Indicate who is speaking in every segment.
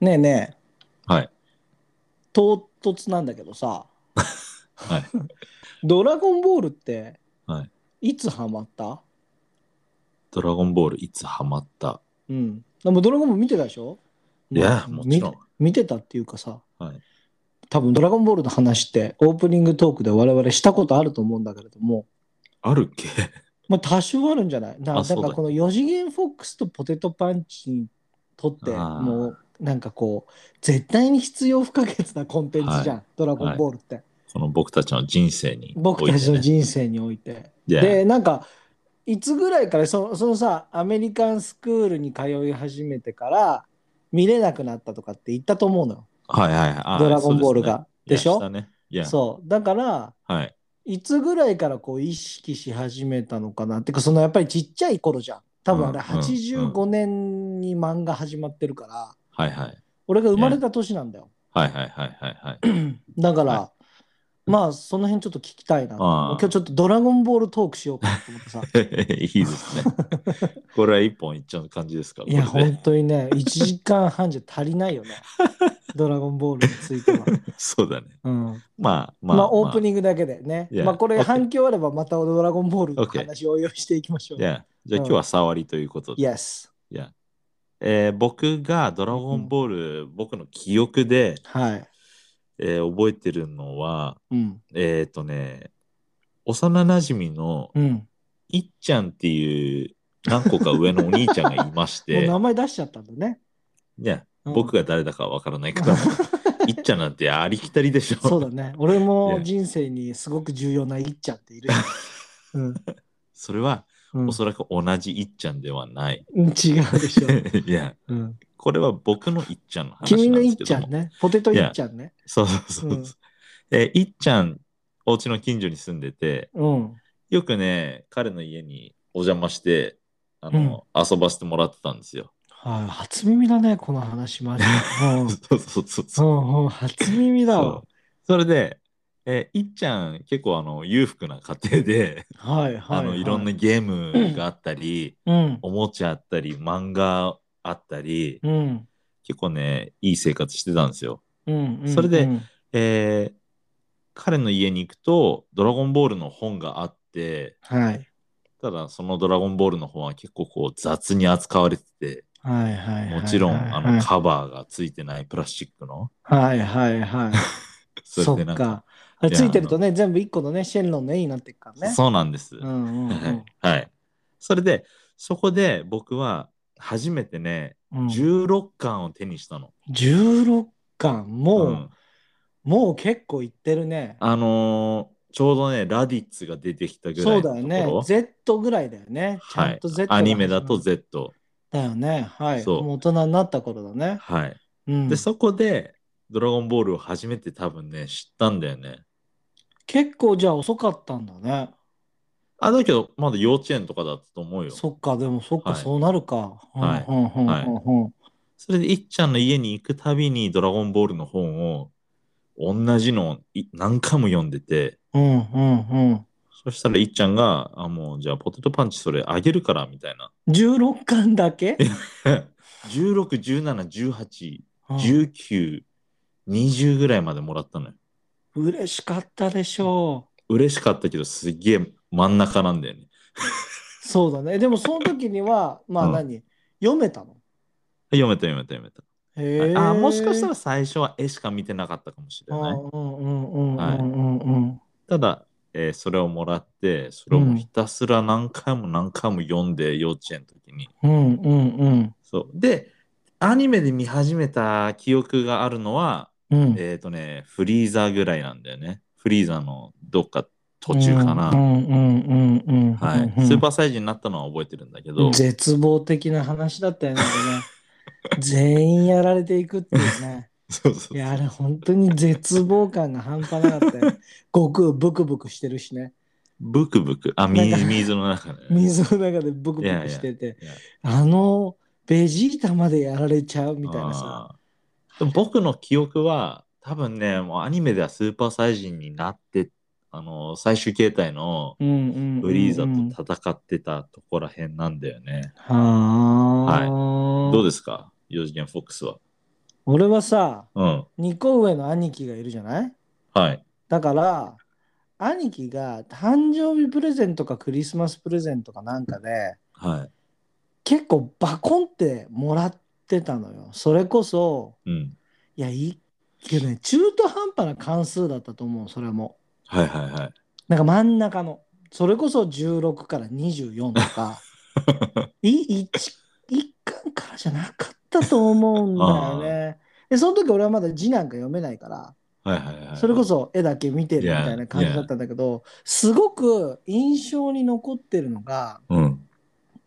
Speaker 1: ねえねえ
Speaker 2: はい。
Speaker 1: 唐突なんだけどさ
Speaker 2: はい。
Speaker 1: 「ドラゴンボール」って
Speaker 2: はい
Speaker 1: つハマった
Speaker 2: ドラゴンボールいつハマった
Speaker 1: うんでもドラゴンボール見てたでしょ
Speaker 2: い
Speaker 1: ま
Speaker 2: や
Speaker 1: あ
Speaker 2: もちろん
Speaker 1: 見て見てたっていうかさ
Speaker 2: はい。
Speaker 1: 多分「ドラゴンボール」の話ってオープニングトークで我々したことあると思うんだけれども、
Speaker 2: あるっけ
Speaker 1: まあ、多少あるんじゃないなな
Speaker 2: あ
Speaker 1: ん
Speaker 2: そうだ
Speaker 1: かこの4次元フォックスとポテトパンチにとって
Speaker 2: あー
Speaker 1: もうなんかこう絶対に必要不可欠なコンテンツじゃん、ドラゴンボールって、
Speaker 2: この僕たちの人生に
Speaker 1: 僕
Speaker 2: おいてね。
Speaker 1: たちの人生において。
Speaker 2: で
Speaker 1: でなんかいつぐらいからそそのさアメリカンスクールに通い始めてから見れなくなったとかって言ったと思うのよ
Speaker 2: はいはいはいあ。
Speaker 1: ドラゴンボールが。
Speaker 2: そう
Speaker 1: で
Speaker 2: で
Speaker 1: し
Speaker 2: しょ
Speaker 1: ょ
Speaker 2: ね。いや、
Speaker 1: そうだから
Speaker 2: はい。
Speaker 1: いつぐらいからこう意識し始めたのかなってかそのやっぱりちっちゃい頃じゃん多分あれ
Speaker 2: うんうん
Speaker 1: 85年に漫画始まってるから、
Speaker 2: はいはい。
Speaker 1: 俺が生まれた年なんだよ
Speaker 2: はいはいはいはいはい。
Speaker 1: だから、
Speaker 2: は
Speaker 1: まあその辺ちょっと聞きたいなと
Speaker 2: あ
Speaker 1: 今
Speaker 2: ー
Speaker 1: 日ちょっと「ドラゴンボールトーク」しようかなと思ってさ
Speaker 2: い いですね。 これは一本いっちゃう感じですから。
Speaker 1: いや
Speaker 2: これで
Speaker 1: 本当にね1時間半じゃ足りないよね「ドラゴンボール」については、
Speaker 2: そうだね。
Speaker 1: うん
Speaker 2: まあ
Speaker 1: ま
Speaker 2: まあ。
Speaker 1: あオープ
Speaker 2: ン
Speaker 1: ニングだけでね、
Speaker 2: Yeah
Speaker 1: まあこれ
Speaker 2: Okay
Speaker 1: 反響あればまた「ドラゴンボール」の
Speaker 2: Okay
Speaker 1: 話を応用していきましょう、
Speaker 2: いや、じゃあ
Speaker 1: うん
Speaker 2: 今日は触りということで。
Speaker 1: Yes
Speaker 2: えー僕がドラゴンボール、僕の記憶で、
Speaker 1: はい
Speaker 2: えー覚えてるのは、
Speaker 1: うん
Speaker 2: えっ、とね、幼なじみの
Speaker 1: うん
Speaker 2: いっちゃんっていう何個か上のお兄ちゃんがいまし
Speaker 1: もう
Speaker 2: て、
Speaker 1: 名前出しちゃったんだね。
Speaker 2: ね、
Speaker 1: うん
Speaker 2: 僕が誰だかわからないから、 いっちゃんなんてありきたりでしょ。
Speaker 1: そうだ ね。俺も
Speaker 2: Yeah.
Speaker 1: 人生にすごく重要ないっちゃんっている。うん
Speaker 2: それは、
Speaker 1: うん、
Speaker 2: おそらく同じいっちゃんではない。
Speaker 1: うん違うで しょ。
Speaker 2: いや、
Speaker 1: うん、
Speaker 2: これは僕のいっちゃんの話
Speaker 1: 君
Speaker 2: な
Speaker 1: の
Speaker 2: ん
Speaker 1: い
Speaker 2: で
Speaker 1: っ
Speaker 2: すけど
Speaker 1: ち
Speaker 2: も。
Speaker 1: ゃんね。ポテトいっちゃんね。
Speaker 2: そうそうそうそう
Speaker 1: うん
Speaker 2: えーいっちゃん、お家の近所に住んでて、
Speaker 1: うん。
Speaker 2: よくね、彼の家にお邪魔して、あの、遊ばせてもらってたんですよ。
Speaker 1: はい、初耳だね、この話まで。 うん
Speaker 2: そうそうそう
Speaker 1: う
Speaker 2: そう。
Speaker 1: んうん、初耳だ
Speaker 2: そ
Speaker 1: わ
Speaker 2: う。それで、えーいっちゃん、結構あの裕福な家庭で、
Speaker 1: はい はい、
Speaker 2: あのいろんな。ゲームがあったり、
Speaker 1: うん。
Speaker 2: おもちゃあったり、漫画あったり、
Speaker 1: うん。
Speaker 2: 結構ね、いい生活してたんですよ。
Speaker 1: うん。うん
Speaker 2: それで
Speaker 1: うん
Speaker 2: えー彼の家に行くと、ドラゴンボールの本があって、
Speaker 1: はい。
Speaker 2: ただそのドラゴンボールの本は結構こう雑に扱われてて、
Speaker 1: はいはいはい。
Speaker 2: もちろん
Speaker 1: はい
Speaker 2: あ
Speaker 1: はい
Speaker 2: のカバーがついてないプラスチックの。
Speaker 1: はいはいはい。
Speaker 2: そ
Speaker 1: そ
Speaker 2: れでな
Speaker 1: っ
Speaker 2: んか
Speaker 1: か。あれついてるとね、全部一個のね、シェンロンの絵になってくからね。
Speaker 2: そうなんです。
Speaker 1: うんうんうん
Speaker 2: はい。それで、そこで僕は初めてね、
Speaker 1: うん。
Speaker 2: 16巻を手にしたの。
Speaker 1: 16巻もう、
Speaker 2: うん
Speaker 1: もう結構いってるね
Speaker 2: あのーちょうどね、ラディッツが出てきたぐら
Speaker 1: そ
Speaker 2: いう
Speaker 1: だよね
Speaker 2: のところ。
Speaker 1: Z ぐらいだよねち
Speaker 2: は
Speaker 1: ゃ
Speaker 2: い
Speaker 1: んと Z が
Speaker 2: アニメだと
Speaker 1: 始まる
Speaker 2: Z。
Speaker 1: だよねはい
Speaker 2: そう
Speaker 1: もう大人になった頃だね
Speaker 2: はい。
Speaker 1: うん
Speaker 2: で、そこで、ドラゴンボールを初めて多分ね、知ったんだよね。
Speaker 1: 結構じゃあ遅かったんだね
Speaker 2: あ、だけど、まだ幼稚園とかだったと思うよ。
Speaker 1: そっかでもそっか
Speaker 2: はい
Speaker 1: そうなるか
Speaker 2: はい
Speaker 1: うんうんうんうんうん
Speaker 2: それで、いっちゃんの家に行くたびに、ドラゴンボールの本を、同じのをい何回も読んでて、
Speaker 1: うんうんうん
Speaker 2: そしたら、いっちゃんが、あ、もう、じゃあ、ポテトパンチそれあげるから、みたいな。
Speaker 1: 16巻だけ
Speaker 2: 16、17、18、19、20ぐらいまでもらったのよ。
Speaker 1: うん嬉しかったでしょう
Speaker 2: 嬉しかったけど、すげえ真ん中なんだよね。
Speaker 1: そうだねでもその時にはまあ
Speaker 2: うん
Speaker 1: 何読めたの
Speaker 2: 読めた、読めた、読めた。
Speaker 1: へえ
Speaker 2: あ、もしかしたら最初は絵しか見てなかったかもしれない。
Speaker 1: うんうんうんうんうんうん
Speaker 2: ただ、えーそれをもらって、それをもうひたすら何回も何回も読んで、幼稚園の時に。
Speaker 1: うんうんうん
Speaker 2: そう。で、アニメで見始めた記憶があるのは、
Speaker 1: うん
Speaker 2: えっ、とね、フリーザーぐらいなんだよね。フリーザーのどっか途中かな。
Speaker 1: うんうんうんうんうん。
Speaker 2: はい、スーパーサイジになったのは覚えてるんだけど、
Speaker 1: 絶望的な話だったよね。こ れね全員やられていくっていうね。
Speaker 2: そうそ
Speaker 1: いうや、あれ本当に絶望感が半端なかっ たよ。悟空ブクブクしてるしね。
Speaker 2: ブクブク、あ、み
Speaker 1: なんか
Speaker 2: 水の中で、ね。
Speaker 1: 水の中でブクブクしてて
Speaker 2: いやいやいや。
Speaker 1: あの、ベジータまでやられちゃうみたいなさ。
Speaker 2: あーでも僕の記憶は、多分ね、もうアニメではスーパーサイジになって、あの最終形態の
Speaker 1: うんうんうんうん。
Speaker 2: ブリーザと戦ってたとこら辺なんだよね。
Speaker 1: はあ。
Speaker 2: どうですか ?4 次元フォックスは。
Speaker 1: 俺はさ
Speaker 2: うん。
Speaker 1: 2個上の兄貴がいるじゃない
Speaker 2: はい。
Speaker 1: だから兄貴が誕生日プレゼントかクリスマスプレゼントかなんかで
Speaker 2: は
Speaker 1: 結構バコンってもらってたのよそれこそ
Speaker 2: い。うん。
Speaker 1: いやいいけどね中途半端な関数だったと思うそれも
Speaker 2: はいはいはい。
Speaker 1: なんか真ん中のそれこそ16から24と かい一一巻からじゃなかったと思うんだよねでその時俺はまだ字なんか読めないから
Speaker 2: はいはいはい。
Speaker 1: それこそ絵だけ見てるみたいな感じだったんだけど、すごく印象に残ってるのが、
Speaker 2: うん。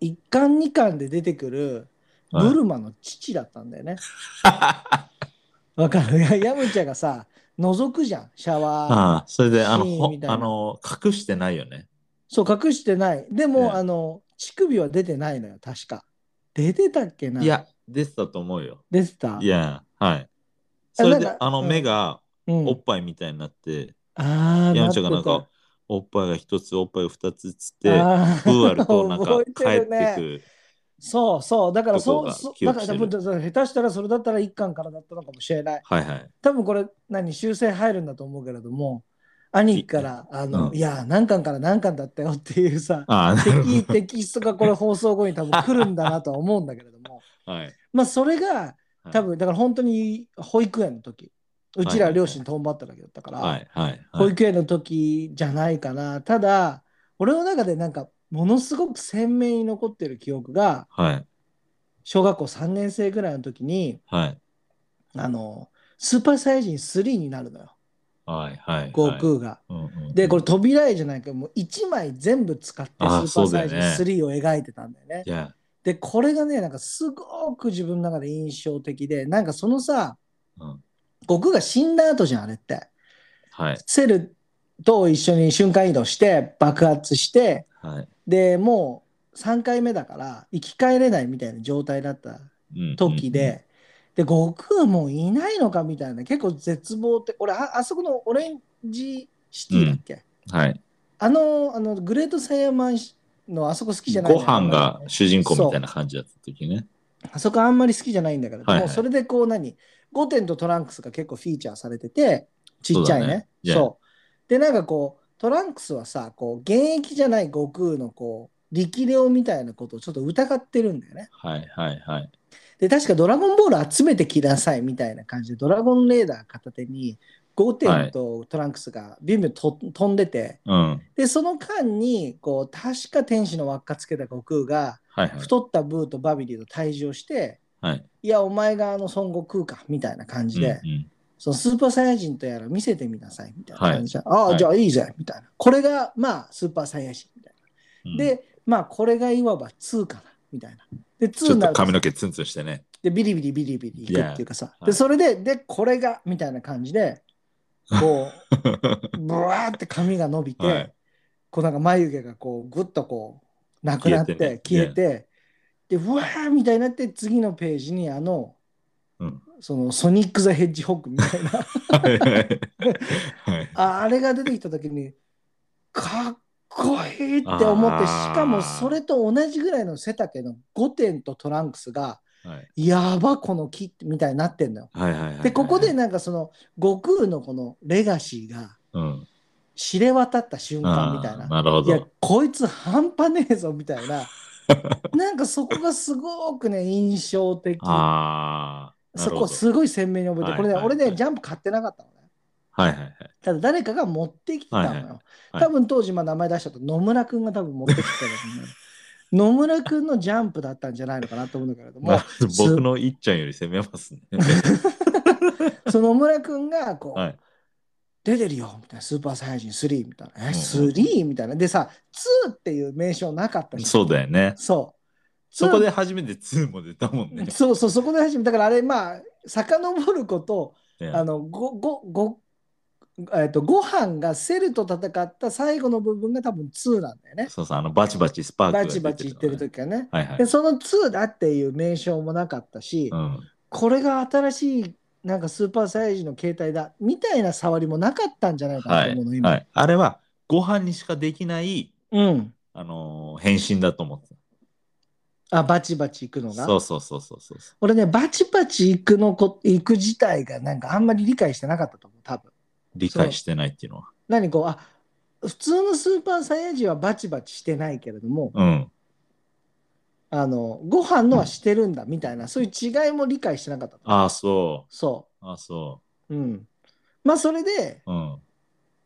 Speaker 1: 1巻2巻で出てくる
Speaker 2: はい
Speaker 1: ブルマの父だったんだよね。 わ、かるい やヤムチャがさ、覗くじゃん、シャワー。
Speaker 2: ああ、それで、あの、
Speaker 1: シーン
Speaker 2: ほ
Speaker 1: みたいな
Speaker 2: あの、隠してないよね。
Speaker 1: そう、隠してない。でも、
Speaker 2: ええ
Speaker 1: あの、乳首は出てないのよ、確か。出てたっけない
Speaker 2: い。や、出てたと思うよ。
Speaker 1: 出てた
Speaker 2: いや、はい。それで
Speaker 1: なん、か
Speaker 2: あの、
Speaker 1: うん
Speaker 2: 目が
Speaker 1: うん
Speaker 2: おっぱいみたいになって、
Speaker 1: ああ、
Speaker 2: ヤムチャがなん
Speaker 1: なっ
Speaker 2: か
Speaker 1: て、
Speaker 2: おっぱいが一つ、おっぱいが二つっつって
Speaker 1: た、あ
Speaker 2: ブ
Speaker 1: ー
Speaker 2: ーアルとなんか
Speaker 1: 覚え
Speaker 2: 帰
Speaker 1: て
Speaker 2: っ
Speaker 1: るね
Speaker 2: てく。
Speaker 1: そうそう、だから
Speaker 2: とこ
Speaker 1: そう、
Speaker 2: が
Speaker 1: そう
Speaker 2: 記
Speaker 1: だ
Speaker 2: 憶
Speaker 1: か
Speaker 2: し
Speaker 1: ら
Speaker 2: て
Speaker 1: 多
Speaker 2: る
Speaker 1: 分下手したらそれだったら1巻からだったのかもしれない。
Speaker 2: はいはい。
Speaker 1: 多分これ何修正入るんだと思うけれども兄から「あの
Speaker 2: うん
Speaker 1: いや何巻から何巻だったよ」っていう さ
Speaker 2: ああ、 なるほ
Speaker 1: いいテキストがこれ放送後に多分来るんだなとは思うんだけれども
Speaker 2: ど。はい。
Speaker 1: まあそれが多分だから本当に保育園の時うちら両親とんばっただけだったから、
Speaker 2: はいはいは
Speaker 1: 保
Speaker 2: い。
Speaker 1: 育園の時じゃないかなただ俺の中でなんかものすごく鮮明に残ってる記憶が
Speaker 2: はい
Speaker 1: 小学校3年生ぐらいの時に
Speaker 2: はい。
Speaker 1: あのスーパーサイヤ人3になるのよ
Speaker 2: はいはい。
Speaker 1: 悟空が。
Speaker 2: うんうん
Speaker 1: でこれ扉絵じゃないけどもう1枚全部使ってスー
Speaker 2: あー
Speaker 1: パー
Speaker 2: そうだ
Speaker 1: サ
Speaker 2: よ
Speaker 1: イ
Speaker 2: ね
Speaker 1: ズ3を描いてたんだよね。
Speaker 2: いや、
Speaker 1: でこれがねなんかすごく自分の中で印象的でなんかそのさ
Speaker 2: うん
Speaker 1: 悟空が死んだ後じゃんあれって。
Speaker 2: はい
Speaker 1: セルと一緒に瞬間移動して爆発して
Speaker 2: はい。
Speaker 1: でもう3回目だから生き返れないみたいな状態だった
Speaker 2: うん
Speaker 1: 時で。、で悟空もういないのかみたいな結構絶望って俺ああそこのオレンジシティだっけ、
Speaker 2: うんはい。
Speaker 1: あの、あの、グレートサイヤマンのあそこ好きじゃない
Speaker 2: ご
Speaker 1: のよ
Speaker 2: 飯が主人公みたいな感じだった時ね。
Speaker 1: あそこあんまり好きじゃないんだけど、
Speaker 2: はいはい
Speaker 1: もうそれでこう何、ゴテンとトランクスが結構フィーチャーされてて、ちっちゃい
Speaker 2: そうだ
Speaker 1: ね
Speaker 2: ね。いや
Speaker 1: そう。で、なんかこう、トランクスはさ、こう、現役じゃない悟空のこう、力量みたいなことをちょっと疑ってるんだよね。
Speaker 2: はいはいはい。
Speaker 1: で、確かドラゴンボール集めてきなさいみたいな感じで、ドラゴンレーダー片手に、ゴテンとトランクスがビュンビュンと飛んでて、
Speaker 2: うん。はい
Speaker 1: で、その間に、こう、確か天使の輪っかつけた悟空が、
Speaker 2: はい。
Speaker 1: 太ったブーとバビリーと退場して、
Speaker 2: はい。
Speaker 1: いや、お前があの孫悟空か、みたいな感じで、
Speaker 2: うんうん
Speaker 1: そのスーパーサイヤ人とやら見せてみなさい、みたいな感じで、あ
Speaker 2: は
Speaker 1: あ、
Speaker 2: い
Speaker 1: じゃあいいぜ、みたいな。これが、まあ、スーパーサイヤ人みたい
Speaker 2: うん
Speaker 1: な。で、まあ、これがいわば2かな、みたいな。で、
Speaker 2: ち
Speaker 1: 2
Speaker 2: ょっ
Speaker 1: にな
Speaker 2: と
Speaker 1: ると
Speaker 2: 髪の毛ツンツンして ね。
Speaker 1: で、ビリビリビリビリいくっていうかさ、
Speaker 2: Yeah は
Speaker 1: で、
Speaker 2: い
Speaker 1: それで、で、これが、みたいな感じで、こ う、ブワーって髪が伸びて、
Speaker 2: はい
Speaker 1: こうなんか眉毛がこうぐっとこうなくなって消え
Speaker 2: 消え
Speaker 1: て,、
Speaker 2: てね
Speaker 1: でうわーみたいになって次のページにあの、
Speaker 2: うん
Speaker 1: そのソニック・ザ・ヘッジホッグみたい な
Speaker 2: はいはいはい。
Speaker 1: ああれが出てきた時にかっこいいって思って
Speaker 2: あー
Speaker 1: しかもそれと同じぐらいの背丈の5点とトランクスが
Speaker 2: はい
Speaker 1: やばこの木みたいになってんのよ。
Speaker 2: はいはいはい。
Speaker 1: でここで、なんかその悟空のこのレガシーが
Speaker 2: うん。
Speaker 1: 知れ渡った瞬間みたい
Speaker 2: あ
Speaker 1: な
Speaker 2: ー。なるほ
Speaker 1: いや
Speaker 2: ど。
Speaker 1: こいつ半端ねえぞみたい ななんかそこがすごくね印象的
Speaker 2: ああ。
Speaker 1: そこ
Speaker 2: す。
Speaker 1: すごい鮮明に覚えてるこれね、
Speaker 2: はいはいはい
Speaker 1: 俺ねジャンプ買ってなかったのね
Speaker 2: はいはいはい。
Speaker 1: ただ誰かが持ってきてたのよ、
Speaker 2: はいはいはい
Speaker 1: 多分当時まあ名前出したと野村くんが多分持ってきてたのね 野村くんのジャンプだったんじゃないのかなと思うんだけれども
Speaker 2: な僕のいっちゃんより攻めま すね。
Speaker 1: その野村くんがこう、
Speaker 2: はい。
Speaker 1: 出てるよみたいなスーパーサイヤ人3みたいなえ
Speaker 2: んうん
Speaker 1: 3みたいなでさ2っていう名称なかったじゃん
Speaker 2: そうだよね。
Speaker 1: そう
Speaker 2: そこで初めて2も出たもんね。
Speaker 1: そうそう、そこで始めだからあれ、まあ、遡ること、
Speaker 2: ね
Speaker 1: あの、ご、ご、ご、えっと、ご飯がセルと戦った最後の部分が多分2なんだよね。
Speaker 2: そうそう、あのバチバチスパークが
Speaker 1: バ
Speaker 2: 出
Speaker 1: チ
Speaker 2: る
Speaker 1: バチ言ってる時はね。
Speaker 2: はいは い
Speaker 1: で、。その2だっていう名称もなかったし
Speaker 2: う、ん。
Speaker 1: これが新しい、なんかスーパーサイヤ人の携帯だ、みたいな触りもなかったんじゃないかな
Speaker 2: は
Speaker 1: と思うの、
Speaker 2: い。
Speaker 1: 今。
Speaker 2: はい。あれは、ご飯にしかできない、
Speaker 1: うん。
Speaker 2: あのー、変身だと思って
Speaker 1: あ、バチバチ行くのが。
Speaker 2: そうそうそうそうそうそ
Speaker 1: 俺ね、バチバチ行くのこ、行く自体がなんかあんまり理解してなかったと思う、多分。
Speaker 2: う。理解してないっていうのは。
Speaker 1: 何こう、あ、普通のスーパーサイヤ人はバチバチしてないけれども、
Speaker 2: うん。
Speaker 1: あの、ご飯のはしてるんだみたいな、そういう違いも理解してなかったと思う。
Speaker 2: ああ、そ。
Speaker 1: そう。
Speaker 2: ああ、そう
Speaker 1: うん。まあ、それで、
Speaker 2: う。うん。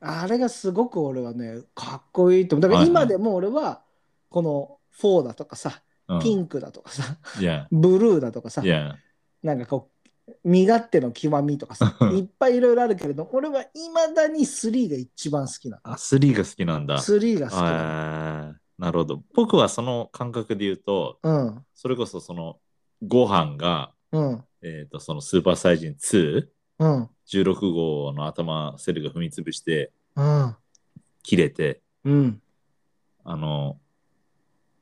Speaker 1: あれがすごく俺はね、かっこいいと思う。だから
Speaker 2: は
Speaker 1: 今
Speaker 2: いはい
Speaker 1: でも俺は、このフォーだとかさ、
Speaker 2: うん、
Speaker 1: ピンクだとかさ、
Speaker 2: いや、
Speaker 1: ブルーだとかさ、
Speaker 2: いや、
Speaker 1: なんかこう、身勝手の極みとかさ、いっぱいいろいろあるけれど、俺はいまだに3が一番好きな
Speaker 2: あ、スリーが好きなん
Speaker 1: の。
Speaker 2: だ。
Speaker 1: 3が好きな
Speaker 2: あーなるほど。僕はその感覚で言うと、
Speaker 1: の。
Speaker 2: それこそその、ご飯が、
Speaker 1: うん、うん、
Speaker 2: えっ、と、そのスーパーサイジン2、
Speaker 1: うん、
Speaker 2: 16号の頭、セルが踏み潰して、
Speaker 1: うん、
Speaker 2: 切れて、
Speaker 1: うん、
Speaker 2: あの、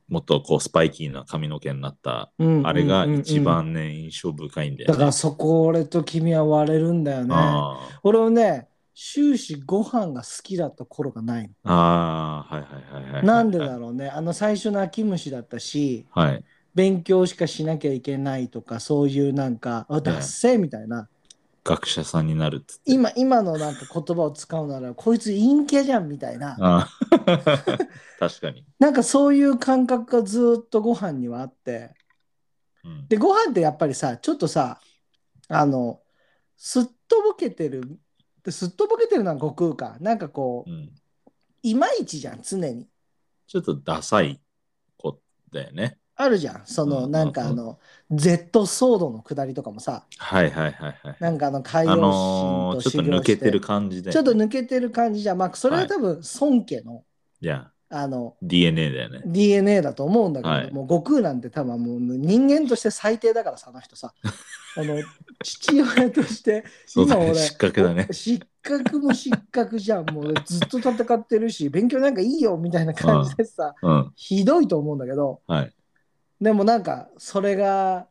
Speaker 2: もっとこう、スパイキーな髪の毛になった、
Speaker 1: うん。
Speaker 2: あれが
Speaker 1: うん
Speaker 2: 一。番ね、印象深いんだよ
Speaker 1: だ
Speaker 2: ね。
Speaker 1: からそこ俺と君は割れるんだよね。
Speaker 2: あー
Speaker 1: 俺はね、終始ご飯が好きだった頃がない
Speaker 2: あー、はいはいはいは
Speaker 1: の。
Speaker 2: い。
Speaker 1: なんでだろうね。あの最初の秋虫だったし、
Speaker 2: はい。
Speaker 1: 勉強しかしなきゃいけないとか、そういうなんか、あ、ダッセーみたいな。
Speaker 2: 学者さんになるっつって。
Speaker 1: 今、今のなんか言葉を使うなら、こいつ陰キャじゃんみたいな。
Speaker 2: あ ー確かに。
Speaker 1: なんかそういう感覚がずっとご飯にはあって。
Speaker 2: うん
Speaker 1: で、ご飯ってやっぱりさ、ちょっとさ、あの、すっとぼけてる、ですっとぼけてるのは悟空か。なんかこ
Speaker 2: う
Speaker 1: う、
Speaker 2: ん
Speaker 1: いまいちじゃん、常に。
Speaker 2: ちょっとダサい子だよね。
Speaker 1: あるじゃん。そ
Speaker 2: うんうん
Speaker 1: の、
Speaker 2: うん
Speaker 1: なんかあの、Z ソードの下りとかもさ、
Speaker 2: はいはいはいはい。
Speaker 1: なんかあの、海洋
Speaker 2: あのー
Speaker 1: 神と
Speaker 2: ちょ
Speaker 1: 修
Speaker 2: っと抜
Speaker 1: 行
Speaker 2: け
Speaker 1: してて、
Speaker 2: る感じで、
Speaker 1: ちょっと抜けてる感じじゃん。まあ、それは多分、孫家の、
Speaker 2: いや、
Speaker 1: あの、
Speaker 2: DNA だよね。
Speaker 1: DNA だと思うんだけど、
Speaker 2: はい
Speaker 1: もう悟空なんて多分もう人間として最低だからさあの人さあの父親として
Speaker 2: そうだね。
Speaker 1: 俺
Speaker 2: 失格だね。
Speaker 1: 失格も失格じゃんもうずっと戦ってるし 勉強なんかいいよみたいな感じでさ、
Speaker 2: うん。
Speaker 1: ひどいと思うんだけど
Speaker 2: はい。
Speaker 1: でもなんかそれが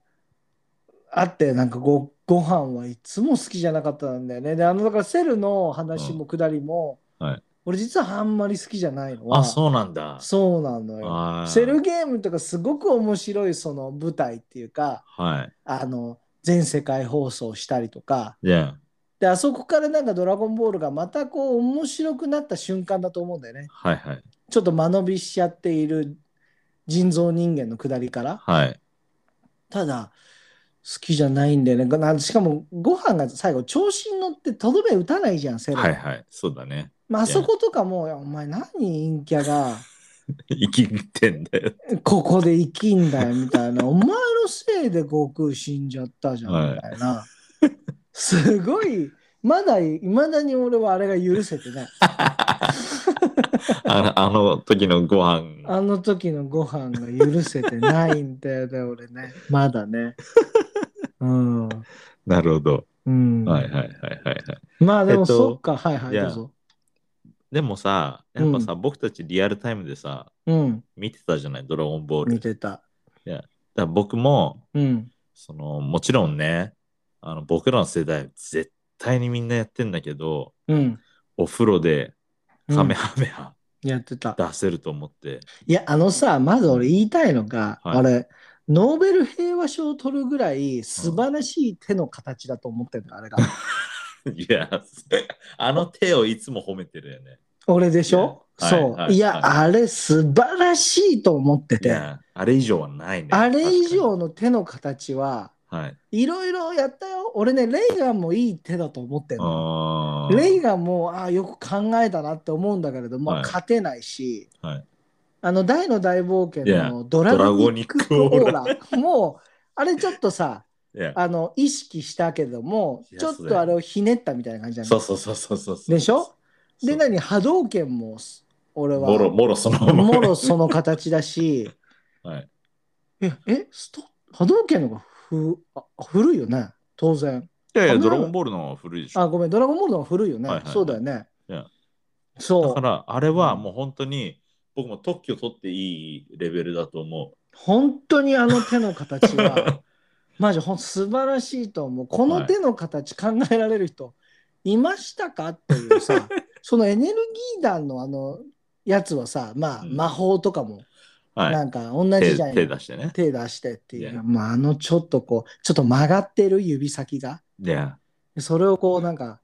Speaker 1: あってなんかごご飯はいつも好きじゃなかったんだよねであのだからセルの話もくだりも、
Speaker 2: うんはい
Speaker 1: 俺実はあんまり好きじゃないのは
Speaker 2: あ、そうなんだ。
Speaker 1: そうなのよ
Speaker 2: あー
Speaker 1: セルゲームとかすごく面白いその舞台っていうか
Speaker 2: はい。
Speaker 1: あの全世界放送したりとか
Speaker 2: じゃ
Speaker 1: であそこからなんか「ドラゴンボール」がまたこう面白くなった瞬間だと思うんだよね
Speaker 2: あ、はいはい。
Speaker 1: ちょっと間延びしちゃっている人造人間の下りから
Speaker 2: はい。
Speaker 1: ただ好きじゃないんだよねなしかもご飯が最後調子に乗ってとどめ打たないじゃんセル、
Speaker 2: はいはい。そうだね。
Speaker 1: まああそことかも「いやお前何陰キャが
Speaker 2: 生きてんだよ。
Speaker 1: ここで生きんだよみたいな、お前のせいで悟空死んじゃったじゃ
Speaker 2: はい
Speaker 1: んみたいな、すごい、まだいまだに俺はあれが許せてない。
Speaker 2: あのあの時のご飯。
Speaker 1: あの時のご飯が許せてないんだよね、俺ね、まだね。うん。
Speaker 2: なるほど。
Speaker 1: うん、
Speaker 2: はいはいはいはいはい。
Speaker 1: まあでも、
Speaker 2: えっと
Speaker 1: そっか、はいはい、
Speaker 2: いや
Speaker 1: どうぞ。
Speaker 2: でもさ、やっぱさ、僕たちリアルタイムでさ、
Speaker 1: うん、
Speaker 2: 見てたじゃない、ドラゴンボール。
Speaker 1: 見
Speaker 2: だか
Speaker 1: てた。
Speaker 2: ら僕も、
Speaker 1: うん、
Speaker 2: そのもちろんねあの僕らの世代絶対にみんなやってんだけど
Speaker 1: うん。
Speaker 2: お風呂でカメ
Speaker 1: うん
Speaker 2: ハメハ
Speaker 1: やってた。
Speaker 2: 出せると思って、
Speaker 1: いや、あのさ、まず俺言いたいのが、
Speaker 2: はい
Speaker 1: あれ、ノーベル平和賞を取るぐらい素晴らしい手の形だと思ってるの、あれが。
Speaker 2: いやあの手をいつも褒めてるよね
Speaker 1: 俺でしょ、
Speaker 2: はい
Speaker 1: そう。
Speaker 2: はい
Speaker 1: い、
Speaker 2: はい
Speaker 1: や、あれ素晴らしいと思って
Speaker 2: い
Speaker 1: て、
Speaker 2: やあれ以上はないね
Speaker 1: あれ以上の手の形は、
Speaker 2: 確かにはい
Speaker 1: いろいろやったよ。俺ね、レイガンもいい手だと思ってるの。
Speaker 2: あー
Speaker 1: レイガンも、ああ、よく考えたなって思うんだけれども、
Speaker 2: はい
Speaker 1: 勝てないし、
Speaker 2: はい
Speaker 1: あの、大の大冒険
Speaker 2: いや
Speaker 1: のドラゴニックオ
Speaker 2: ド
Speaker 1: ー
Speaker 2: ラゴニッ
Speaker 1: ラ、もう、あれちょっとさ、
Speaker 2: いや
Speaker 1: あの意識したけども
Speaker 2: いや
Speaker 1: ちょっとあれをひねったみたいな感じなん
Speaker 2: そうそうそうそうそうそう
Speaker 1: でしょ
Speaker 2: そう
Speaker 1: で何波動拳もす俺は
Speaker 2: もろもろそのまま
Speaker 1: もろその形だ し
Speaker 2: はい
Speaker 1: ええスト波動拳の方がふあ古いよね当然
Speaker 2: いやい
Speaker 1: あ
Speaker 2: や
Speaker 1: の
Speaker 2: ドラゴンボールの方が古いでしょ
Speaker 1: あごめんドラゴンボールの方が古いよね、
Speaker 2: はいはいはい
Speaker 1: そうだよね
Speaker 2: いや
Speaker 1: そ
Speaker 2: だ
Speaker 1: う
Speaker 2: からあれはもう本当に僕も特許取っていいレベルだと思
Speaker 1: 本当にあの手の形
Speaker 2: う
Speaker 1: は マジほん素晴らしいと思うこの手の形考えられる人いましたかっていう さそのエネルギー弾のあのやつはさまあ
Speaker 2: うん
Speaker 1: 魔法とかも
Speaker 2: は
Speaker 1: なんか同
Speaker 2: い。
Speaker 1: じ
Speaker 2: 手
Speaker 1: じゃん
Speaker 2: 手出してね。
Speaker 1: 手出してっていう、
Speaker 2: Yeah.
Speaker 1: まあ、あのちょっとこうちょっと曲がってる指先が
Speaker 2: で、yeah.
Speaker 1: それをこうなんか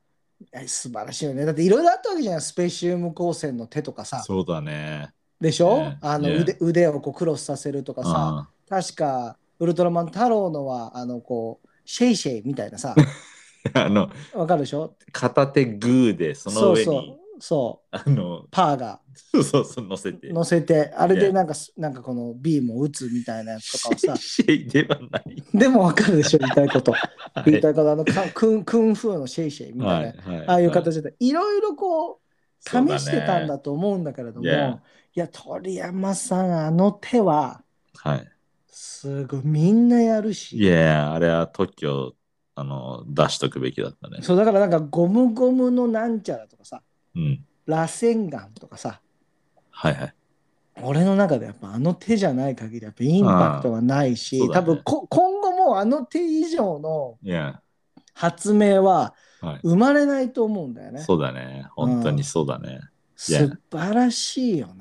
Speaker 1: え素晴らしいよねだっていろいろあったわけじゃないスペシウム光線の手とかさ
Speaker 2: そうだね。
Speaker 1: でしょ、
Speaker 2: ね
Speaker 1: あの
Speaker 2: ね
Speaker 1: 腕腕をこうクロスさせるとかさ、確かウルトラマン太郎のはあのこうシェイシェイみたいな さ
Speaker 2: うんあの、
Speaker 1: わかるでしょ
Speaker 2: 片手グーで、その
Speaker 1: そう
Speaker 2: 上に、
Speaker 1: そうそう
Speaker 2: あの、
Speaker 1: パーが
Speaker 2: そうそうそう、乗せて。
Speaker 1: 乗せてあれで
Speaker 2: Yeah.
Speaker 1: なんかすなんかこのビームを打つみたいなやつとかはさ
Speaker 2: シェイではない。
Speaker 1: でもわかるでしょ言いたいこと
Speaker 2: はい
Speaker 1: 言いたいことあのかクンクンフーのシェイシェイみたいな、
Speaker 2: はいはい
Speaker 1: ああいう形でいろいろこう試してたん
Speaker 2: そうね
Speaker 1: だと思うんだけれども、
Speaker 2: そうだね
Speaker 1: いや鳥山さんあの手は
Speaker 2: はい。
Speaker 1: すごいみんなやるし、
Speaker 2: いや、あれは特許、あの、出しとくべきだったね。
Speaker 1: そうだからなんかゴムゴムのなんちゃらとかさ
Speaker 2: うん。
Speaker 1: 螺旋岩とかさ
Speaker 2: はいはい。
Speaker 1: 俺の中でやっぱあの手じゃない限りやっぱインパクトがないし、
Speaker 2: あーそう
Speaker 1: 多
Speaker 2: だね
Speaker 1: 分こ今後もうあの手以上の
Speaker 2: いや、
Speaker 1: 発明は
Speaker 2: はい。
Speaker 1: 生まれないと思うんだよね。
Speaker 2: そうだね。本当にそうだね。
Speaker 1: 素晴らしいよね。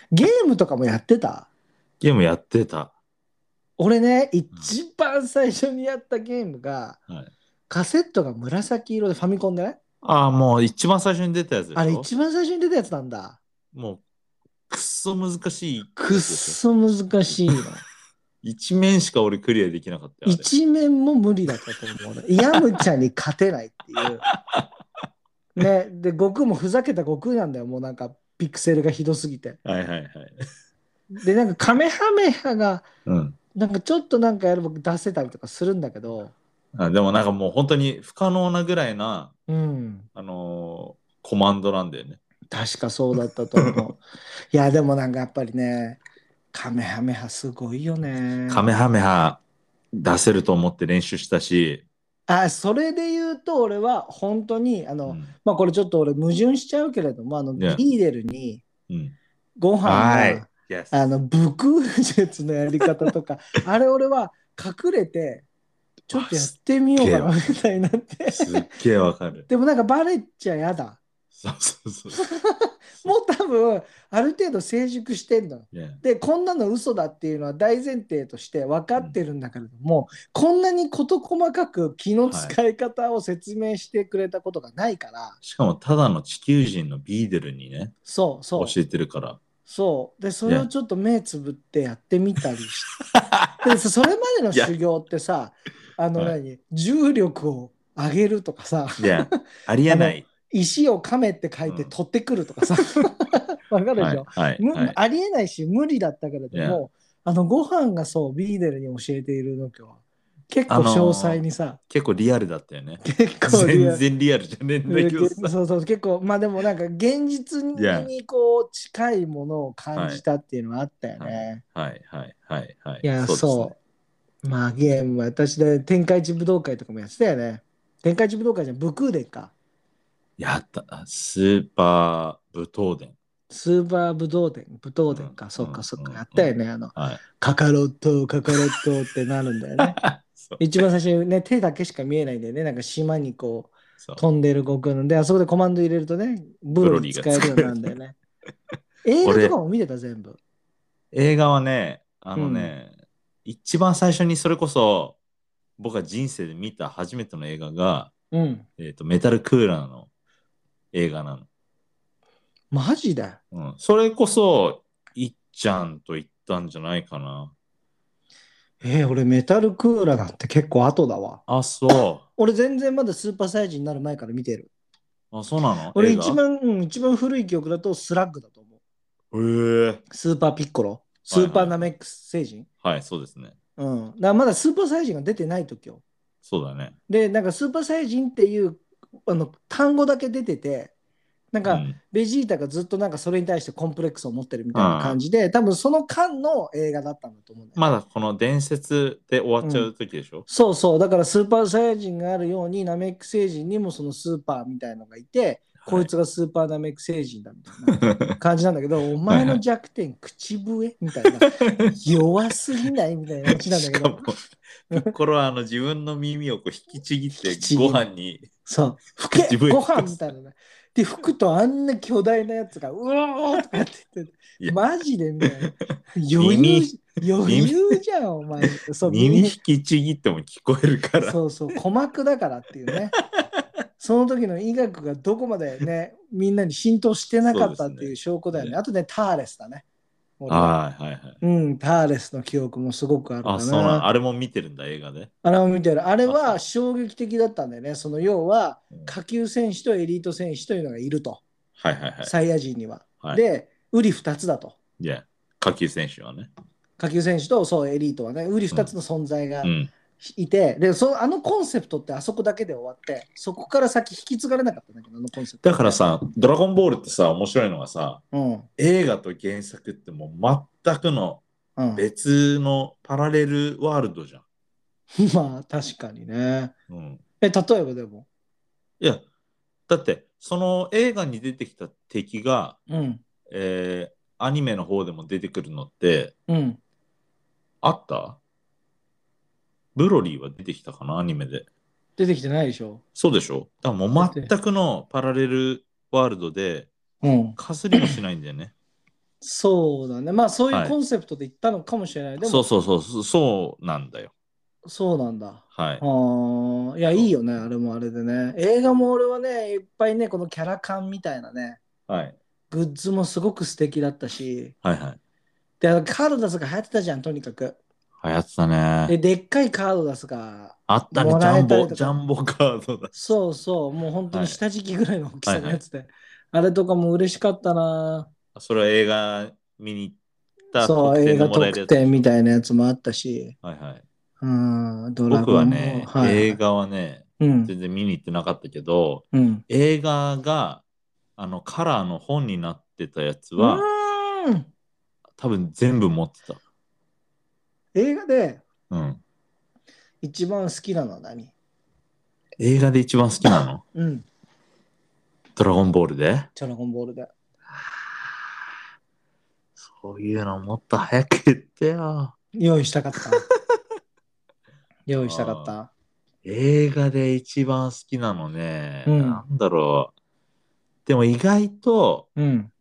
Speaker 1: ゲームとかもやってた
Speaker 2: ゲームやってた。
Speaker 1: 俺ね、一番最初にやったゲームが、
Speaker 2: はい
Speaker 1: カセットが紫色でファミコンでね。
Speaker 2: ああ、もう一番最初に出たやつでしょ
Speaker 1: あれ一番最初に出たやつなんだ。
Speaker 2: もう、くっそ難しい。
Speaker 1: くっそ難しいの。
Speaker 2: 一面しか俺クリアできなかったよ。あれ
Speaker 1: 一面も無理だったと思う俺。ヤムチャに勝てないって いう。ね、で、悟空もふざけた悟空なんだよ。もうなんかピクセルがひどすぎて。
Speaker 2: はいはいはい。
Speaker 1: で、なんかカメハメハが、
Speaker 2: うん。
Speaker 1: なんかちょっとなんかやれば出せたりとかするんだけど、
Speaker 2: あでもなんかもう本当に不可能なぐらいな、
Speaker 1: うん。
Speaker 2: あのーコマンドなんだよね。
Speaker 1: 確かそうだったと思う。いや、でもなんかやっぱりね、カメハメハすごいよね。
Speaker 2: カメハメハ出せると思って練習したし、
Speaker 1: あ、それで言うと俺は本当に、あの、
Speaker 2: うん
Speaker 1: まあこれちょっと俺矛盾しちゃうけれども、あの、
Speaker 2: ね
Speaker 1: ビーデルに
Speaker 2: うん。
Speaker 1: ご飯
Speaker 2: はい
Speaker 1: が、。
Speaker 2: Yes
Speaker 1: あの、武空術のやり方とか、 あれ俺は隠れて、ちょっとやってみようかな
Speaker 2: あ
Speaker 1: みたいになって。
Speaker 2: すっげえわかる。
Speaker 1: でもなんかバレちゃやだ。
Speaker 2: そうそうそう。
Speaker 1: もう多分、ある程度成熟してんのよ。
Speaker 2: Yeah
Speaker 1: でこんなの嘘だっていうのは大前提として分かってるんだけれども、こんなに事細かく気の使い方を説明してくれたことがないから、
Speaker 2: しかもただの地球人のビーデルにね、
Speaker 1: そうそう
Speaker 2: 教えてるから。
Speaker 1: そうでそれをちょっと目つぶってやってみたりして でそそれまでの修行ってさあの
Speaker 2: は
Speaker 1: 何、重力を上げるとかさ
Speaker 2: いや、あり えない。
Speaker 1: 石を亀って書いて
Speaker 2: うん
Speaker 1: 取ってくるとかさ、 わかるでしょ、
Speaker 2: はい。はい。
Speaker 1: む
Speaker 2: はい
Speaker 1: ありえないし無理だったけれども、あのご飯がそうビーデルに教えているの今日は結構
Speaker 2: あの
Speaker 1: 詳
Speaker 2: ー
Speaker 1: 細にさ、
Speaker 2: 結構リアルだったよね。
Speaker 1: 結構リアル
Speaker 2: 全然リアルじゃねえんだけ どさ。
Speaker 1: そうそう結構まあでもなんか現実に
Speaker 2: Yeah.
Speaker 1: こう近いものを感じたっていうのはあったよね、
Speaker 2: はい
Speaker 1: い
Speaker 2: はいはいはいはい。
Speaker 1: やそうまあゲームは私で天下一武道会とかもやってたよね天下一武道会じゃん武空伝か
Speaker 2: う。やった。スーパー武闘伝。
Speaker 1: スーパー武道伝武道伝か、
Speaker 2: うん
Speaker 1: そっかそっ
Speaker 2: う
Speaker 1: か
Speaker 2: ん
Speaker 1: やったよね、あの
Speaker 2: はい。
Speaker 1: カカロットカカロットってなるんだよね
Speaker 2: そう
Speaker 1: 一番最初にね、手だけしか見えないんだよね。なんか島にこう
Speaker 2: そう
Speaker 1: 飛んでる悟空ので、あそこでコマンド入れるとね、ブロリー使えるようになるんだよね。映画とかも見てた全部。
Speaker 2: 映画はね、あのね、一番最初にそれこそ僕が人生で見た初めての映画が、
Speaker 1: うん。
Speaker 2: えー、とメタルクーラーの映画なの。
Speaker 1: マジだよ。
Speaker 2: うん、それこそ、いっちゃんと行ったんじゃないかな。
Speaker 1: えー、俺メタルクーラーなんて結構後だわ。
Speaker 2: あ、そ
Speaker 1: 俺全然まだスーパーサイジになる前から見てる。
Speaker 2: う。あ、そうなの
Speaker 1: 俺
Speaker 2: 映画
Speaker 1: 一番、うん、一番古い記憶だとスラッグだと思う。
Speaker 2: えー、
Speaker 1: スーパーピッコロ、スーパーナメックス星人。
Speaker 2: はい、そうですね。
Speaker 1: うん。だからまだスーパーサイジが出てない時よ。
Speaker 2: そうだね。
Speaker 1: で、なんかスーパーサイジンっていうあの単語だけ出てて、なんか、
Speaker 2: うん
Speaker 1: ベジータがずっとなんかそれに対してコンプレックスを持ってるみたいな感じで、多分その間の映画だったんだと思うんだよね
Speaker 2: まだこの伝説で終わっちゃう時でしょ、
Speaker 1: そうそう、だからスーパーサイヤ人があるように、ナメック星人にもそのスーパーみたいのがいて、こいつがスーパーナメック星人だみたいな感じなんだけど、お前の弱点、口笛みたいな、 弱すぎないみたいな感じなんだけ
Speaker 2: しかも
Speaker 1: ど、
Speaker 2: ピッコロはあの自分の耳をこう引きちぎって
Speaker 1: 引きちぎ
Speaker 2: ご
Speaker 1: る
Speaker 2: 飯に
Speaker 1: そう、ふけ、
Speaker 2: 自分で
Speaker 1: ご飯みたいなね。で、服とあんな巨大なやつが、うおーとかやって言って
Speaker 2: いや
Speaker 1: マジでみたいな。余
Speaker 2: 耳
Speaker 1: 裕、余裕じゃん、お前。そう、
Speaker 2: 耳引きちぎっても聞こえるから。
Speaker 1: そうそう、鼓膜だからっていうね。その時の医学がどこまでね、みんなに浸透してなかったっていう証拠だよね。
Speaker 2: ね
Speaker 1: あとね、ターレスだね。俺は
Speaker 2: はいはいはい。
Speaker 1: うん、ターレスの記憶もすごくあるか
Speaker 2: あ、そうなん
Speaker 1: な。
Speaker 2: あれも見てるんだ、映画で。
Speaker 1: あれを見てる。あれは
Speaker 2: あ
Speaker 1: 衝撃的だったんだよね。その要は、
Speaker 2: うん
Speaker 1: 下級選手とエリート選手というのがいると。
Speaker 2: はいはいはい。
Speaker 1: サイヤ人には。
Speaker 2: はい
Speaker 1: で、ウリ2つだと。
Speaker 2: いや、下級選手はね。
Speaker 1: 下級選手とそうエリートはね、ウリ2つの存在が
Speaker 2: うん。
Speaker 1: いて、でそあのコンセプトってあそこだけで終わって、そこから先引き継がれなかったんだけど、あのコンセプト。
Speaker 2: だから、さ、ドラゴンボールってさ、面白いのがさ、
Speaker 1: うん、うん、
Speaker 2: 映画と原作ってもう全くの別のパラレルワールドじゃん。
Speaker 1: まあ確かにね。
Speaker 2: うん、
Speaker 1: え、例えばでも、
Speaker 2: いや、だって、その映画に出てきた敵が、
Speaker 1: うん、
Speaker 2: えーアニメの方でも出てくるのって、
Speaker 1: うん。
Speaker 2: あったブロリーは出てきたかな、アニメで。
Speaker 1: 出てきてないでしょ。
Speaker 2: そうでしょだからもう全くのパラレルワールドで、
Speaker 1: うん。
Speaker 2: かすりもしないんだよね。
Speaker 1: そうだね。まあそうい
Speaker 2: は
Speaker 1: う
Speaker 2: い
Speaker 1: コンセプトで言ったのかもしれない。でも
Speaker 2: そうそうそうそう、そうなんだよ。
Speaker 1: そうなんだ。
Speaker 2: はい
Speaker 1: あ。ーいや、いいよね、あれもあれでね。映画も俺はね、いっぱいね、このキャラ感みたいなね、
Speaker 2: はい。
Speaker 1: グッズもすごく素敵だったし、
Speaker 2: はいはい。
Speaker 1: で、あのカード出すが流行ってたじゃん、とにかく。
Speaker 2: 流行って
Speaker 1: で、
Speaker 2: たね。
Speaker 1: でっかいカード出すが、
Speaker 2: あったね、
Speaker 1: も
Speaker 2: ジ
Speaker 1: ら
Speaker 2: ャ
Speaker 1: え
Speaker 2: ン
Speaker 1: たりと
Speaker 2: ボ、
Speaker 1: か
Speaker 2: ジャンボカードだ。
Speaker 1: そうそう、もう本当に下敷きぐらいの大きさのやつで、あれとかも嬉しかったな。
Speaker 2: それは映画見に行った
Speaker 1: そう、
Speaker 2: 特
Speaker 1: 映
Speaker 2: 典で
Speaker 1: 画
Speaker 2: もらえる
Speaker 1: 特
Speaker 2: やつ。
Speaker 1: 典みたいなやつもあったし、
Speaker 2: はいはい。
Speaker 1: うん、ドラ
Speaker 2: 僕
Speaker 1: ゴ
Speaker 2: は
Speaker 1: ンも
Speaker 2: ね、
Speaker 1: はい、
Speaker 2: 映画はね、
Speaker 1: うん、
Speaker 2: 全然見に行ってなかったけど、
Speaker 1: うん。
Speaker 2: 映画があのカラーの本になってたやつは、
Speaker 1: うん
Speaker 2: 多分全部持ってた。
Speaker 1: 映画で
Speaker 2: うん。
Speaker 1: 一番好きなのは何
Speaker 2: 映画で一番好きな の
Speaker 1: うん、
Speaker 2: ドラゴンボールで
Speaker 1: ドラゴンボールで。
Speaker 2: そういうのもっと早く言ってよ。
Speaker 1: 用意したか った。用意したかった。
Speaker 2: 映画で一番好きなのね、
Speaker 1: うん
Speaker 2: なんだろう。でも意外と、
Speaker 1: うん。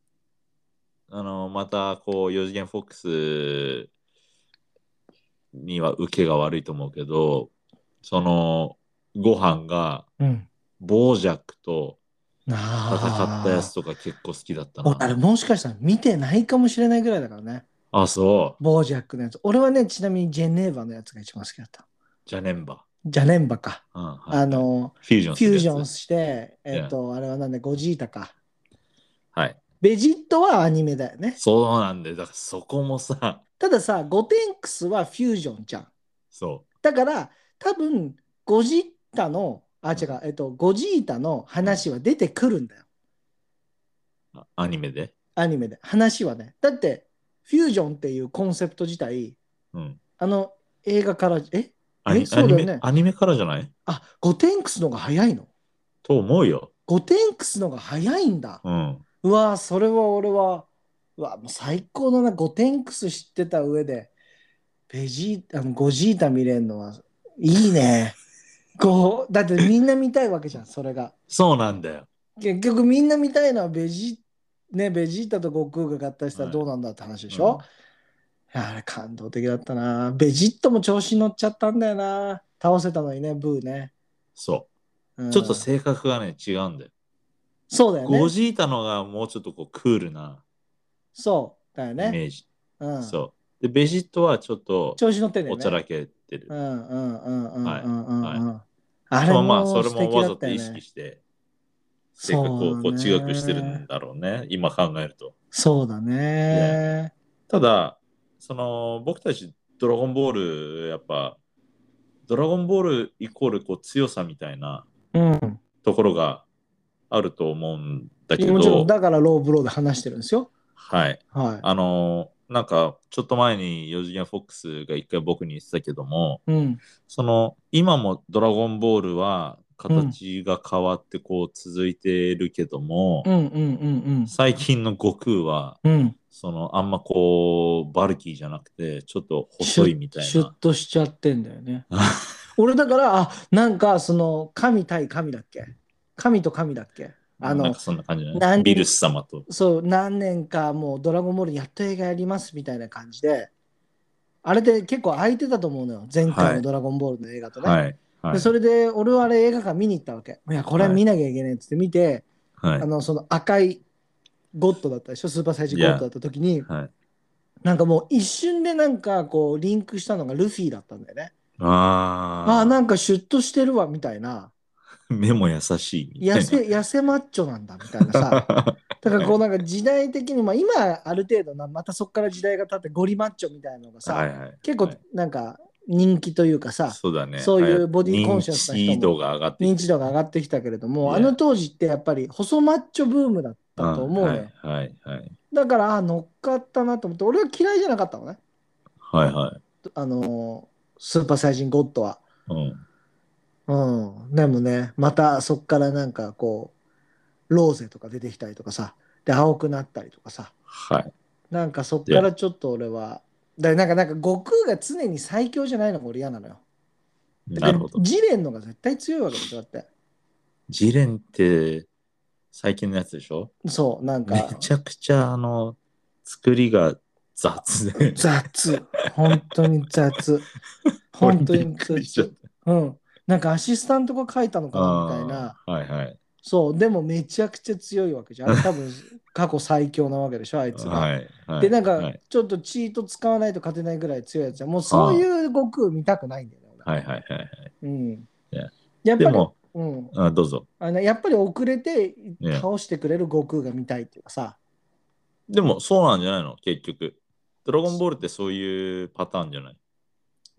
Speaker 2: あの、また、こう、4次元フォックスには受けが悪いと思うけど、その、ご飯が、
Speaker 1: うん。
Speaker 2: 傍若と戦
Speaker 1: あ
Speaker 2: ったやつとか結構好きだった
Speaker 1: あれ
Speaker 2: な。
Speaker 1: もしかしたら見てないかもしれないぐらいだからね。
Speaker 2: あ、そう。
Speaker 1: ボージャックのやつ。俺はね、ちなみにジェネーバのやつが一番好きだった。
Speaker 2: ジャネンバ。
Speaker 1: ジャネンバか。
Speaker 2: うんはい
Speaker 1: あの、
Speaker 2: フュージョンす
Speaker 1: フュー
Speaker 2: るやつ
Speaker 1: ジョンして、
Speaker 2: い
Speaker 1: えっ、と、あれはなんで、ゴジータか。
Speaker 2: はい。
Speaker 1: ベジットはアニメだよね。
Speaker 2: そうなんだよ。だからそこもさ、
Speaker 1: たださ、ゴテンクスはフュージョンじゃん。
Speaker 2: そ
Speaker 1: だから、多分、ゴジッタの、あ、違う、えっ、と、ゴジータの話は出てくるんだよ。
Speaker 2: う。あアニメで。
Speaker 1: アニメで。話はね。だって、フュージョンっていうコンセプト自体、
Speaker 2: うん。
Speaker 1: あの映画から、え
Speaker 2: アニ
Speaker 1: えそうだよね
Speaker 2: アニメアニメからじゃない
Speaker 1: あ、ゴテンクスのが早いの
Speaker 2: と思うよ。
Speaker 1: ゴテンクスのが早いんだ。
Speaker 2: うん。
Speaker 1: うわーそれは俺は、うわもう最高だな。ゴテンクス知ってた上で、ベジーあのゴジータ見れるのは、いいね。 こう、だってみんな見たいわけじゃん、それが。
Speaker 2: そうなんだよ。
Speaker 1: 結局みんな見たいのはベジ、ね、ベジータと悟空が合体したらどうなんだって話でしょ、いやあれ感動的だったな。ベジットも調子に乗っちゃったんだよな。倒せたのにね、ブーね。
Speaker 2: そ
Speaker 1: うん
Speaker 2: う。ちょっと性格がね、違うんだよ。
Speaker 1: そうだよ
Speaker 2: ゴ
Speaker 1: ね。
Speaker 2: ジータのがもうちょっとこうクールな
Speaker 1: そうだよ
Speaker 2: イ
Speaker 1: ね。
Speaker 2: メージ。
Speaker 1: うん、
Speaker 2: そう。で、ベジットはちょっと
Speaker 1: 調子乗ってんだよ
Speaker 2: お
Speaker 1: ね。
Speaker 2: ちゃらけてる。
Speaker 1: うんうんうんうんうんうん
Speaker 2: はい
Speaker 1: うん。あれ
Speaker 2: まあまあ、
Speaker 1: も
Speaker 2: それ
Speaker 1: 素
Speaker 2: も
Speaker 1: 敵
Speaker 2: わ
Speaker 1: だ
Speaker 2: ざ
Speaker 1: った
Speaker 2: と
Speaker 1: よ
Speaker 2: 意識
Speaker 1: ね。
Speaker 2: して、性格をこう
Speaker 1: そう
Speaker 2: 違
Speaker 1: ね
Speaker 2: くしてるんだろうね。今考えると。
Speaker 1: そうだね。
Speaker 2: ただ、その、僕たちドラゴンボール、やっぱ、ドラゴンボールイコールこう強さみたいな
Speaker 1: うん。
Speaker 2: ところがあると思うんだけ
Speaker 1: もちろ
Speaker 2: ど
Speaker 1: ん、、だからローブローで話してるんですよ。
Speaker 2: はい。
Speaker 1: は
Speaker 2: あのーなんかちょっと前に4次元フォックスが一回僕に言ってたけども
Speaker 1: い。うん。
Speaker 2: その今も「ドラゴンボール」は形が変わってこう続いてるけども、
Speaker 1: うんうんうん
Speaker 2: 最近の悟空は
Speaker 1: うん。うん。
Speaker 2: そのあんまこうバルキーじゃなくてちょっと細いみたい
Speaker 1: シュッシュッ
Speaker 2: な
Speaker 1: としちゃってんだよね。俺だから、あ、なんかその神対神だっけ神と神だっけあ
Speaker 2: なん
Speaker 1: の
Speaker 2: か、そんな感じだ
Speaker 1: なん
Speaker 2: ね。ビルス様と。
Speaker 1: そう、何年かもうドラゴンボールやっと映画やりますみたいな感じで、あれって結構空いてたと思うのよ。前回
Speaker 2: はい
Speaker 1: のドラゴンボールの映画とね。
Speaker 2: はい。は
Speaker 1: で
Speaker 2: い。
Speaker 1: それで俺はあれ映画館見に行ったわけ。いや、これは見なきゃいけないっつって見て、
Speaker 2: はい
Speaker 1: あ。のその赤いゴッドだったでしょスーパーサイジゴッドだった時に、
Speaker 2: はい
Speaker 1: なんかもう一瞬でなんかこうリンクしたのがルフィだったんだよね。
Speaker 2: あ
Speaker 1: ああー
Speaker 2: あ
Speaker 1: なんかシュッとしてるわみたいな
Speaker 2: 目も優しいみたいな。
Speaker 1: 痩せ痩せマッチョなんだみたいな さだからこうなんか時代的に、まあ、今ある程度なまたそこから時代が経ってゴリマッチョみたいなのがさ、
Speaker 2: はいはい、
Speaker 1: 結構
Speaker 2: はい
Speaker 1: なんか人気というかさ、
Speaker 2: そうだね。
Speaker 1: そういうボディコンシャスな人も
Speaker 2: 認知度が上がって
Speaker 1: 認知度が上がってきたけれども、
Speaker 2: Yeah.
Speaker 1: あの当時ってやっぱり細マッチョブームだったと思うのよ。
Speaker 2: んはいはい
Speaker 1: だからあー乗っかったなと思って俺は嫌いじゃなかったのね。
Speaker 2: はい。はいはい。
Speaker 1: あのースーパーサイジンゴッドは。
Speaker 2: うん。
Speaker 1: うん。でもね、またそっからなんかこう、ローゼとか出てきたりとかさ、で、青くなったりとかさ、
Speaker 2: はい。
Speaker 1: なんかそっからちょっと俺は、だからなんかなんか悟空が常に最強じゃないのが俺嫌なのよ。
Speaker 2: なるほど
Speaker 1: で。ジレンのが絶対強いわけでしょ、だって。
Speaker 2: ジレンって最近のやつでしょ
Speaker 1: そう、なん
Speaker 2: め
Speaker 1: か
Speaker 2: ちゃくちゃあの作りが雑で。
Speaker 1: 雑。本当に 雑。本当に
Speaker 2: びっくりしちゃっ
Speaker 1: 雑。うん。なんかアシスタントが書いたのかなみたいな。
Speaker 2: あーはいはい。
Speaker 1: そう、でもめちゃくちゃ強いわけじゃ ん。あれ多分過去最強なわけでしょ、あいつが。
Speaker 2: はいはい。
Speaker 1: で、なん
Speaker 2: は
Speaker 1: か
Speaker 2: い
Speaker 1: ちょっとチート使わないと勝てないぐらい強いやつじゃん。もうそういう悟空見たくないんだよね。俺
Speaker 2: はいはいはい。
Speaker 1: うん
Speaker 2: ね、
Speaker 1: やっ
Speaker 2: で
Speaker 1: ぱり、
Speaker 2: も、
Speaker 1: うん、
Speaker 2: あどうぞ。
Speaker 1: あのやっぱり遅れて
Speaker 2: ね
Speaker 1: 倒してくれる悟空が見たいっていうかさ、
Speaker 2: でもそうなんじゃないの結局。ドラゴンボールってそういうパターンじゃない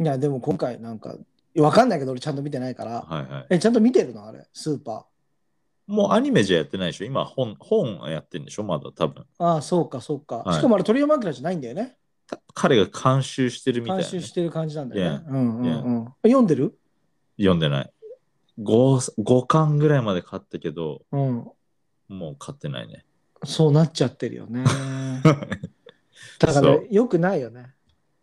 Speaker 1: いや、でも今回なんか、わかんないけど俺ちゃんと見てないから、
Speaker 2: はいはい。
Speaker 1: え、ちゃんと見てるのあれ、スーパ
Speaker 2: もうアニメじゃやってないでしょ今本、本やってるんでしょまだ多分。
Speaker 1: ー。ああ、そうか、そうか。
Speaker 2: はい
Speaker 1: しかもあれ鳥山明じゃないんだよね。
Speaker 2: た彼が監修してるみたい
Speaker 1: 監
Speaker 2: なね、
Speaker 1: 修してる感じなんだよね。うんうん
Speaker 2: Yeah.
Speaker 1: うん。読んでる
Speaker 2: 読んでない。5, 5巻ぐらいまで買ったけど、
Speaker 1: うん。
Speaker 2: もう買ってないね。
Speaker 1: そうなっちゃってるよ ね。だか
Speaker 2: そ
Speaker 1: ら
Speaker 2: う
Speaker 1: よくないよね。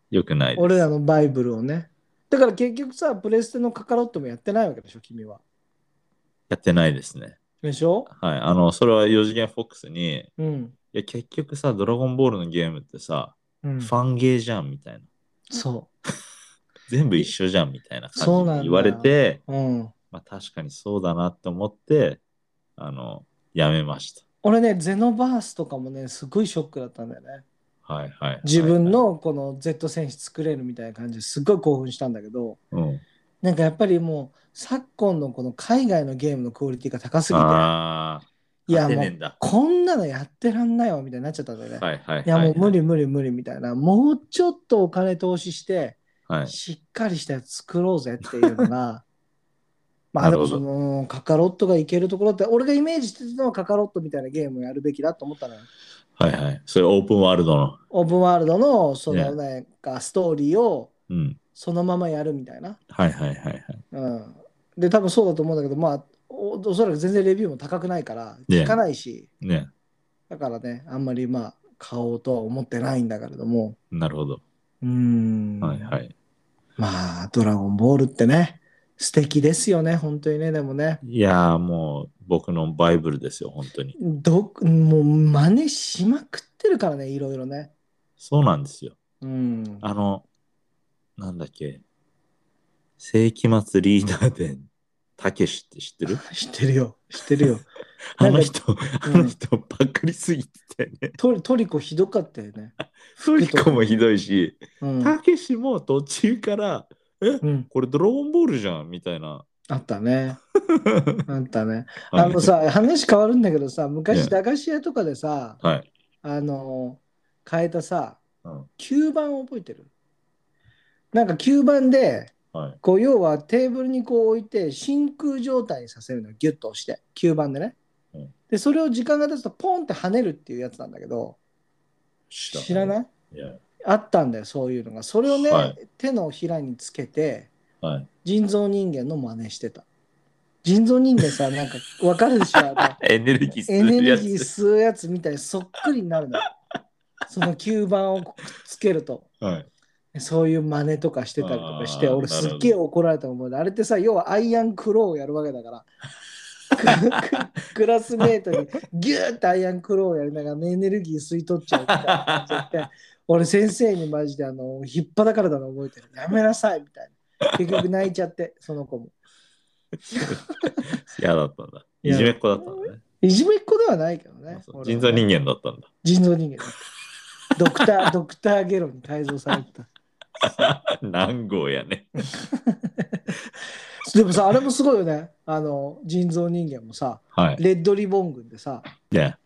Speaker 2: よくないです。
Speaker 1: 俺らのバイブルをね。だから結局さ、プレステのカカロットもやってないわけでしょ、君は。
Speaker 2: やってないですね。
Speaker 1: でしょ
Speaker 2: はい。あの、それは4次元フォックスに、い
Speaker 1: うん。
Speaker 2: や、結局さ、ドラゴンボールのゲームってさ、
Speaker 1: うん、
Speaker 2: ファンゲーじゃんみたいな。
Speaker 1: そ
Speaker 2: 全部一緒じゃんみたいな
Speaker 1: そう
Speaker 2: 感じ
Speaker 1: なんだ
Speaker 2: に言われて、
Speaker 1: う。うん。
Speaker 2: まあ確かにそうだなって思って、あの、やめました。
Speaker 1: 俺ね、ゼノバースとかもね、すごいショックだったんだよね。
Speaker 2: はいはい、はい。
Speaker 1: 自分、のこの Z 戦士作れるみたいな感じですっごい興奮したんだけど、
Speaker 2: うん、
Speaker 1: なんかやっぱりもう、昨今のこの海外のゲームのクオリティが高すぎて、
Speaker 2: ああ、
Speaker 1: いや
Speaker 2: 勝て
Speaker 1: も
Speaker 2: ねえ
Speaker 1: うん
Speaker 2: だ。
Speaker 1: こんなのやってらんないわみたいになっちゃったんだよね。
Speaker 2: はいはいはい。
Speaker 1: いやもう無理無理無理みたいな、もうちょっとお金投資して、
Speaker 2: はい。
Speaker 1: しっかりしたやつ作ろうぜっていうの が、まあで
Speaker 2: なるほ
Speaker 1: も
Speaker 2: ど
Speaker 1: そのカカロットがいけるところって、俺がイメージしてたのはカカロットみたいなゲームをやるべきだと思ったのよ。
Speaker 2: はいはい。それオープンワールドの。
Speaker 1: オープンワールドのその
Speaker 2: Yeah.
Speaker 1: なんかストーリーを
Speaker 2: うん。
Speaker 1: そのままやるみたいな。
Speaker 2: はいはいはいはい。
Speaker 1: うん、で、多分そうだと思うんだけど、まあおおそらく全然レビューも高くないから、
Speaker 2: Yeah.
Speaker 1: 聞かないし、
Speaker 2: ね。
Speaker 1: だからね、あんまりまあ買おうとは思ってないんだけれども。
Speaker 2: なるほど。
Speaker 1: うーん
Speaker 2: はいはい。
Speaker 1: まあ、ドラゴンボールってね、素敵ですよね、本当にね、でもね。
Speaker 2: いやーもう僕のバイブルですよ、本当に。
Speaker 1: どもう真似しまくってるからね、いろいろね。
Speaker 2: そうなんですよ。
Speaker 1: うん。
Speaker 2: あの、なんだっけ。世紀末リーダーで、たけしって 知ってる
Speaker 1: 知ってるよ、知って るよ。
Speaker 2: あの人、あ
Speaker 1: ん
Speaker 2: の人パクリすぎてたよね。
Speaker 1: トリトリコひどかったよね。
Speaker 2: トリコもひどいし、
Speaker 1: うん。
Speaker 2: たけしも途中から、
Speaker 1: うん、
Speaker 2: これドラゴンボールじゃんみたいな。
Speaker 1: あった ね。あったね。あのさ、話変わるんだけどさ、昔駄菓子屋とかでさ、
Speaker 2: はい。
Speaker 1: あの、変えたさ、
Speaker 2: うん
Speaker 1: 吸盤を覚えてるなんか吸盤で、
Speaker 2: はい。
Speaker 1: こう要はテーブルにこう置いて真空状態にさせるのギュッと押して吸盤でね、
Speaker 2: うん
Speaker 1: でそれを時間が経つとポンって跳ねるっていうやつなんだけど知らないい
Speaker 2: いや
Speaker 1: あったんだよそういうのがそれをね、
Speaker 2: はい
Speaker 1: 手のひらにつけて
Speaker 2: はい。
Speaker 1: 人造人間の真似してた人造人間さなんかわかるでしょあの
Speaker 2: エネルギーす
Speaker 1: エネ
Speaker 2: るや
Speaker 1: ル
Speaker 2: つ
Speaker 1: ギー吸うやつみたいにそっくりになるのよその吸盤をくっつけると
Speaker 2: はい。
Speaker 1: そういう真似とかしてたりとかして、
Speaker 2: あー
Speaker 1: 俺
Speaker 2: なるほ
Speaker 1: す
Speaker 2: ど
Speaker 1: っげえ怒られた思うで、あれってさ、要はアイアンクローをやるわけだから。クラスメートにギューってアイアンクローをやりながらエネルギー吸い取っちゃうみたいな絶対俺先生にマジであの引っ張らかれたの覚えてるやめなさいみたいな結局泣いちゃってその子も
Speaker 2: 嫌だったんだ。
Speaker 1: いや
Speaker 2: いじめっ子だったんだね。
Speaker 1: いじめっ子ではないけどね
Speaker 2: あそう
Speaker 1: 俺
Speaker 2: 人
Speaker 1: は
Speaker 2: 造人間だ ったん
Speaker 1: 人造人間だったドクタードクターゲロに改造されてた
Speaker 2: だ。何号やね。
Speaker 1: でもさあれもすごいよねあの人造人間もさ
Speaker 2: はい。
Speaker 1: レッドリボン軍でさ
Speaker 2: ね。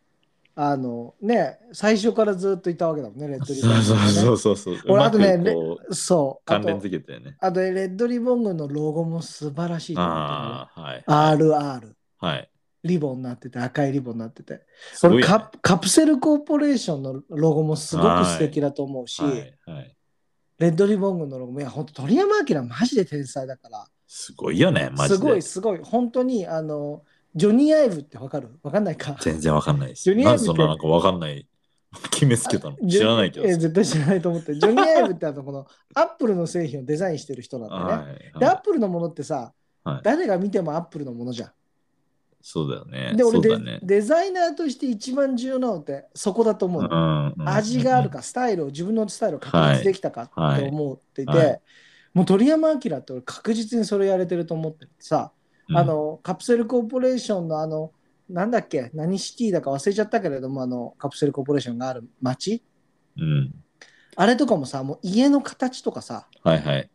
Speaker 1: あのね最初からずっといたわけだもんねレッド
Speaker 2: そう
Speaker 1: リボン軍、ね、
Speaker 2: そうそうそう。う
Speaker 1: 俺あ
Speaker 2: ま
Speaker 1: と
Speaker 2: く
Speaker 1: ね
Speaker 2: こう
Speaker 1: そうあ
Speaker 2: 関連
Speaker 1: と
Speaker 2: づけてね。
Speaker 1: あとレッドリボン軍のロゴも素晴らしいと思っ
Speaker 2: ああ、はい。
Speaker 1: たよね RR
Speaker 2: はい。
Speaker 1: リボンになってて赤いリボンになってて
Speaker 2: す
Speaker 1: こ
Speaker 2: ご
Speaker 1: れ
Speaker 2: いね
Speaker 1: カプカプセルコーポレーションのロゴもすごく素敵だと思うし、
Speaker 2: はい。はい。
Speaker 1: レッドリボン軍のロゴもいや本当鳥山明マジで天才だから
Speaker 2: すごいよね、マジ
Speaker 1: す
Speaker 2: で。
Speaker 1: ごいすごい本当にあのジョニー・アイブってわかるわかんないか
Speaker 2: 全然わかんないで
Speaker 1: ジ
Speaker 2: す。
Speaker 1: ュニア
Speaker 2: なんで
Speaker 1: みたい
Speaker 2: そんななんかわかんない。 決めつけたの
Speaker 1: ジョ
Speaker 2: 知らないけど
Speaker 1: え。絶対知らないと思ってジョニー・アイブってあの このアップルの製品をデザインしてる人なんだよね、
Speaker 2: はい。
Speaker 1: でア
Speaker 2: は
Speaker 1: ップルのものってさ、
Speaker 2: はい
Speaker 1: 誰が見てもアップルのものじゃん
Speaker 2: いそうだよね。
Speaker 1: で
Speaker 2: そ
Speaker 1: 俺
Speaker 2: う
Speaker 1: デ,、
Speaker 2: だね。
Speaker 1: デザイナーとして一番重要なのってそこだと思うの、
Speaker 2: うんうん
Speaker 1: 味があるかスタイルを自分のスタイルを確立できたか
Speaker 2: はい
Speaker 1: って思っていて、
Speaker 2: はい
Speaker 1: もう鳥山明って俺確実にそれやれてると思っててさ、
Speaker 2: うん
Speaker 1: あのカプセルコーポレーションのあのなんだっけ何シティだか忘れちゃったけれどもあのカプセルコーポレーションがある街
Speaker 2: うん。
Speaker 1: あれとかもさもう家の形とかさ、
Speaker 2: はいはい。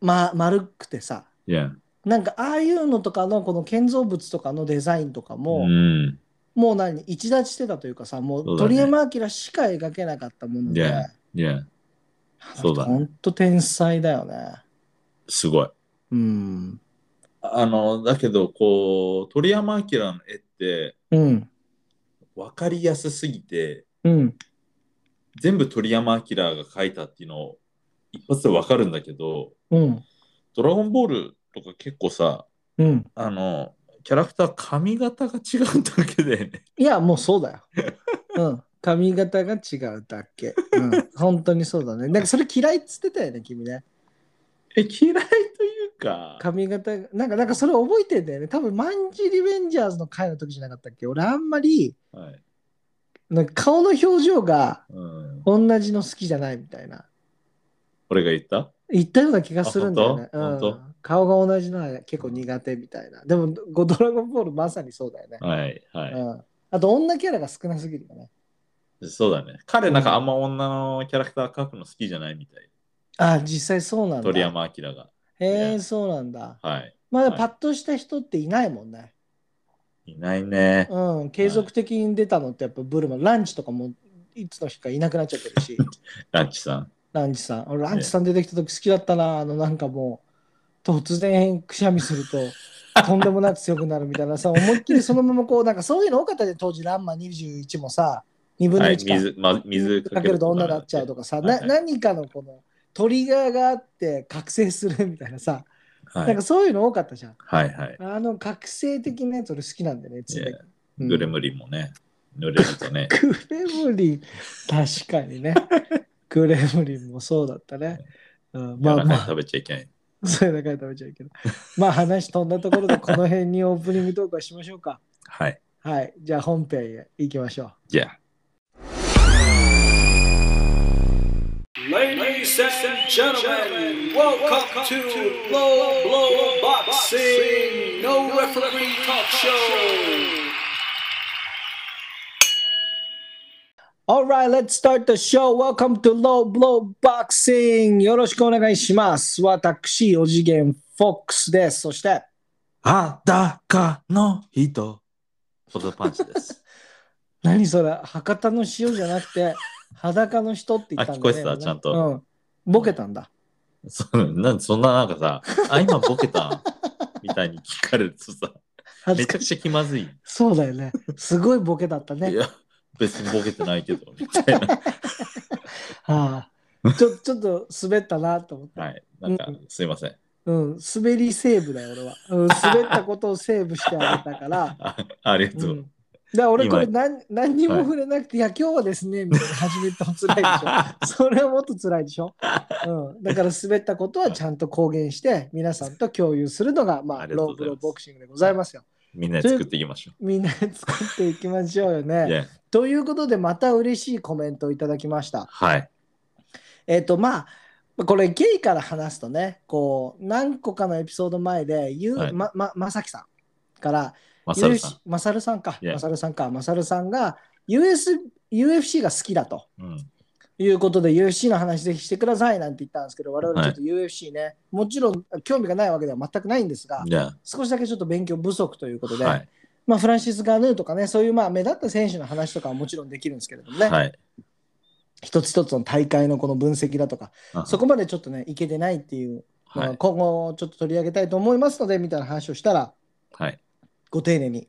Speaker 1: ま、丸くてさ
Speaker 2: いや。
Speaker 1: なんかああいうのとかのこの建造物とかのデザインとかも、
Speaker 2: うん。
Speaker 1: もう何一立ちしてたというかさも
Speaker 2: そううだね
Speaker 1: 鳥山明しか描けなかったもので、
Speaker 2: Yeah. いや。そうだね
Speaker 1: 本当天才だよね。
Speaker 2: すごい。
Speaker 1: うん。
Speaker 2: あの、だけど、こう、鳥山明の絵って、
Speaker 1: うん。
Speaker 2: わかりやすすぎて、
Speaker 1: うん。
Speaker 2: 全部鳥山明が描いたっていうのを一発でわかるんだけど、
Speaker 1: うん。
Speaker 2: ドラゴンボールとか結構さ、
Speaker 1: うん。
Speaker 2: あの、キャラクター髪型が違うだけでね。
Speaker 1: いや、もうそう だよ。うん。髪型が違うだけ。うん。本当にそうだね。なんかそれ嫌いっつってたよね、君ね。
Speaker 2: え、嫌いというか、
Speaker 1: 髪型が、なんか、なんかそれ覚えてんだよね。多分、マンジリベンジャーズの回の時じゃなかったっけ俺、あんまり、
Speaker 2: はい
Speaker 1: なんか顔の表情が
Speaker 2: うん、
Speaker 1: 同じの好きじゃないみたいな。
Speaker 2: 俺が言った
Speaker 1: 言ったような気がするんだよね。
Speaker 2: あ本当
Speaker 1: う
Speaker 2: 本
Speaker 1: ん、顔が同じのは結構苦手みたいな。でも、ごドラゴンボールまさにそうだよね。
Speaker 2: はいはい、
Speaker 1: うん、あと、女キャラが少なすぎるよね。
Speaker 2: そうだね。彼なんかあんま女のキャラクター描くの好きじゃないみたい。
Speaker 1: あ、実際そうなんだ。
Speaker 2: 鳥山明が。
Speaker 1: へえ、
Speaker 2: ね
Speaker 1: そうなんだ。
Speaker 2: はい。
Speaker 1: まだ
Speaker 2: はい
Speaker 1: パッとした人っていないもんね。
Speaker 2: いないね。
Speaker 1: うん、継続的に出たのってやっぱブルマ、ランチとかもいつの日かいなくなっちゃってるし、
Speaker 2: ラッチさん。
Speaker 1: ランチさん。俺、ランチさん出てきた時好きだったな、あの、なんかもう、突然くしゃみすると、 とんでもなく強くなるみたいなさ、思いっきりそのままこう、なんかそういうの多かったじゃん、当時、ランマ21もさ、2分の
Speaker 2: はい、
Speaker 1: 1か。
Speaker 2: 水、ま、水
Speaker 1: かけると女になっちゃうとかさ、な
Speaker 2: はい
Speaker 1: 何かのこのトリガーがあって覚醒するみたいなさ、
Speaker 2: か。は
Speaker 1: なん
Speaker 2: い
Speaker 1: かそういうの多かったじゃん。
Speaker 2: はいはい。
Speaker 1: あの覚醒的なやつ俺好きなんだよね、常に
Speaker 2: ね
Speaker 1: うん。
Speaker 2: グレムリンもね、濡れるとね
Speaker 1: グレムリン、確かに ね。グレムリンもそうだったね。うん、 ま
Speaker 2: 夜
Speaker 1: あま
Speaker 2: 中に
Speaker 1: あ、
Speaker 2: 食べちゃいけない。
Speaker 1: そういう中で食べちゃうけど。まあ話飛んだところでこの辺にオープニングトークはしましょうか。
Speaker 2: はい。
Speaker 1: はい、じゃあ本編へ行きましょう。
Speaker 2: じゃあ。
Speaker 3: Ladies and gentlemen, welcome to Low Blow Boxing, no referee talk show.
Speaker 1: Alright, let's start the show. Welcome to Low Blow Boxing. よろしくお願いします。私、お次元フォックスです。そして、
Speaker 2: 裸の人。ポテトパンチです。
Speaker 1: 何それ博多の塩じゃなくて、裸の人って言ったんだ、ね、
Speaker 2: あ聞こえてたちゃんと。
Speaker 1: うん。ボケたんだ。
Speaker 2: そうなんそんななんかさ、あ、今ボケたみたいに聞かれる とさ、
Speaker 1: 恥ず
Speaker 2: めち
Speaker 1: か
Speaker 2: ゃくちゃ気まずい。い
Speaker 1: そうだよね。すごいボケだったね。
Speaker 2: や、別にボケてないけど、みたいな。
Speaker 1: はあ、ちょちょっと滑ったなと思って。
Speaker 2: はい。なんか、すいません。
Speaker 1: うん、滑 りセーブだよ、俺は。うん、滑ったことをセーブしてあげたから。
Speaker 2: あありが
Speaker 1: う
Speaker 2: とう。
Speaker 1: ん、から俺これ
Speaker 2: 今
Speaker 1: 何何にも触れなくて、い、や今日はですねみたいな始めたら辛いでしょ それはもっと辛いでしょ、うん、だから滑ったことはちゃんと公言して皆さんと共有するのが、まあ、
Speaker 2: ありがと
Speaker 1: ロープ
Speaker 2: うござい
Speaker 1: ロ
Speaker 2: ます
Speaker 1: ボクシングでございますよ
Speaker 2: みんなで作っていきましょ
Speaker 1: みんなで作っていきましょうよ
Speaker 2: う。
Speaker 1: ね
Speaker 2: Yeah
Speaker 1: ということでまた嬉しいコメントをいただきました
Speaker 2: はい。
Speaker 1: えっ、とまあこれゲイから話すとねこう何個かのエピソード前でゆう、
Speaker 2: はい
Speaker 1: まままさきさんから
Speaker 2: マサル
Speaker 1: ゆう
Speaker 2: さ
Speaker 1: しまさるさんか、
Speaker 2: Yeah.
Speaker 1: まさるさんか、まさるさんが US UFC が好きだと
Speaker 2: ん。うん。
Speaker 1: いうことで UFC の話ぜひしてくださいなんて言ったんですけど我々ちょっと UFC ね、もちろん興味がないわけでは全くないんですが
Speaker 2: じゃ
Speaker 1: 少しだけちょっと勉強不足ということで、
Speaker 2: あ、はい。
Speaker 1: まあ、フランシス・ガヌーとかねそういうまあ目立った選手の話とかはもちろんできるんですけれどもね、
Speaker 2: はい。
Speaker 1: 一つ一つの大会のこの分析だとか
Speaker 2: あ
Speaker 1: そこまでちょっとねいけてないっていう、ま
Speaker 2: は
Speaker 1: あ
Speaker 2: い。
Speaker 1: 今後ちょっと取り上げたいと思いますのでみたいな話をしたら
Speaker 2: はい。
Speaker 1: ご丁寧に、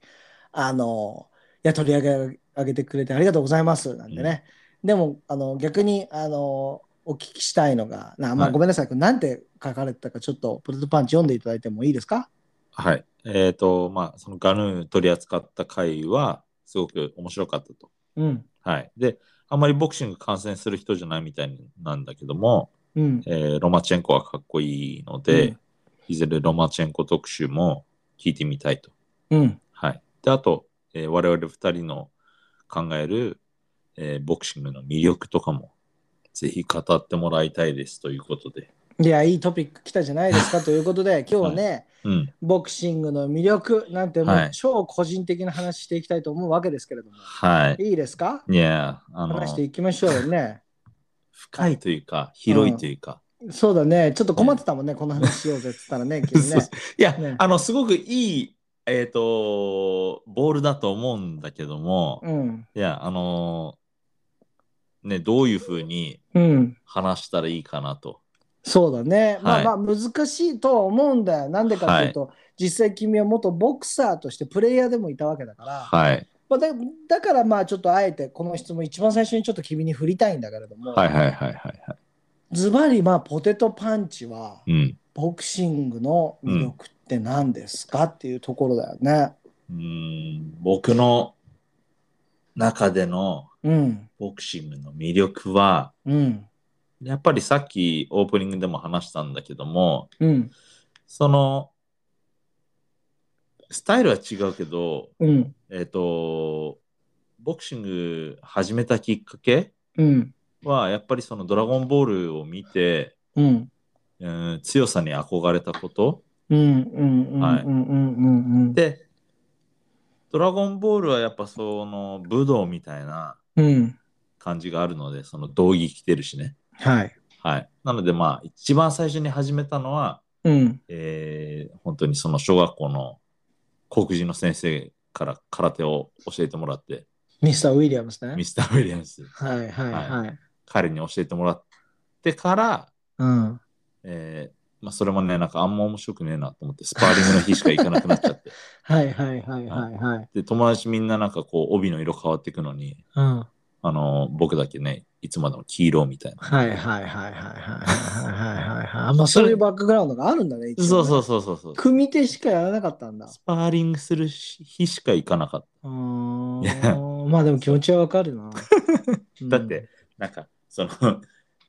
Speaker 1: あの、いや、取り上げ上げてくれてありがとうございます、なんでね。でも、あの、逆に、あの、お聞きしたいのが、なま
Speaker 2: は
Speaker 1: あ、
Speaker 2: い
Speaker 1: ごめんなさい、これなんて書かれてたか、ちょっと、ポテトパンチ読んでいただいてもいいですか
Speaker 2: はい。えっ、と、まあ、そのガヌー取り扱った回は、すごく面白かったと。
Speaker 1: うん。
Speaker 2: はい。で、あんまりボクシング観戦する人じゃないみたいなんだけども、
Speaker 1: うん。
Speaker 2: えーロマチェンコはかっこいいので、
Speaker 1: うん
Speaker 2: いずれロマチェンコ特集も聞いてみたいと。
Speaker 1: うん。
Speaker 2: はい。で、あと、えー我々二人の考える、えーボクシングの魅力とかも、ぜひ語ってもらいたいですということで。
Speaker 1: いや、いいトピック来たじゃないですかということ で、今日はね、
Speaker 2: うん。
Speaker 1: ボクシングの魅力なんて、も
Speaker 2: は
Speaker 1: う
Speaker 2: い
Speaker 1: 超個人的な話していきたいと思うわけですけれども、
Speaker 2: はい。
Speaker 1: い、いですか
Speaker 2: いや、あの、
Speaker 1: 話していきましょうよ ね。
Speaker 2: 深いというか、広いというか。
Speaker 1: そうだね、ちょっと困ってたもんね、この話しようぜって言ったら ね、君
Speaker 2: そう
Speaker 1: ね
Speaker 2: そ。いや、
Speaker 1: ね
Speaker 2: あの、すごくいい、えっ、と、ボールだと思うんだけども、
Speaker 1: うん。
Speaker 2: いや、あのーね、どういうふうに
Speaker 1: うん。
Speaker 2: 話したらいいかなと。
Speaker 1: そうだね。
Speaker 2: はい
Speaker 1: まあまあ難しいとは思うんだよ。なんでかというと、実際君は元ボクサーとしてプレイヤーでもいたわけだから、
Speaker 2: はい。
Speaker 1: まあ、だだからまあちょっとあえてこの質問一番最初にちょっと君に振りたいんだけれども、
Speaker 2: はいはいはいはいは。
Speaker 1: ズバリまあポテトパンチはい
Speaker 2: うん。
Speaker 1: ボクシングの魅力って何ですかっていうところだよね。
Speaker 2: うーん僕の中での
Speaker 1: うん。
Speaker 2: ボクシングの魅力は、
Speaker 1: うん。
Speaker 2: やっぱりさっきオープニングでも話したんだけども、
Speaker 1: うん。
Speaker 2: その、スタイルは違うけど、
Speaker 1: うん。
Speaker 2: えっ、と、ボクシング始めたきっかけ
Speaker 1: うん。
Speaker 2: は、やっぱりそのドラゴンボールを見て、
Speaker 1: うん。
Speaker 2: うん、強さに憧れたこと。
Speaker 1: うん。うん。うん。
Speaker 2: はい
Speaker 1: うん。うん。うん。
Speaker 2: で、ドラゴンボールはやっぱその武道みたいな
Speaker 1: うん。
Speaker 2: 感じがあるので、その道着着てるしね。
Speaker 1: はい。
Speaker 2: はい。なのでまあ、一番最初に始めたのは、
Speaker 1: うん。
Speaker 2: えー本当にその小学校の黒人の先生から空手を教えてもらって、
Speaker 1: ミスター・ウィリアムスね
Speaker 2: ミ。スター・ウィリアムス、
Speaker 1: はいはいはい。
Speaker 2: 彼に教えてもらってから、
Speaker 1: うん。
Speaker 2: えーまあ、それもね、なんかあんま面白くねえなと思って、スパーリングの日しか行かなくなっちゃって。
Speaker 1: はいはいはいはいはい。
Speaker 2: で、友達みんななんかこう、帯の色変わっていくのに、
Speaker 1: うん。は
Speaker 2: あの、僕だけね、いつまでも黄色みたいな。
Speaker 1: いはいはいはいはいはいはいはい。まあそういうバックグラウンドがあるんだね。一応ね
Speaker 2: そうそうそうそうそう。
Speaker 1: 組手しかやらなかったんだ。
Speaker 2: スパーリングする日しか行かなかっ
Speaker 1: うー
Speaker 2: や
Speaker 1: ん。まあでも気持ちはわかるな。
Speaker 2: た。 だって、なんか、その、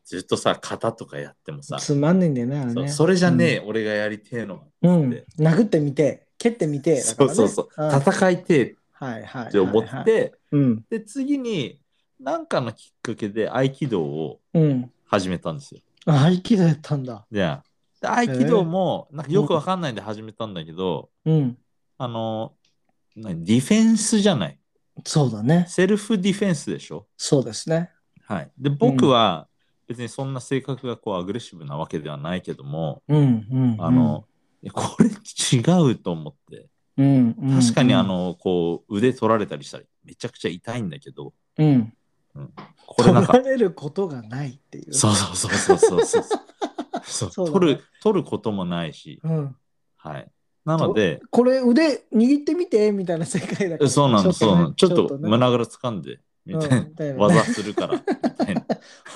Speaker 2: ずっとさ、型とかやっても
Speaker 1: う
Speaker 2: さ、
Speaker 1: ん、つまんねえんだよね、あれ
Speaker 2: そう
Speaker 1: ね。
Speaker 2: それじゃねえ、俺がやりてえのは。
Speaker 1: うん。う
Speaker 2: っ
Speaker 1: ん
Speaker 2: て。
Speaker 1: 殴ってみて、蹴ってみて、だから
Speaker 2: そう
Speaker 1: ね
Speaker 2: そうそう。
Speaker 1: んはい
Speaker 2: 戦いてえ
Speaker 1: はいはい。
Speaker 2: って思って、
Speaker 1: うん。
Speaker 2: で、次に、なんかのきっかけで合気道を
Speaker 1: うん。
Speaker 2: 始めたんですよ。
Speaker 1: あ、合気道やったんだ。
Speaker 2: じゃあ、で合気道も、なんかよくわかんないんで始めたんだけど、
Speaker 1: うん。
Speaker 2: あの、何ディフェンスじゃない。
Speaker 1: そうだね。
Speaker 2: セルフディフェンスでしょ
Speaker 1: そうですね。
Speaker 2: はい。で、僕は別にそんな性格がこうアグレッシブなわけではないけども、
Speaker 1: うんうん。
Speaker 2: あの、いやこれ違うと思って、
Speaker 1: うん、うん。
Speaker 2: 確かに
Speaker 1: うん
Speaker 2: あ、の、こう腕取られたりしたらめちゃくちゃ痛いんだけど、
Speaker 1: うん。
Speaker 2: これなんか
Speaker 1: 取、られることがないっていう。
Speaker 2: そうそうそうそうそうそう。そう
Speaker 1: そうだね
Speaker 2: 取る、取ることもないし、
Speaker 1: うん、
Speaker 2: はい。なので、
Speaker 1: これ腕握ってみてみたいな世界だから。
Speaker 2: そうなんです、そうなんです。ちょっと
Speaker 1: ね
Speaker 2: 胸ぐら掴んで、みたい
Speaker 1: うんだよ
Speaker 2: な、
Speaker 1: ね
Speaker 2: 技するから、みたいな。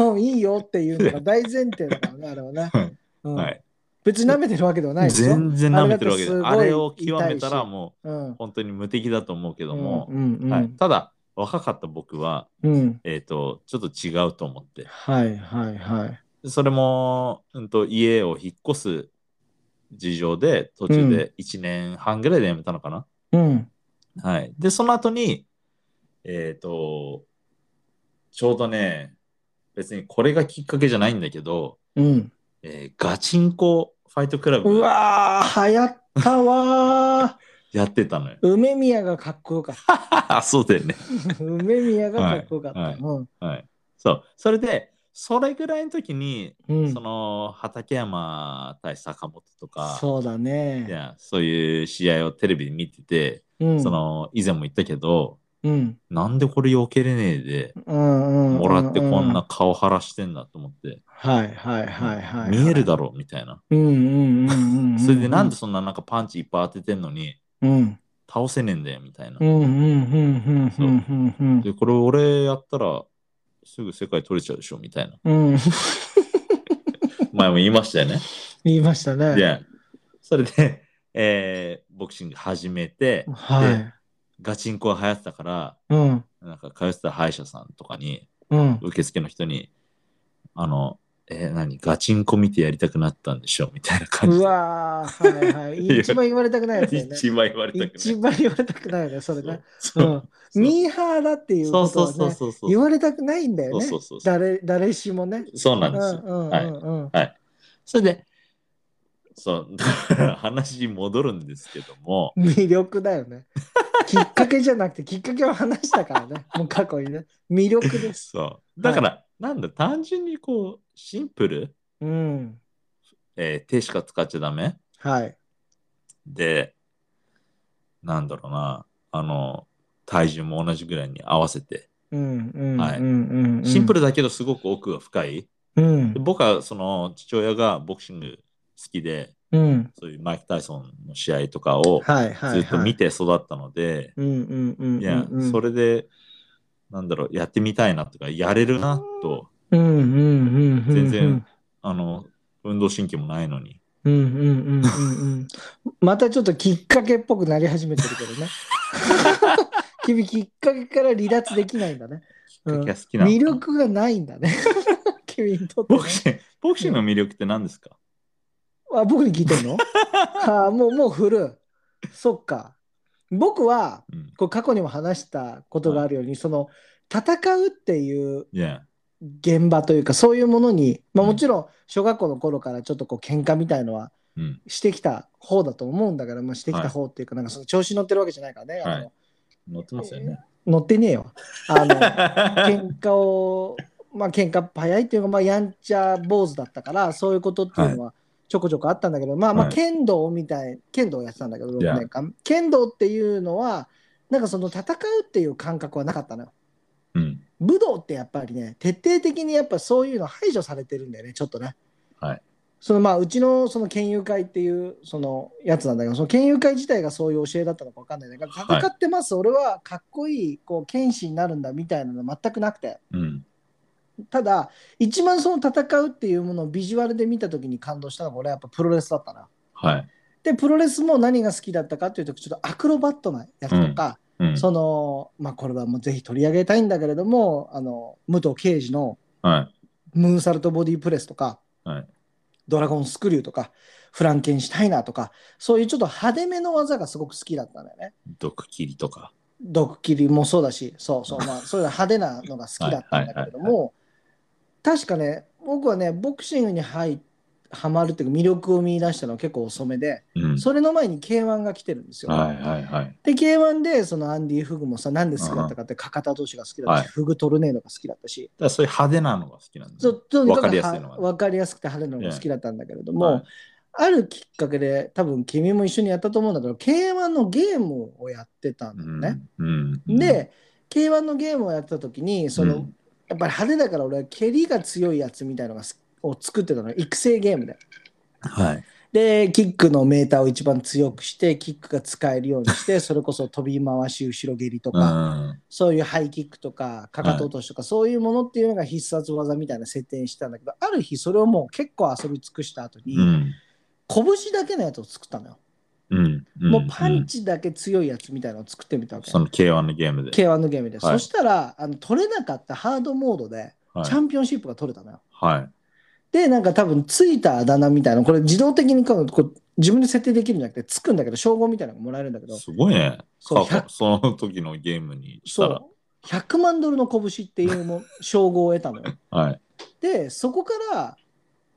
Speaker 1: うんいいよっていうのが大前提だからね、あれはね。
Speaker 2: はい
Speaker 1: うん
Speaker 2: はい。
Speaker 1: 別に舐めてるわけではないですよ。
Speaker 2: 全然舐めてるわけで
Speaker 1: あれだってすごい
Speaker 2: あれを極めた
Speaker 1: 痛い
Speaker 2: ら
Speaker 1: し
Speaker 2: もう
Speaker 1: うん。
Speaker 2: 本当に無敵だと思うけども、
Speaker 1: うんうんうん
Speaker 2: はい、ただ若かった僕は、
Speaker 1: うん。
Speaker 2: えー、とちょっと違うと思って
Speaker 1: はいはいはい。
Speaker 2: それも、うん、と家を引っ越す事情で途中で1年半ぐらいで辞めたのかな、
Speaker 1: うん。
Speaker 2: はい、でその後にえっ、とちょうどね別にこれがきっかけじゃないんだけど、
Speaker 1: うん。
Speaker 2: えーガチンコファイトクラ
Speaker 1: う
Speaker 2: ブ
Speaker 1: わー、流行ったわ
Speaker 2: やってたのよ。
Speaker 1: ー。梅宮がかっこよかっ
Speaker 2: あそうだよね。
Speaker 1: た。梅宮がかっこよかった。
Speaker 2: はいはい
Speaker 1: うん
Speaker 2: はい。そう。それで、それぐらいの時に、
Speaker 1: うん
Speaker 2: その畠山対坂本とか、
Speaker 1: そうだ
Speaker 2: い
Speaker 1: ね。
Speaker 2: やそういう試合をテレビで見てて、
Speaker 1: うん
Speaker 2: その以前も言ったけど、
Speaker 1: うん。
Speaker 2: なんでこれ避けれねえで、
Speaker 1: も
Speaker 2: もらってこんな。顔腫らしてんだと思って、
Speaker 1: はいはいはいはい。
Speaker 2: 見える。だろうみたいな。
Speaker 1: うんうんうんうんうん。
Speaker 2: それでなんでそんななんかパンチいっぱい当ててんのに、
Speaker 1: うん
Speaker 2: 倒せねえんだよみたいな
Speaker 1: う。んうんうんうんうんうん
Speaker 2: で、これ俺やったら、すぐ世界取れちゃうでしょみたいな。
Speaker 1: うん。うん。
Speaker 2: 前も言いましたよね。
Speaker 1: 言いましたね。
Speaker 2: で、それで、えーボクシング始めて、
Speaker 1: はい。
Speaker 2: ガチンコが流行ってたから、
Speaker 1: うん
Speaker 2: なんか通ってた歯医者さんとかに、
Speaker 1: うん。
Speaker 2: 受付の人に、あの、えー何、ガチンコ見てやりたくなったんでしょみたいな感じ
Speaker 1: う
Speaker 2: で。
Speaker 1: わー、はいはい。一番言われたくないやつだよね。
Speaker 2: 一番言われたく
Speaker 1: 一
Speaker 2: ない。
Speaker 1: 番言われたくないよね、それね。
Speaker 2: そうう。
Speaker 1: ん。ミーハーだっていう
Speaker 2: そ
Speaker 1: こ
Speaker 2: う
Speaker 1: と
Speaker 2: そ
Speaker 1: は
Speaker 2: うそう
Speaker 1: ね、
Speaker 2: そうそう。
Speaker 1: 言われたくないんだよね
Speaker 2: そうそうそう。
Speaker 1: 誰誰しもね。
Speaker 2: そうな
Speaker 1: うんん
Speaker 2: で
Speaker 1: う
Speaker 2: すよ。
Speaker 1: んうんうん。
Speaker 2: それで、そう、だから話戻るんですけども、
Speaker 1: 魅力だよね。きっかけじゃなくて、きっかけを話したから ね。もう過去にね。魅力です。
Speaker 2: そう。だから、なんだ、単純にこう、シンプル、
Speaker 1: うん。
Speaker 2: えー手しか使っちゃダメ
Speaker 1: はい。
Speaker 2: で、なんだろうな、あの、体重も同じぐらいに合わせて、
Speaker 1: うんうん
Speaker 2: はい
Speaker 1: うんうんうん。
Speaker 2: シンプルだけどすごく奥が深い。
Speaker 1: うん
Speaker 2: で僕はその父親がボクシング好きで、
Speaker 1: うん。
Speaker 2: そういうマイク・タイソンの試合とかを
Speaker 1: はいはいはい。
Speaker 2: ずっと見て育ったので、
Speaker 1: うんうんうんうん。
Speaker 2: いや、そ。れで、なんだろう、やってみたいなとか、やれるなと、
Speaker 1: うんうんうんうん。
Speaker 2: 全然。あの、運動神経もないのに。
Speaker 1: うんうんうんうんうん。またちょっときっかけっぽくなり始めてるけど ね。君きっかけから離脱できないんだね。うん
Speaker 2: きっかけが好きなのかな
Speaker 1: 魅力がないんだね。 君にとってね
Speaker 2: ボクシング、ボクシングの魅力って何ですか
Speaker 1: あ、僕に聞いてん のあーもう、もう振る。そっか。僕は、
Speaker 2: うん。
Speaker 1: こう過去にも話したことがあるように、その、戦うっていう
Speaker 2: いや、
Speaker 1: 現場というか、そういうものに、まあ
Speaker 2: うん
Speaker 1: もちろん、小学校の頃からちょっとこう、喧嘩みたいのは
Speaker 2: うん。
Speaker 1: してきた方だと思うんだから、まあしてきた方っていうか、なんかその調子乗ってるわけじゃないからね。あの
Speaker 2: はい乗ってますよね。
Speaker 1: 乗ってねえよ。あ の、喧嘩を、まあ喧嘩早いっていうか、まあやんちゃ坊主だったから、そういうことっていうのはちょこちょこあったんだけど、まあまあ
Speaker 2: はい
Speaker 1: 剣道みたい、剣道をやってたんだけど、
Speaker 2: いや
Speaker 1: 6年間。剣道っていうのは、なんかその戦うっていう感覚はなかったのよ。
Speaker 2: うん。
Speaker 1: 武道ってやっぱりね、徹底的にやっぱそういうの排除されてるんだよね、ちょっとね。
Speaker 2: はい。
Speaker 1: そのまあうちのその県友会っていうそのやつなんだけど、その県友会自体がそういう教えだったのかわかんないんだけど、
Speaker 2: はい
Speaker 1: 戦ってます、俺はかっこいいこう剣士になるんだみたいなの全くなくて、
Speaker 2: うん。
Speaker 1: ただ、一番その戦うっていうものをビジュアルで見たときに感動したのが、俺はやっぱプロレスだったな。
Speaker 2: はい。
Speaker 1: で、プロレスも何が好きだったかというと、ちょっとアクロバットなやつとか、
Speaker 2: うん。
Speaker 1: その、まあ、これはもうぜひ取り上げたいんだけれども、あの、武藤敬司の
Speaker 2: はい。
Speaker 1: ムーンサルトボディープレスとか、
Speaker 2: はい
Speaker 1: ドラゴンスクリューとか、フランケンシュタイナーとか、そういうちょっと派手めの技がすごく好きだったんだよね。
Speaker 2: 毒切りとか。
Speaker 1: 毒切りもそうだし、そうそう、 まあ、そういう派手なのが好きだったんだけれど
Speaker 2: はい
Speaker 1: も、確かね、僕はね、ボクシングに入はまるっていうか、魅力を見出したのは結構遅めで、
Speaker 2: うん。
Speaker 1: それの前に K1 が来てるんですよ。
Speaker 2: はいはいはい。
Speaker 1: で、K1 で、そのアンディ・フグもさ、なんで好きだったかって、かかた投手が好きだったし、
Speaker 2: はい
Speaker 1: フグトルネードが好きだったし、
Speaker 2: だからそういう派手なのが好きなんです
Speaker 1: そ
Speaker 2: ね。
Speaker 1: うとにかく
Speaker 2: わかりやすいのが
Speaker 1: はわかりやすくて派手なのが好きだったんだけれども、
Speaker 2: はい
Speaker 1: あるきっかけで、多分君も一緒にやったと思うんだけど、K1 のゲームをやってたんだよね。
Speaker 2: うん。うん、
Speaker 1: で、K1 のゲームをやってた時にその、
Speaker 2: うん
Speaker 1: やっぱり派手だから俺は蹴りが強いやつみたいのがすを作ってたの育成ゲームで。
Speaker 2: はい。
Speaker 1: でキックのメーターを一番強くしてキックが使えるようにしてそれこそ飛び回し後ろ蹴りと
Speaker 2: う
Speaker 1: か、
Speaker 2: ん。は
Speaker 1: そういうハイキックとかかかと落としとか、そういうものっていうのが必殺技みたいな設定にしてたんだけどある日それをもう結構遊び尽くした後に、
Speaker 2: い。うん。
Speaker 1: 拳だけのやつを作ったのよ。
Speaker 2: うん。うん
Speaker 1: もうパン
Speaker 2: チ。
Speaker 1: チだけ強いやつみたいなのを作ってみたわけ。
Speaker 2: その K1 のゲームで。
Speaker 1: K1 のゲームで。
Speaker 2: は
Speaker 1: そ
Speaker 2: い
Speaker 1: したらあの、取れなかったハードモードで、
Speaker 2: はい
Speaker 1: チャンピオンシップが取れたのよ。
Speaker 2: はい。
Speaker 1: で、なんか多分、ついたあだ名みたいなの、これ自動的にこうこう自分で設定できるんじゃなくて、つくんだけど、称号みたいなのがもらえるんだけど、
Speaker 2: すごいね。
Speaker 1: そう
Speaker 2: 過去
Speaker 1: 100
Speaker 2: その時のゲームにしたら。
Speaker 1: そう、100万ドルの拳っていうも称号を得たのよ。
Speaker 2: はい。
Speaker 1: で、そこから、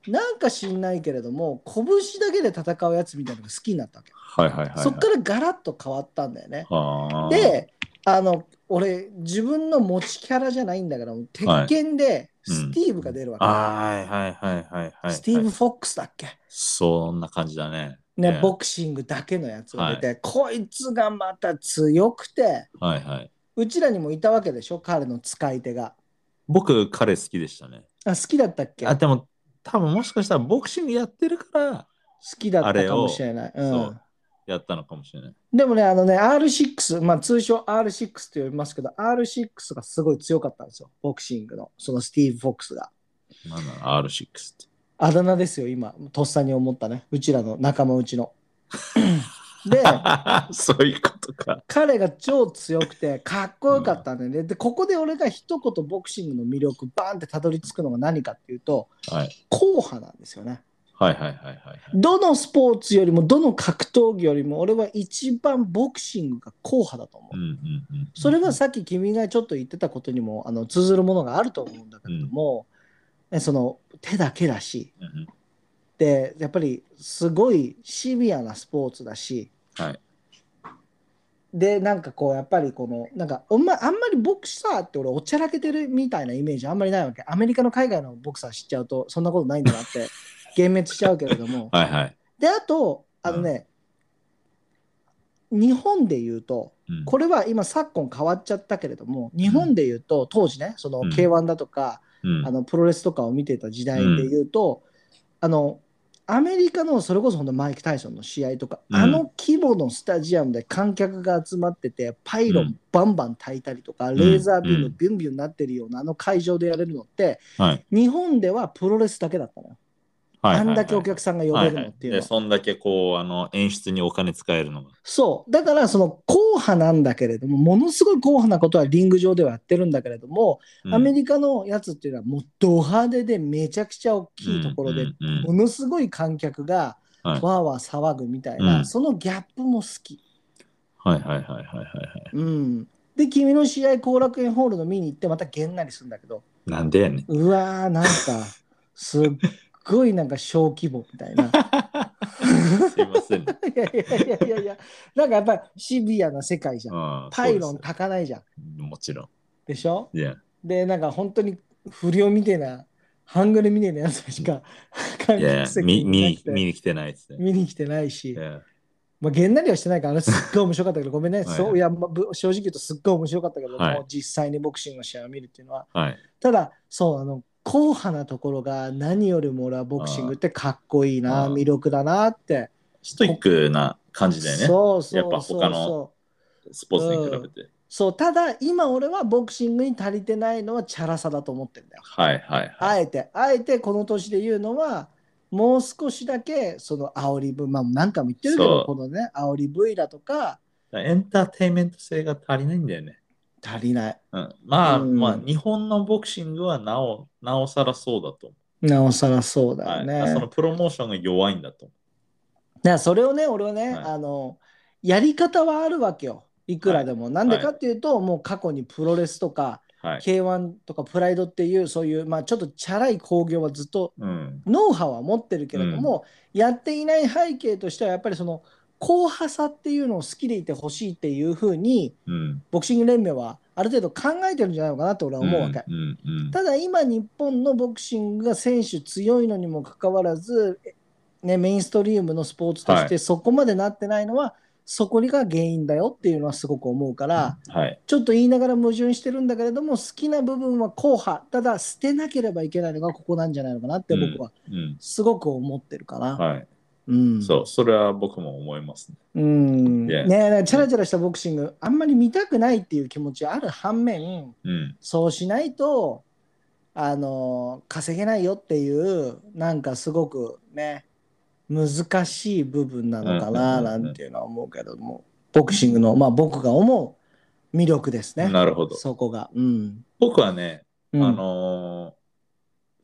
Speaker 1: なんか知んないけれども、拳だけで戦うやつみたいなのが好きになったわけ。
Speaker 2: はいはいはいはい。
Speaker 1: そっからガラッと変わったんだよね。
Speaker 2: はあ。、
Speaker 1: で、あの、俺、自分の持ちキャラじゃないんだから、鉄拳で
Speaker 2: うん
Speaker 1: スティーブが出るわけ。
Speaker 2: はいはいはいはいはい。
Speaker 1: スティーブ・フォックスだっけ、
Speaker 2: そんな感じだね。
Speaker 1: ね
Speaker 2: え
Speaker 1: ボクシングだけのやつを出て、こいつがまた強くて、
Speaker 2: はいはい。
Speaker 1: うちらにもいたわけでしょ、彼の使い手が。
Speaker 2: 僕、彼好きでしたね。
Speaker 1: あ好きだったっけ
Speaker 2: あ、
Speaker 1: 好
Speaker 2: でも、多分もしかしたらボクシングやってるから
Speaker 1: きだったかもしれない。
Speaker 2: れを
Speaker 1: う
Speaker 2: そ
Speaker 1: ん
Speaker 2: うやったのかもしれない。
Speaker 1: でもね、あのね、R6、まあ、通称 R6 と呼びますけど、R6 がすごい強かったんですよ、ボクシングの、そのスティーブ・フォックスが。
Speaker 2: なんだろう R6 って。
Speaker 1: あだ名ですよ、今、とっさに思ったね、うちらの仲間うち の。で、
Speaker 2: そういうことか。
Speaker 1: 彼が超強く てかっこよかったんだよね、でここで俺が一言ボクシングの魅力バーンってたどり着くのが何かっていうと
Speaker 2: はい。
Speaker 1: 硬派なんですよね
Speaker 2: はいはいはいはいはい。
Speaker 1: どのスポーツよりもどの格闘技よりも俺は一番ボクシングが硬派だと思う、
Speaker 2: うんうんうんうん。
Speaker 1: それはさっき君がちょっと言ってたことにもあの通ずるものがあると思うんだけれども、ねその手だけだし
Speaker 2: うんうん、
Speaker 1: でやっぱりすごいシビアなスポーツだし、
Speaker 2: はい
Speaker 1: でなんかこうやっぱりこのなんかおまあんまりボクサーって俺おちゃらけてるみたいなイメージあんまりないわけアメリカの海外のボクサー知っちゃうとそんなことないんだなって 幻滅しちゃうけれども
Speaker 2: はいはい。
Speaker 1: であとあのね、日本で言うと
Speaker 2: うん
Speaker 1: これは今昨今変わっちゃったけれども日本で言うと当時ねその k 1だとか、
Speaker 2: うん
Speaker 1: あのプロレスとかを見てた時代で言うと、あのアメリカのそれこそほんとマイク・タイソンの試合とか、
Speaker 2: うん
Speaker 1: あの規模のスタジアムで観客が集まっててパイロ
Speaker 2: う
Speaker 1: ン
Speaker 2: ん
Speaker 1: バンバン焚いたりとか、レーザービー
Speaker 2: う
Speaker 1: ム
Speaker 2: ん
Speaker 1: ビュンビュンなってるようなあの会場でやれるのって、
Speaker 2: はい
Speaker 1: 日本ではプロレスだけだったのよ、
Speaker 2: はいはいはい
Speaker 1: あんだけお客さんが呼べるのっていうのは、
Speaker 2: でそんだけこうあの演出にお金使えるのが。
Speaker 1: そうだからその硬派なんだけれどもものすごい硬派なことはリング上ではやってるんだけれども、
Speaker 2: うん
Speaker 1: アメリカのやつっていうのはもうド派手でめちゃくちゃ大きいところで
Speaker 2: うんうんうん
Speaker 1: ものすごい観客が
Speaker 2: は
Speaker 1: わ
Speaker 2: い
Speaker 1: ーわー騒ぐみたいな、
Speaker 2: うん
Speaker 1: そのギャップも好き。
Speaker 2: はいはいはいはいはいはい。
Speaker 1: うん、で君の試合後楽園ホールの見に行ってまたげんなりするんだけど
Speaker 2: なんでやねん。
Speaker 1: うわー なんかすっごいなんか小規模みたいな。い
Speaker 2: すいません。
Speaker 1: やいやいやいやいやなんかやっぱりシビアな世界じゃん。
Speaker 2: あ
Speaker 1: パイロン炊かないじゃん。
Speaker 2: もちろ
Speaker 1: でしょ
Speaker 2: ん。いや。
Speaker 1: でなんか本当に不良みたいなハングルみたいなやつしか観
Speaker 2: いや
Speaker 1: 客、 席
Speaker 2: 見
Speaker 1: にいな
Speaker 2: に
Speaker 1: くて
Speaker 2: 見に来てないですね。
Speaker 1: 見に来てないし、
Speaker 2: Yeah
Speaker 1: まあ、げんなりはしてないから、あれすっごい面白かったけ ど、ごめんね、
Speaker 2: はい
Speaker 1: そういや、まあぶ正直言うとすっごい面白かったけど、
Speaker 2: はい
Speaker 1: もう実際にボクシングの試合を見るっていうのは、
Speaker 2: はい。
Speaker 1: ただ、そう、あの、硬派なところが何よりも俺はボクシングってかっこいいな、
Speaker 2: あー
Speaker 1: 魅力だなって。
Speaker 2: ストイックな感じだよね。
Speaker 1: そうそうそうそう。
Speaker 2: やっぱ他のスポーツに比べて。
Speaker 1: そう、ただ今俺はボクシングに足りてないのはチャラさだと思ってんだよ。
Speaker 2: はいはいはい。
Speaker 1: あえて、あえてこの年で言うのは、もう少しだけその煽り分、まあ何回も言ってるけ
Speaker 2: そ
Speaker 1: ど、
Speaker 2: う
Speaker 1: このね、煽り V だとか、
Speaker 2: エンターテインメント性が足りないんだよね。
Speaker 1: 足りない。
Speaker 2: うん、まあ、
Speaker 1: うん
Speaker 2: まあ、日本のボクシングはなお、なおさらそうだと思
Speaker 1: なおさらそう
Speaker 2: う。
Speaker 1: だ
Speaker 2: は
Speaker 1: よ
Speaker 2: い、
Speaker 1: ね。
Speaker 2: そ
Speaker 1: だ
Speaker 2: の
Speaker 1: か
Speaker 2: プロモーションが弱いんだと思
Speaker 1: らそれをね、俺はね、
Speaker 2: はい
Speaker 1: あの、やり方はあるわけよ。いくらでも。なんでかっていうと、もう過去にプロレスとか、
Speaker 2: う。はい。
Speaker 1: K1 とかプライドっていう、そういう、まあちょっとチャラい興行はずっと
Speaker 2: うん。
Speaker 1: ノウハウは持ってるけれども、やっていない背景としては、やっぱりその、硬派さっていうのを好きでいてほしいっていうふうに、
Speaker 2: うん。
Speaker 1: ボクシング連盟はある程度考えてるんじゃないのかなって俺は思うわけ。
Speaker 2: うん。うん。
Speaker 1: ただ今日本のボクシングが選手強いのにもかかわらず、えね、メインストリームのスポーツとし
Speaker 2: は
Speaker 1: てそこまでなってないのは、そこが原因だよっていうのはすごく思うから、
Speaker 2: はい。
Speaker 1: ちょっと言いながら矛盾してるんだけれども好きな部分は硬派ただ捨てなければいけないのがここなんじゃないのかなって僕は
Speaker 2: うん。
Speaker 1: すごく思ってるかな。
Speaker 2: はい。
Speaker 1: うん
Speaker 2: そう、それは僕も思いますね。
Speaker 1: うんね
Speaker 2: Yeah
Speaker 1: えチャラチャラしたボクシングあんまり見たくないっていう気持ちはある反面、
Speaker 2: うん。
Speaker 1: そうしないと、あの、稼げないよっていう、なんかすごくね、難しい部分なのか
Speaker 2: う
Speaker 1: なん
Speaker 2: うんうんうん
Speaker 1: なんていうのは思うけどもボクシングのまあ僕が思う魅力ですね
Speaker 2: なるほど。
Speaker 1: そこがうん、
Speaker 2: 僕はね、
Speaker 1: うん、
Speaker 2: あのー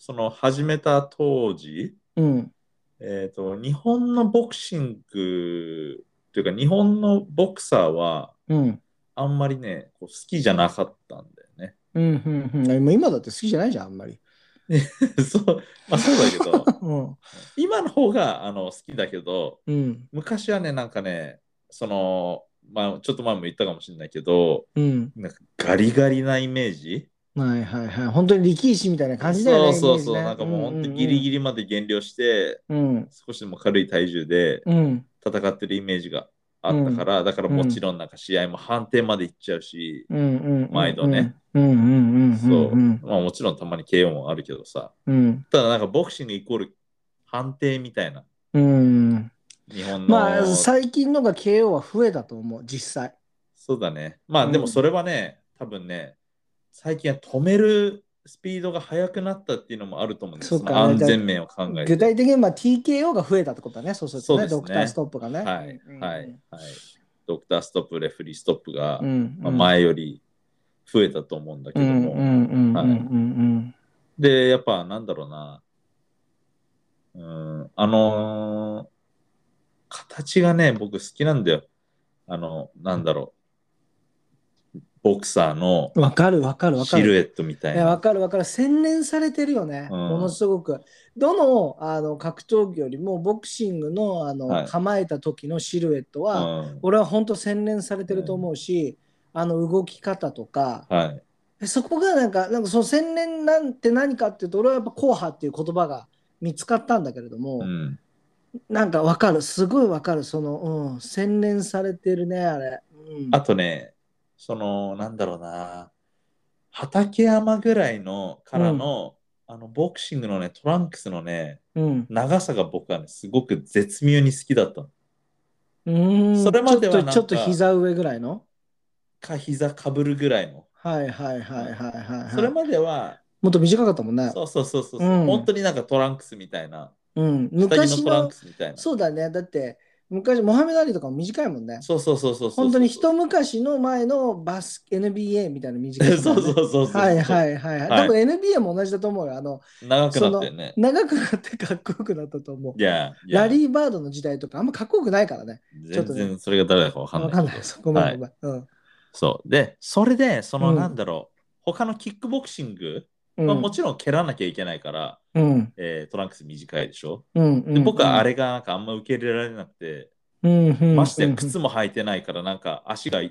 Speaker 2: その始めた当時、
Speaker 1: うん
Speaker 2: えっ、と、日本のボクシングというか、日本のボクサーは、
Speaker 1: うん
Speaker 2: あんまりね、こう好きじゃなかったんだよね。
Speaker 1: うんうんうんでも今だって好きじゃないじゃんあんまり、
Speaker 2: そう、まあそうだけ ど、
Speaker 1: うん
Speaker 2: 今の方があの好きだけど、
Speaker 1: うん
Speaker 2: 昔はね、なんかね、その、まあちょっと前も言ったかもしれないけど、
Speaker 1: うん、
Speaker 2: なんかガリガリなイメージ
Speaker 1: はいはいはい本当に力石みたいな感じだよね
Speaker 2: そうそうそう、
Speaker 1: イメージね
Speaker 2: なんかもう本当にギリギリまで減量して、
Speaker 1: うん
Speaker 2: 少しでも軽い体重で
Speaker 1: うんうん
Speaker 2: 戦ってるイメージがあったから、だからもちろんなんか試合も判定までいっちゃうし、
Speaker 1: うんうんうんうん
Speaker 2: 毎度ね
Speaker 1: うんうんうんうん
Speaker 2: そう、
Speaker 1: うん
Speaker 2: まあもちろんたまに KO もあるけどさ、
Speaker 1: うん
Speaker 2: ただなんかボクシングイコール判定みたいな、
Speaker 1: うん
Speaker 2: 日本の。
Speaker 1: まあ最近のが KO は増えたと思う実際
Speaker 2: そうだね。ま
Speaker 1: う
Speaker 2: あ
Speaker 1: ん
Speaker 2: でもそれはね、多分ね、最近は止めるスピードが速くなったっていうのもあると思うんです
Speaker 1: そうか
Speaker 2: の安全面を考えて。
Speaker 1: 具体的にまあ TKO が増えたってことだね、そうするとね、
Speaker 2: そうですね
Speaker 1: ドクターストップがね。
Speaker 2: はい、
Speaker 1: うん
Speaker 2: はい、はい。ドクターストップ、レフェリーストップが、
Speaker 1: うん
Speaker 2: まあ、前より増えたと思うんだけ
Speaker 1: う
Speaker 2: ど
Speaker 1: ん
Speaker 2: も。
Speaker 1: うんうんうんうん
Speaker 2: は
Speaker 1: う
Speaker 2: い
Speaker 1: ん
Speaker 2: で、やっぱなんだろうな、うん、あのー形がね、僕好きなんだよ。あの、なんだろう、ボクサーの
Speaker 1: わかるわかるわか
Speaker 2: シル
Speaker 1: る。
Speaker 2: エットみたい
Speaker 1: いやわ
Speaker 2: な。
Speaker 1: かるわかる。洗練されてるよね、
Speaker 2: うん
Speaker 1: ものすごく。どのあの格闘技よりもボクシングのあの、
Speaker 2: はい
Speaker 1: 構えた時のシルエットは、
Speaker 2: うん
Speaker 1: 俺は本当洗練されてると思うし、あの動き方とか、
Speaker 2: はい。
Speaker 1: そこがなんか、なんかその洗練なんて何かっていうと、俺はやっぱ硬派っていう言葉が見つかったんだけれども、
Speaker 2: うん。
Speaker 1: なんかわかる、すごいわかる、その、うん、洗練されてるね、あれ。うん、
Speaker 2: あとね、その、なんだろうな、畠山ぐらいのからの、あの、ボクシングのね、トランクスのね、
Speaker 1: うん、
Speaker 2: 長さが僕はね、すごく絶妙に好きだったの。
Speaker 1: うーん
Speaker 2: それまでは
Speaker 1: ちょっと
Speaker 2: なんか
Speaker 1: ちょっと膝上ぐらいの。
Speaker 2: か、膝かぶるぐらいの。
Speaker 1: はいはいはいはいはい、はい。
Speaker 2: それまでは、
Speaker 1: もっと短かったもんね。
Speaker 2: そうそうそうそう、
Speaker 1: うん
Speaker 2: 本当になんかトランクスみたいな、
Speaker 1: うん、
Speaker 2: 下
Speaker 1: 昔
Speaker 2: 着のトラン
Speaker 1: の
Speaker 2: ク、スみたいな。
Speaker 1: そうだね、だって、昔、モハメド・アリとかも短いもんね。
Speaker 2: そうそうそうそうそう。
Speaker 1: 本当に一昔の前のバス NBA みたいな短い、ね。
Speaker 2: そうそうそうそう。
Speaker 1: はいはいはい、はい。
Speaker 2: は
Speaker 1: 多
Speaker 2: い
Speaker 1: 分 NBA も同じだと思うよ。あの、
Speaker 2: 長くなってね。
Speaker 1: 長くなってかっこよくなったと思う。
Speaker 2: いや、いや
Speaker 1: ラリー・バードの時代とかあんまかっこよくないからね。ちょ
Speaker 2: 全
Speaker 1: っとね
Speaker 2: 然それが誰だかわかんな
Speaker 1: わ
Speaker 2: い。
Speaker 1: かんない。そこま
Speaker 2: は
Speaker 1: で
Speaker 2: い
Speaker 1: ごめん。うん。
Speaker 2: そう。で、それで、その
Speaker 1: うん
Speaker 2: なんだろう、他のキックボクシング、
Speaker 1: うん
Speaker 2: まあ、もちろん蹴らなきゃいけないから、
Speaker 1: うん
Speaker 2: えートランクス短いでしょ。
Speaker 1: うん
Speaker 2: で、僕はあ、れがなんかあんま受け入れられなくて、
Speaker 1: うんうん、
Speaker 2: ましてや靴も履いてないから、なんか足が余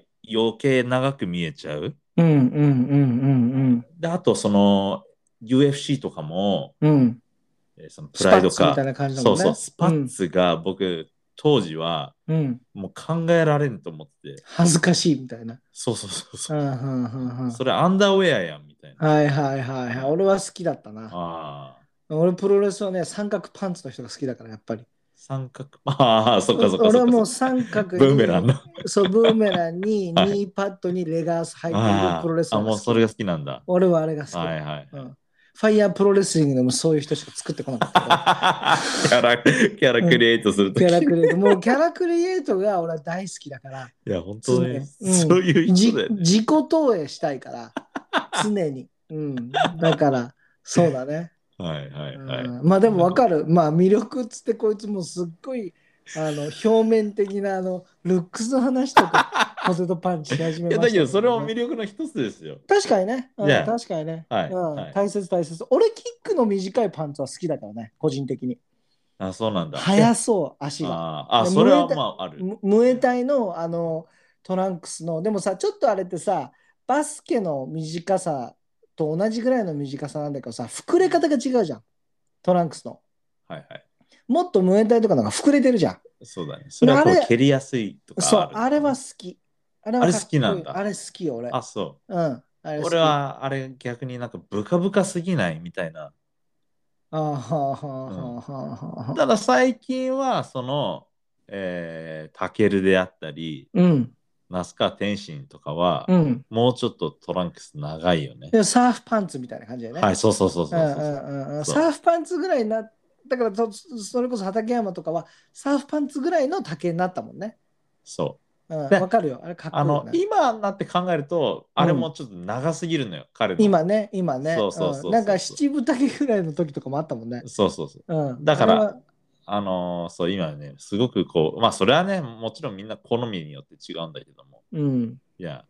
Speaker 2: 計長く見えちゃう。
Speaker 1: うんうんうん
Speaker 2: で、あとその UFC とかも、
Speaker 1: うんうんうん。
Speaker 2: えーそのプ
Speaker 1: ス
Speaker 2: ラ
Speaker 1: パ
Speaker 2: イ
Speaker 1: ッ
Speaker 2: ド
Speaker 1: ツみ
Speaker 2: か
Speaker 1: たい、な感じだ
Speaker 2: そ
Speaker 1: もん
Speaker 2: う
Speaker 1: ね。
Speaker 2: そう、スパッツが僕、当時は
Speaker 1: うん。うん。
Speaker 2: もう考えられんと思って、
Speaker 1: 恥ずかしいみたいな。
Speaker 2: そうそうそう
Speaker 1: う
Speaker 2: そ
Speaker 1: ん
Speaker 2: う、
Speaker 1: うんうんうん
Speaker 2: それアンダーウェアやんみたいな。
Speaker 1: はいはいはいはい。俺は好きだったな。
Speaker 2: ああ、
Speaker 1: 俺プロレスはね、三角パンツの人が好きだから、やっぱり。
Speaker 2: 三角、 ああ、そっかそっかそっかそっか。
Speaker 1: 俺はもう三角に
Speaker 2: ブーメランの。
Speaker 1: そう、ブーメランに、
Speaker 2: はい
Speaker 1: ニーパッドにレガース入ってい
Speaker 2: あ
Speaker 1: るプロレス
Speaker 2: あ、
Speaker 1: ラーが
Speaker 2: もう
Speaker 1: 好
Speaker 2: そ
Speaker 1: き
Speaker 2: れが好きなんだ。
Speaker 1: 俺はあれが好きだ。
Speaker 2: はいはい。
Speaker 1: うんファイヤープロレスリングでもそういう人しか作ってこなかったから。
Speaker 2: キャラ、キャラクリエイトすると
Speaker 1: キ
Speaker 2: き。
Speaker 1: ャラ
Speaker 2: い
Speaker 1: クリエイト。もうキャラクリエイトが俺は大好きだ から、
Speaker 2: や、本当に、
Speaker 1: うん
Speaker 2: そういう
Speaker 1: じ
Speaker 2: 人だよね。
Speaker 1: 自己投影したいから、常に。うん。だから、そうだね。
Speaker 2: はいはいは
Speaker 1: う
Speaker 2: い。
Speaker 1: んまあでもわかる。まあ魅力っつってこいつもうすっごい、あの、表面的なあの、ルックスの話とか、ポテトパンチし始めまし
Speaker 2: いや、
Speaker 1: た、
Speaker 2: だけどそれも魅力の一つですよ。
Speaker 1: 確かにね。うん
Speaker 2: いや
Speaker 1: 確かにね。
Speaker 2: はい
Speaker 1: うん
Speaker 2: はい
Speaker 1: 大切大切。俺、キックの短いパンツは好きだからね、個人的に。
Speaker 2: あ、そうなんだ。
Speaker 1: 速そう、足が。
Speaker 2: あーあ、それはまあある。
Speaker 1: むムエタイのあのトランクスのでもさちょっとあれってさバスケの短さと同じぐらいの短さなんだけどさ膨れ方が違うじゃんトランクスの
Speaker 2: はいはい。
Speaker 1: もっとムエタイとかなんか膨れてるじゃん
Speaker 2: そうだね。それはこ
Speaker 1: あ
Speaker 2: う
Speaker 1: れ
Speaker 2: 蹴りやすいとか
Speaker 1: そう
Speaker 2: る
Speaker 1: あれは好きあれ
Speaker 2: あれ
Speaker 1: かっこ
Speaker 2: 好
Speaker 1: い
Speaker 2: き
Speaker 1: い
Speaker 2: なんだ
Speaker 1: あれ好き俺
Speaker 2: あ、そ
Speaker 1: うんあれ
Speaker 2: う。
Speaker 1: 好き
Speaker 2: 俺はあれ逆になんかブカブカすぎないみたいな。
Speaker 1: あーはあはあはあはあはあ
Speaker 2: ただ最近はその、えー、タケルであったり、
Speaker 1: うん
Speaker 2: ナスカ天心とかは、
Speaker 1: うん
Speaker 2: もうちょっとトランクス長いよね。
Speaker 1: でサーフパンツみたいな感じだよね
Speaker 2: はい、そうそうそうそううんそうう。
Speaker 1: んうんうん
Speaker 2: そう
Speaker 1: サーフパンツぐらいなだからそそれこそ畠山とかはサーフパンツぐらいの丈になったもんね。
Speaker 2: そう。
Speaker 1: うん、
Speaker 2: ね
Speaker 1: わかるよ。あれかっこい
Speaker 2: あ
Speaker 1: いよ
Speaker 2: の
Speaker 1: ね、
Speaker 2: 今になって考えると、あれもちょっと長すぎるのよ、彼の。
Speaker 1: 今ね、今ね。
Speaker 2: そうそうそうそうん
Speaker 1: なんか七分丈ぐらいの時とかもあったもんね。
Speaker 2: そうそうそう。
Speaker 1: うん、
Speaker 2: だから
Speaker 1: あれは
Speaker 2: あのーそう、今ね、すごくこう、まあ、それはね、もちろんみんな好みによって違うんだけども、
Speaker 1: うん、
Speaker 2: いや、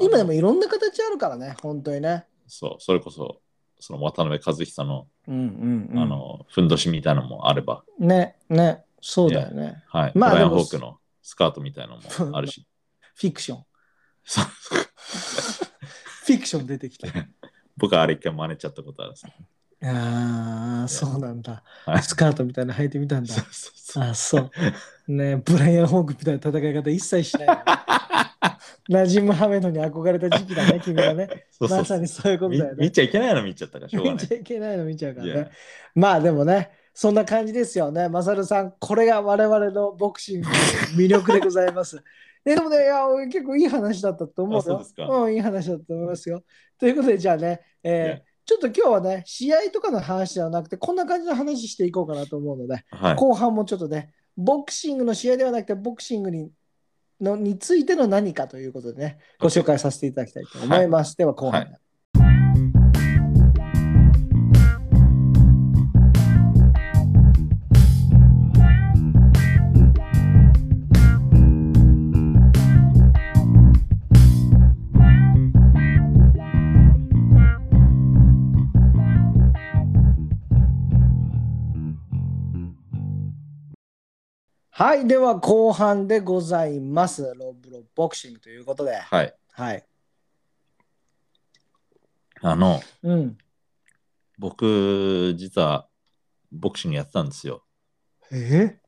Speaker 1: 今でも
Speaker 2: あの
Speaker 1: いろんな形あるからね、本当にね。
Speaker 2: そう、それこそ、その渡辺和久の、
Speaker 1: うんうん、うん。
Speaker 2: あの、ふんどしみたいなのもあれば、
Speaker 1: ね、ね、そうだよね。
Speaker 2: はい、
Speaker 1: まあ
Speaker 2: ブライアン・
Speaker 1: で
Speaker 2: ホ
Speaker 1: も
Speaker 2: ークのスカートみたいなのもあるし、
Speaker 1: フィクション。
Speaker 2: そう
Speaker 1: フィクション出てきた。
Speaker 2: 僕はあれ一回真似ちゃったことあるんです。
Speaker 1: ああ、そうなんだ
Speaker 2: は。い
Speaker 1: スカートみたいなの履いてみたんだ
Speaker 2: そ。うそうそう。
Speaker 1: あそう。 ねブライアン・ホークみたいな戦い方一切しない のね。ナジム・ハメドに憧れた時期だ ね、君がね。
Speaker 2: そうそう
Speaker 1: まさにそういうこと
Speaker 2: み
Speaker 1: だよ
Speaker 2: 見
Speaker 1: ね。
Speaker 2: ちゃいけないの見ちゃったからしょうが
Speaker 1: 見
Speaker 2: ない
Speaker 1: ちゃ。いけないの見ちゃうから
Speaker 2: いや
Speaker 1: ね。まあでもね、そんな感じですよね。マサルさん、これが我々のボクシングの魅力でございます。 ねでもね、いや俺結構いい話だったと思うよ。
Speaker 2: あそうですか
Speaker 1: ん、いい話だったと思いますよ。ということで、じゃあね、
Speaker 2: いや
Speaker 1: えーちょっと今日はね、試合とかの話ではなくて、こんな感じの話していこうかなと思うので、
Speaker 2: はい。
Speaker 1: 後半もちょっとね、ボクシングの試合ではなくて、ボクシングにのについての何かということでね、ご紹介させていただきたいと思います。では後半、
Speaker 2: は
Speaker 1: はい、では後半でございます。ロブロボクシングということで、
Speaker 2: はい。
Speaker 1: はい。
Speaker 2: あの、
Speaker 1: うん。
Speaker 2: 僕、実は、ボクシングやってたんですよ。
Speaker 1: え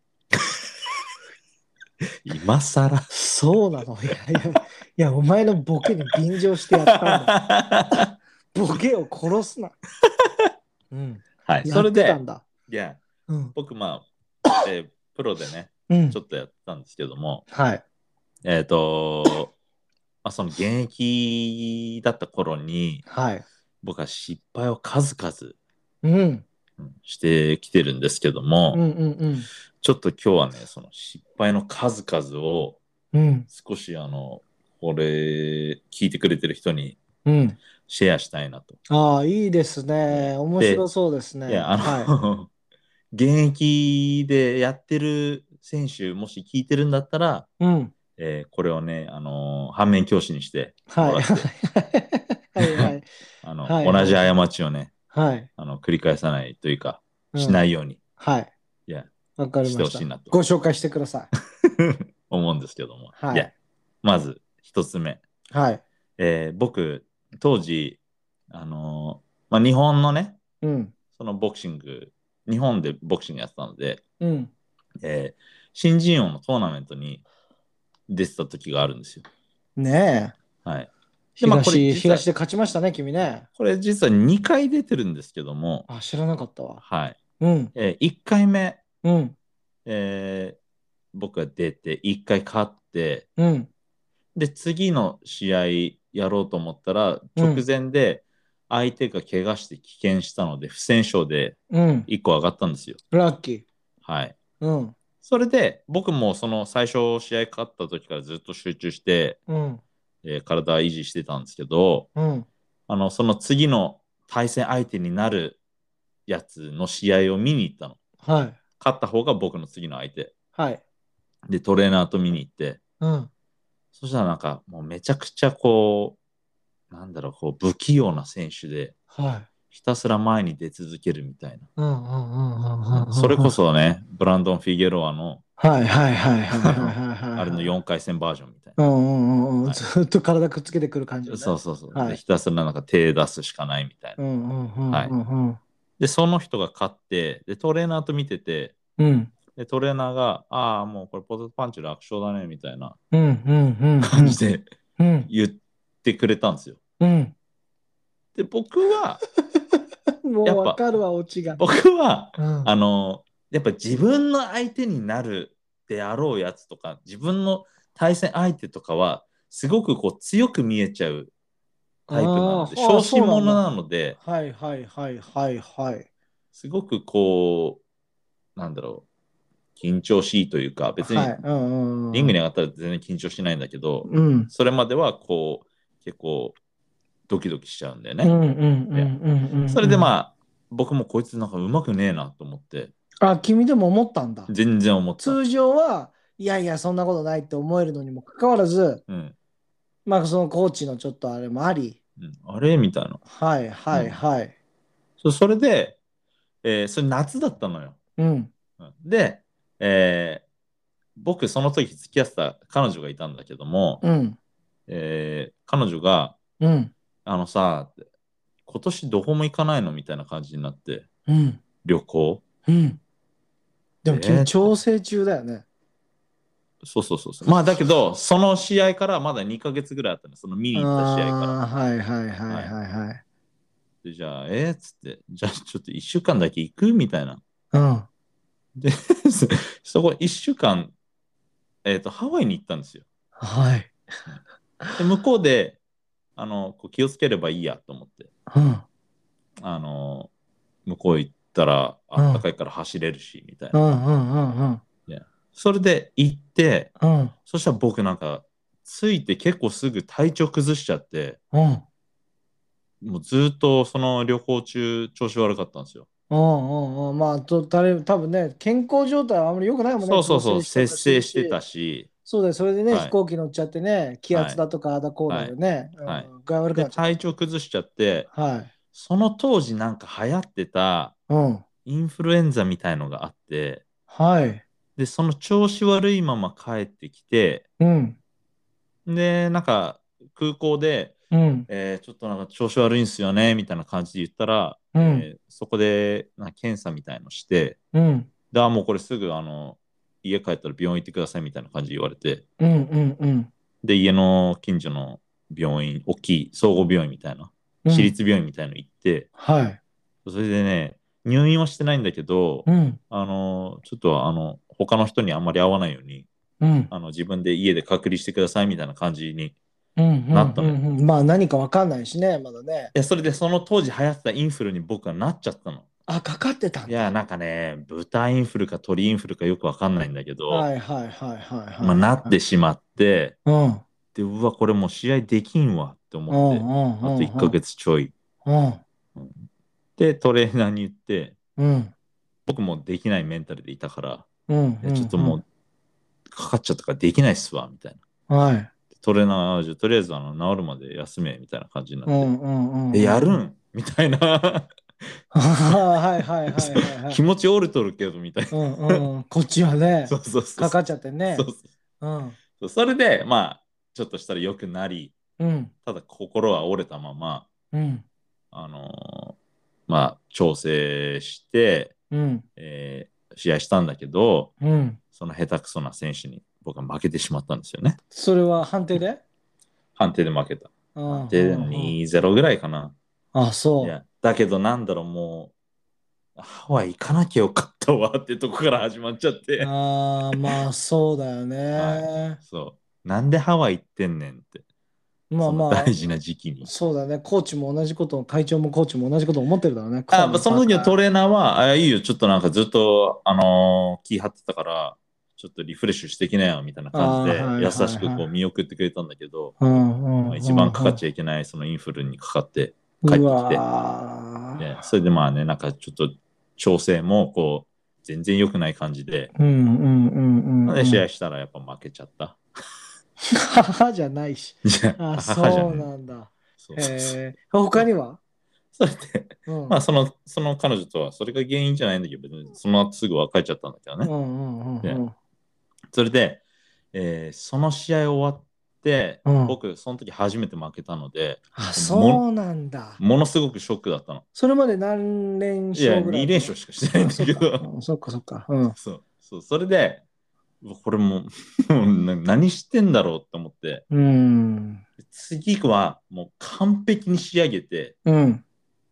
Speaker 2: 今更。
Speaker 1: そうなのいや いや、いや、お前のボケに便乗してやったん だ。
Speaker 2: は
Speaker 1: ボケを殺す な。うん。
Speaker 2: い。
Speaker 1: や
Speaker 2: そ
Speaker 1: っ
Speaker 2: れ
Speaker 1: てた
Speaker 2: で
Speaker 1: ん、だ。
Speaker 2: いや、
Speaker 1: うん。
Speaker 2: 僕、まあ、えープロでね、
Speaker 1: うん
Speaker 2: ちょ。っとやってたんですけども、
Speaker 1: はい。
Speaker 2: えっ、と、まあ、その現役だった頃に、
Speaker 1: はい。
Speaker 2: 僕は失敗を数々
Speaker 1: うん。
Speaker 2: うんしてきてるんですけども、
Speaker 1: うんうん
Speaker 2: ちょっと今日はね、その失敗の数々を
Speaker 1: うん。うん。
Speaker 2: 少しあの、これ、聞いてくれてる人に
Speaker 1: うん。
Speaker 2: シェアしたいなと。
Speaker 1: ああ、いいですね。面白そうですね。
Speaker 2: いや、あ
Speaker 1: は
Speaker 2: の、 現役でやってる選手、もし聞いてるんだったら、
Speaker 1: い。うん。
Speaker 2: えーこれをね、あの、反面教師にして、
Speaker 1: はい。はいはい。
Speaker 2: あの、
Speaker 1: はい
Speaker 2: 同じ過ちをね、
Speaker 1: はい。
Speaker 2: あの繰り返さないというか、
Speaker 1: うん
Speaker 2: しないように
Speaker 1: はい。
Speaker 2: いや
Speaker 1: わかり
Speaker 2: して
Speaker 1: ま
Speaker 2: ほ
Speaker 1: し
Speaker 2: しい
Speaker 1: た。
Speaker 2: なと
Speaker 1: ご紹介してくださ
Speaker 2: 思うんですけども。
Speaker 1: はい
Speaker 2: やまず、一つ目。
Speaker 1: い。はい。
Speaker 2: えー僕、当時、あのーまあ、日本のね、
Speaker 1: うん。
Speaker 2: そのボクシング、日本でボクシングやってたので、
Speaker 1: うん。
Speaker 2: えー新人王のトーナメントに出てた時があるんですよ。
Speaker 1: ねえ。
Speaker 2: はい。でまあこれ
Speaker 1: 東、
Speaker 2: 実際
Speaker 1: 東で勝ちましたね、君ね。
Speaker 2: これ実は2回出てるんですけども、
Speaker 1: あ、知らなかったわ。
Speaker 2: はい。
Speaker 1: うん。
Speaker 2: え1回目、
Speaker 1: うん。
Speaker 2: えー僕が出て、1回勝って、
Speaker 1: うん。
Speaker 2: で、次の試合やろうと思ったら、直前で相手が怪我して棄権したので、不戦勝で
Speaker 1: うん。
Speaker 2: 1個上がったんですよ。
Speaker 1: ラッキ
Speaker 2: はい。
Speaker 1: ー。うん。
Speaker 2: それで、僕もその最初試合勝った時からずっと集中して、
Speaker 1: うん。
Speaker 2: えー体維持してたんですけど、
Speaker 1: うん。
Speaker 2: あの、その次の対戦相手になるやつの試合を見に行ったの。
Speaker 1: はい。
Speaker 2: 勝った方が僕の次の相手。
Speaker 1: はい。
Speaker 2: で、トレーナーと見に行って、
Speaker 1: うん。
Speaker 2: そしたらなんか、もうめちゃくちゃこう、なんだろう、こう、不器用な選手で、
Speaker 1: はい。
Speaker 2: ひたすら前に出続けるみたい
Speaker 1: うんうんうんうんうんうんう
Speaker 2: な。
Speaker 1: ん。
Speaker 2: それこ。そね、ブランドン・フィゲロアの、
Speaker 1: はいはいはいはいはいはい。
Speaker 2: あれの。4回戦バージョンみたいな。
Speaker 1: うんうんうんう
Speaker 2: は
Speaker 1: ん。
Speaker 2: い
Speaker 1: ずっと体くっつけてくる感じ、ね。
Speaker 2: そうそうそう。
Speaker 1: はい
Speaker 2: でひたすらなんか手出すしかないみたいな。
Speaker 1: うんうんうん
Speaker 2: はい
Speaker 1: うんうん。
Speaker 2: で、その人が勝って、で、トレーナーと見てて、
Speaker 1: うん
Speaker 2: で、トレーナーが、ああ、もうこれポテトパンチ楽勝だね、みたいな
Speaker 1: うんうんうんうん。
Speaker 2: 感じで
Speaker 1: うん
Speaker 2: 言ってくれたんですよ。
Speaker 1: うん。
Speaker 2: で、僕は、
Speaker 1: も
Speaker 2: やっ
Speaker 1: う
Speaker 2: ぱ
Speaker 1: わかるわ、オチが。
Speaker 2: 僕は、
Speaker 1: うん
Speaker 2: あの、やっぱ自分の相手になるであろうやつとか、自分の対戦相手とかは、すごくこう強く見えちゃうタイプなので、
Speaker 1: あーあー
Speaker 2: 小心
Speaker 1: そう
Speaker 2: 者
Speaker 1: なんだ
Speaker 2: なので、
Speaker 1: はいはいはいはいはい。
Speaker 2: すごくこう、なんだろう、緊張しいというか、別に
Speaker 1: はいうんうんうん
Speaker 2: リングに上がったら全然緊張しないんだけど、
Speaker 1: うん
Speaker 2: それまではこう、結構ドキドキしちゃうんだよ
Speaker 1: うん
Speaker 2: ね。
Speaker 1: うんうんうんうんうん
Speaker 2: それでまあ、僕もこいつなんかうまくねえなと思って、
Speaker 1: あ君でも思ったんだ
Speaker 2: 全然思った。
Speaker 1: 通常はいやいやそんなことないって思えるのにもかかわらず
Speaker 2: うん
Speaker 1: まあそのコーチのちょっとあれもあり
Speaker 2: うん、あれみたいな。
Speaker 1: はいはいはい
Speaker 2: そそれで、えーそれ夏だったのよ。
Speaker 1: うん
Speaker 2: うんで、えー僕その時付き合ってた彼女がいたんだけども、
Speaker 1: うん
Speaker 2: えー彼女が
Speaker 1: うん
Speaker 2: 「あのさって今年どこも行かないの?」みたいな感じになって
Speaker 1: うん
Speaker 2: 旅行
Speaker 1: うんでも
Speaker 2: えー
Speaker 1: 君調整中だよね
Speaker 2: そうそうそうそうまあだけどその試合からまだ2ヶ月ぐらいあったのその見に行った試合から
Speaker 1: あーはいはいはいはいはい
Speaker 2: でじゃあえーっつってじゃあちょっと1週間だけ行くみたいな
Speaker 1: うん
Speaker 2: そそこ1週間えーっとハワイに行ったんですよ
Speaker 1: はい
Speaker 2: で向こうであのこう気をつければいいやと思って
Speaker 1: うん
Speaker 2: あの向こう行ったらあったかいから走れるし、みたいうなん
Speaker 1: うんうんうん
Speaker 2: それで行って
Speaker 1: うん
Speaker 2: そしたら僕なんかついて結構すぐ体調崩しちゃって
Speaker 1: うん
Speaker 2: もうずっとその旅行中調子悪かったんですよ、
Speaker 1: うんうんうん、まあ、と、たれ、多分ね、健康状態はあんまり良くないもんね。
Speaker 2: そうそうそう
Speaker 1: 調整
Speaker 2: 節制してた
Speaker 1: し。
Speaker 2: し
Speaker 1: そうだよ、それでね、
Speaker 2: はい
Speaker 1: 飛行機乗っちゃってね、気圧だとか、あだこうだよね。
Speaker 2: はい
Speaker 1: うん、具合悪く
Speaker 2: で
Speaker 1: なっちゃっ
Speaker 2: 体調崩しちゃって
Speaker 1: た。はい。
Speaker 2: その当時なんか流行ってた
Speaker 1: うん。
Speaker 2: インフルエンザみたいのがあって
Speaker 1: はい。
Speaker 2: でその調子悪いまま帰ってきて
Speaker 1: うん。
Speaker 2: でなんか空港で
Speaker 1: うん。
Speaker 2: えーちょっとなんか調子悪いんすよねみたいな感じで言ったら、
Speaker 1: うん
Speaker 2: えーそこでなんか検査みたいのして、
Speaker 1: うん。
Speaker 2: であもうこれすぐあの家帰ったら病院行ってくださいみたいな感じで言われて、
Speaker 1: うん。うん。うん。
Speaker 2: で家の近所の病院、大きい総合病院みたいな、
Speaker 1: うん
Speaker 2: 私立病院みたいの行って、
Speaker 1: はい。
Speaker 2: それでね、入院はしてないんだけど、
Speaker 1: うん。
Speaker 2: あのちょっとあの他の人にあんまり会わないように
Speaker 1: うん。
Speaker 2: あの自分で家で隔離してくださいみたいな感じにい
Speaker 1: うん。
Speaker 2: なったね
Speaker 1: うんうんうんまあ、何かわかんないしね、まだね。
Speaker 2: やそれでその当時流行ってたインフルに僕はなっちゃったの。
Speaker 1: あ、かかってたん
Speaker 2: い
Speaker 1: だ。
Speaker 2: や、なんかね、豚インフルか鳥インフルかよくわかんないんだけど、
Speaker 1: はい。はい。はい。はい。はい
Speaker 2: まあ、なって。しまって、
Speaker 1: うん。うん。
Speaker 2: で、うわ、これもう試合できんわって
Speaker 1: う
Speaker 2: 思って、
Speaker 1: ん。うん。
Speaker 2: あと1ヶ。月ちょい。
Speaker 1: うん。
Speaker 2: で、トレーナーに言って、
Speaker 1: うん。
Speaker 2: 僕もできないメンタルでいたから、
Speaker 1: うん。
Speaker 2: いやちょっともう、かかっちゃったからできないっすわ、みたいな。
Speaker 1: うん。はい。
Speaker 2: でトレーナーは、じゃあとりあえずあの治るまで休め、みたいな感じになっ
Speaker 1: う
Speaker 2: て、
Speaker 1: ん。うん。うん。
Speaker 2: え、やるんみたいな。
Speaker 1: はいはいはいはいはい
Speaker 2: 気。持ち折れとるけど、みたい
Speaker 1: うんうんうん、こっちはね
Speaker 2: な。、そうそうそう。
Speaker 1: かかっちゃってね
Speaker 2: そう。そう
Speaker 1: うん。
Speaker 2: そうそれで、まあ、ちょっとしたら良くなり、
Speaker 1: うん。
Speaker 2: ただ心は折れたまま、
Speaker 1: うん。
Speaker 2: あのーまあ、調整して、
Speaker 1: うん。
Speaker 2: えー試合したんだけど、
Speaker 1: うん。
Speaker 2: その下手くそな選手に僕は負けてしまったんですよね。
Speaker 1: それは判定で
Speaker 2: 判定で負けた。
Speaker 1: 判
Speaker 2: 判定で2-0ぐらいかな。
Speaker 1: あ、そ。
Speaker 2: いうやだけど、なんだろう、もう、ハワイ行かなきゃよかったわってとこから始まっちゃって、
Speaker 1: ああ、まあそうだよね。
Speaker 2: そう。なんでハワイ行ってんねんって、
Speaker 1: まあま
Speaker 2: その
Speaker 1: あ、
Speaker 2: 大事な時期に。
Speaker 1: そうだね。コーチも同じこと、会長もコーチも同じこと思ってるだろうね。
Speaker 2: あまあその時のト
Speaker 1: れ。
Speaker 2: レーナーは、あいいよ、ちょっとなんかずっと、あのー気張ってたから、ちょっとリフレッシュしてきなよみたいな感じで、
Speaker 1: あーはい
Speaker 2: 優しく
Speaker 1: はい
Speaker 2: こ
Speaker 1: は
Speaker 2: う
Speaker 1: い
Speaker 2: 見送ってくれたんだけど、
Speaker 1: うんうん
Speaker 2: ま
Speaker 1: う
Speaker 2: あ
Speaker 1: ん。
Speaker 2: 一番かかっちゃいけないそのインフルにかかって、
Speaker 1: う
Speaker 2: 帰ってきて
Speaker 1: わー
Speaker 2: ねそれでまあね、なんかちょっと調整もこう、全然良くない感じで、
Speaker 1: うんうんうんうんう
Speaker 2: な
Speaker 1: ん。
Speaker 2: んで試合したらやっぱ負けちゃった。
Speaker 1: 母じゃないし。
Speaker 2: じゃ
Speaker 1: あ、
Speaker 2: 母じゃ
Speaker 1: そう
Speaker 2: ね
Speaker 1: なんだ。
Speaker 2: そうそうそう
Speaker 1: へえ。他には
Speaker 2: それで、
Speaker 1: うん
Speaker 2: まあその、その彼女とは、それが原因じゃないんだけど、別にその後すぐ別れちゃったんだけどね。
Speaker 1: うんうんうんうん。
Speaker 2: それで、えーその試合終わって、
Speaker 1: うん
Speaker 2: 僕、その時初めて負けたので、
Speaker 1: あ、そうなんだ。
Speaker 2: ものすごくショックだったの。
Speaker 1: それまで何連
Speaker 2: いや、
Speaker 1: 勝ぐらい
Speaker 2: 2連勝しかしてないんだけど、
Speaker 1: あそっかそっか。うん。
Speaker 2: そうそうそれで、うわこれもう もうな何してんだろうと思って、
Speaker 1: うん。
Speaker 2: 次はもう完璧に仕上げて、
Speaker 1: うん。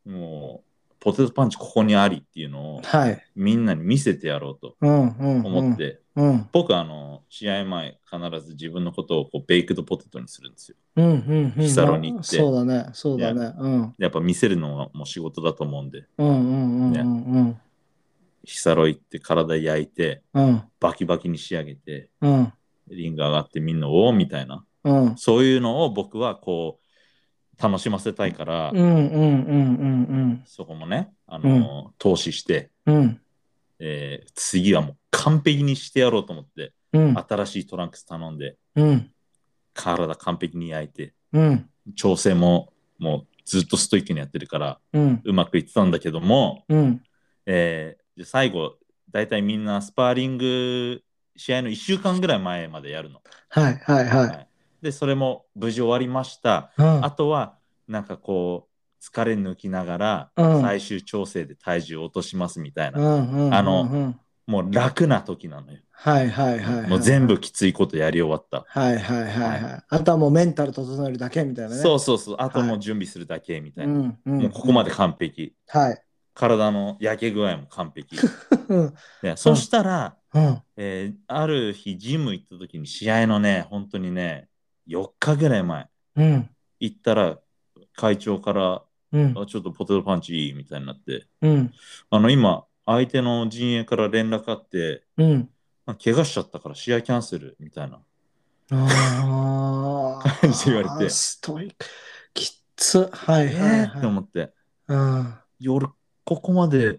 Speaker 2: もうポテトパンチここにありっていうのを
Speaker 1: はい。
Speaker 2: みんなに見せてやろうと
Speaker 1: うんうんうん。
Speaker 2: 思って、
Speaker 1: うん。
Speaker 2: 僕あの、試合前必ず自分のことをこうベイクドポテトにするんですよ。
Speaker 1: うんうんうん。
Speaker 2: ヒサロに行って
Speaker 1: そうだね。そうだね。うん。
Speaker 2: やっぱ見せるのはもう仕事だと思うんで。
Speaker 1: うんうんうんうんうん。
Speaker 2: ヒサロ行って体焼いて、
Speaker 1: うん、
Speaker 2: バキバキに仕上げて、
Speaker 1: うん、
Speaker 2: リング上がってみんな、おおみたいな。
Speaker 1: うん。
Speaker 2: そういうのを僕はこう、楽しませたいから、
Speaker 1: うんうんうんうん
Speaker 2: そこもね、あの、投資して、
Speaker 1: うんうん
Speaker 2: えー次はもう完璧にしてやろうと思って、
Speaker 1: うん
Speaker 2: 新しいトランクス頼んで、
Speaker 1: うん
Speaker 2: 体完璧に焼いて、
Speaker 1: うん
Speaker 2: 調整ももうずっとストイックにやってるから、
Speaker 1: うん
Speaker 2: うまくいってたんだけども、
Speaker 1: うん
Speaker 2: えーじゃあ最後、大体みんなスパーリング、試合の1週間ぐらい前までやるの。
Speaker 1: はいはいは
Speaker 2: で、それも無事終わりました。
Speaker 1: い。うん
Speaker 2: あとは、なんかこう、疲れ抜きながら、
Speaker 1: うん
Speaker 2: 最終調整で体重を落としますみたいな、
Speaker 1: うんうんうん
Speaker 2: あの
Speaker 1: うん
Speaker 2: もう楽な時なのよ。
Speaker 1: はいはいはいはい。
Speaker 2: もう全部きついことやり終わった。
Speaker 1: はいはいはいは。
Speaker 2: はい
Speaker 1: あとはもうメンタル整えるだけみたいなね。
Speaker 2: そうそうそう、あとも
Speaker 1: は
Speaker 2: う準備するだけみたいな。
Speaker 1: んうん。
Speaker 2: もうここまで完璧。
Speaker 1: はい。
Speaker 2: 体の焼け具合も完 璧。
Speaker 1: うん
Speaker 2: ね、そしたら、
Speaker 1: うん
Speaker 2: えーある日ジム行った時に試合のね、本当にね、4日ぐらい前
Speaker 1: うん
Speaker 2: 行ったら会長から、
Speaker 1: うん
Speaker 2: あちょっとポテトパンチいいみたいになって、
Speaker 1: うん
Speaker 2: あの今、相手の陣営から連絡あって、
Speaker 1: うん。
Speaker 2: まあ怪我しちゃったから試合キャンセルみたいな。
Speaker 1: ああ。
Speaker 2: 感じで言われて
Speaker 1: ストイック。きっつ。はい
Speaker 2: え
Speaker 1: はい
Speaker 2: ーって
Speaker 1: はい。
Speaker 2: 思って、
Speaker 1: うん
Speaker 2: 夜ここまで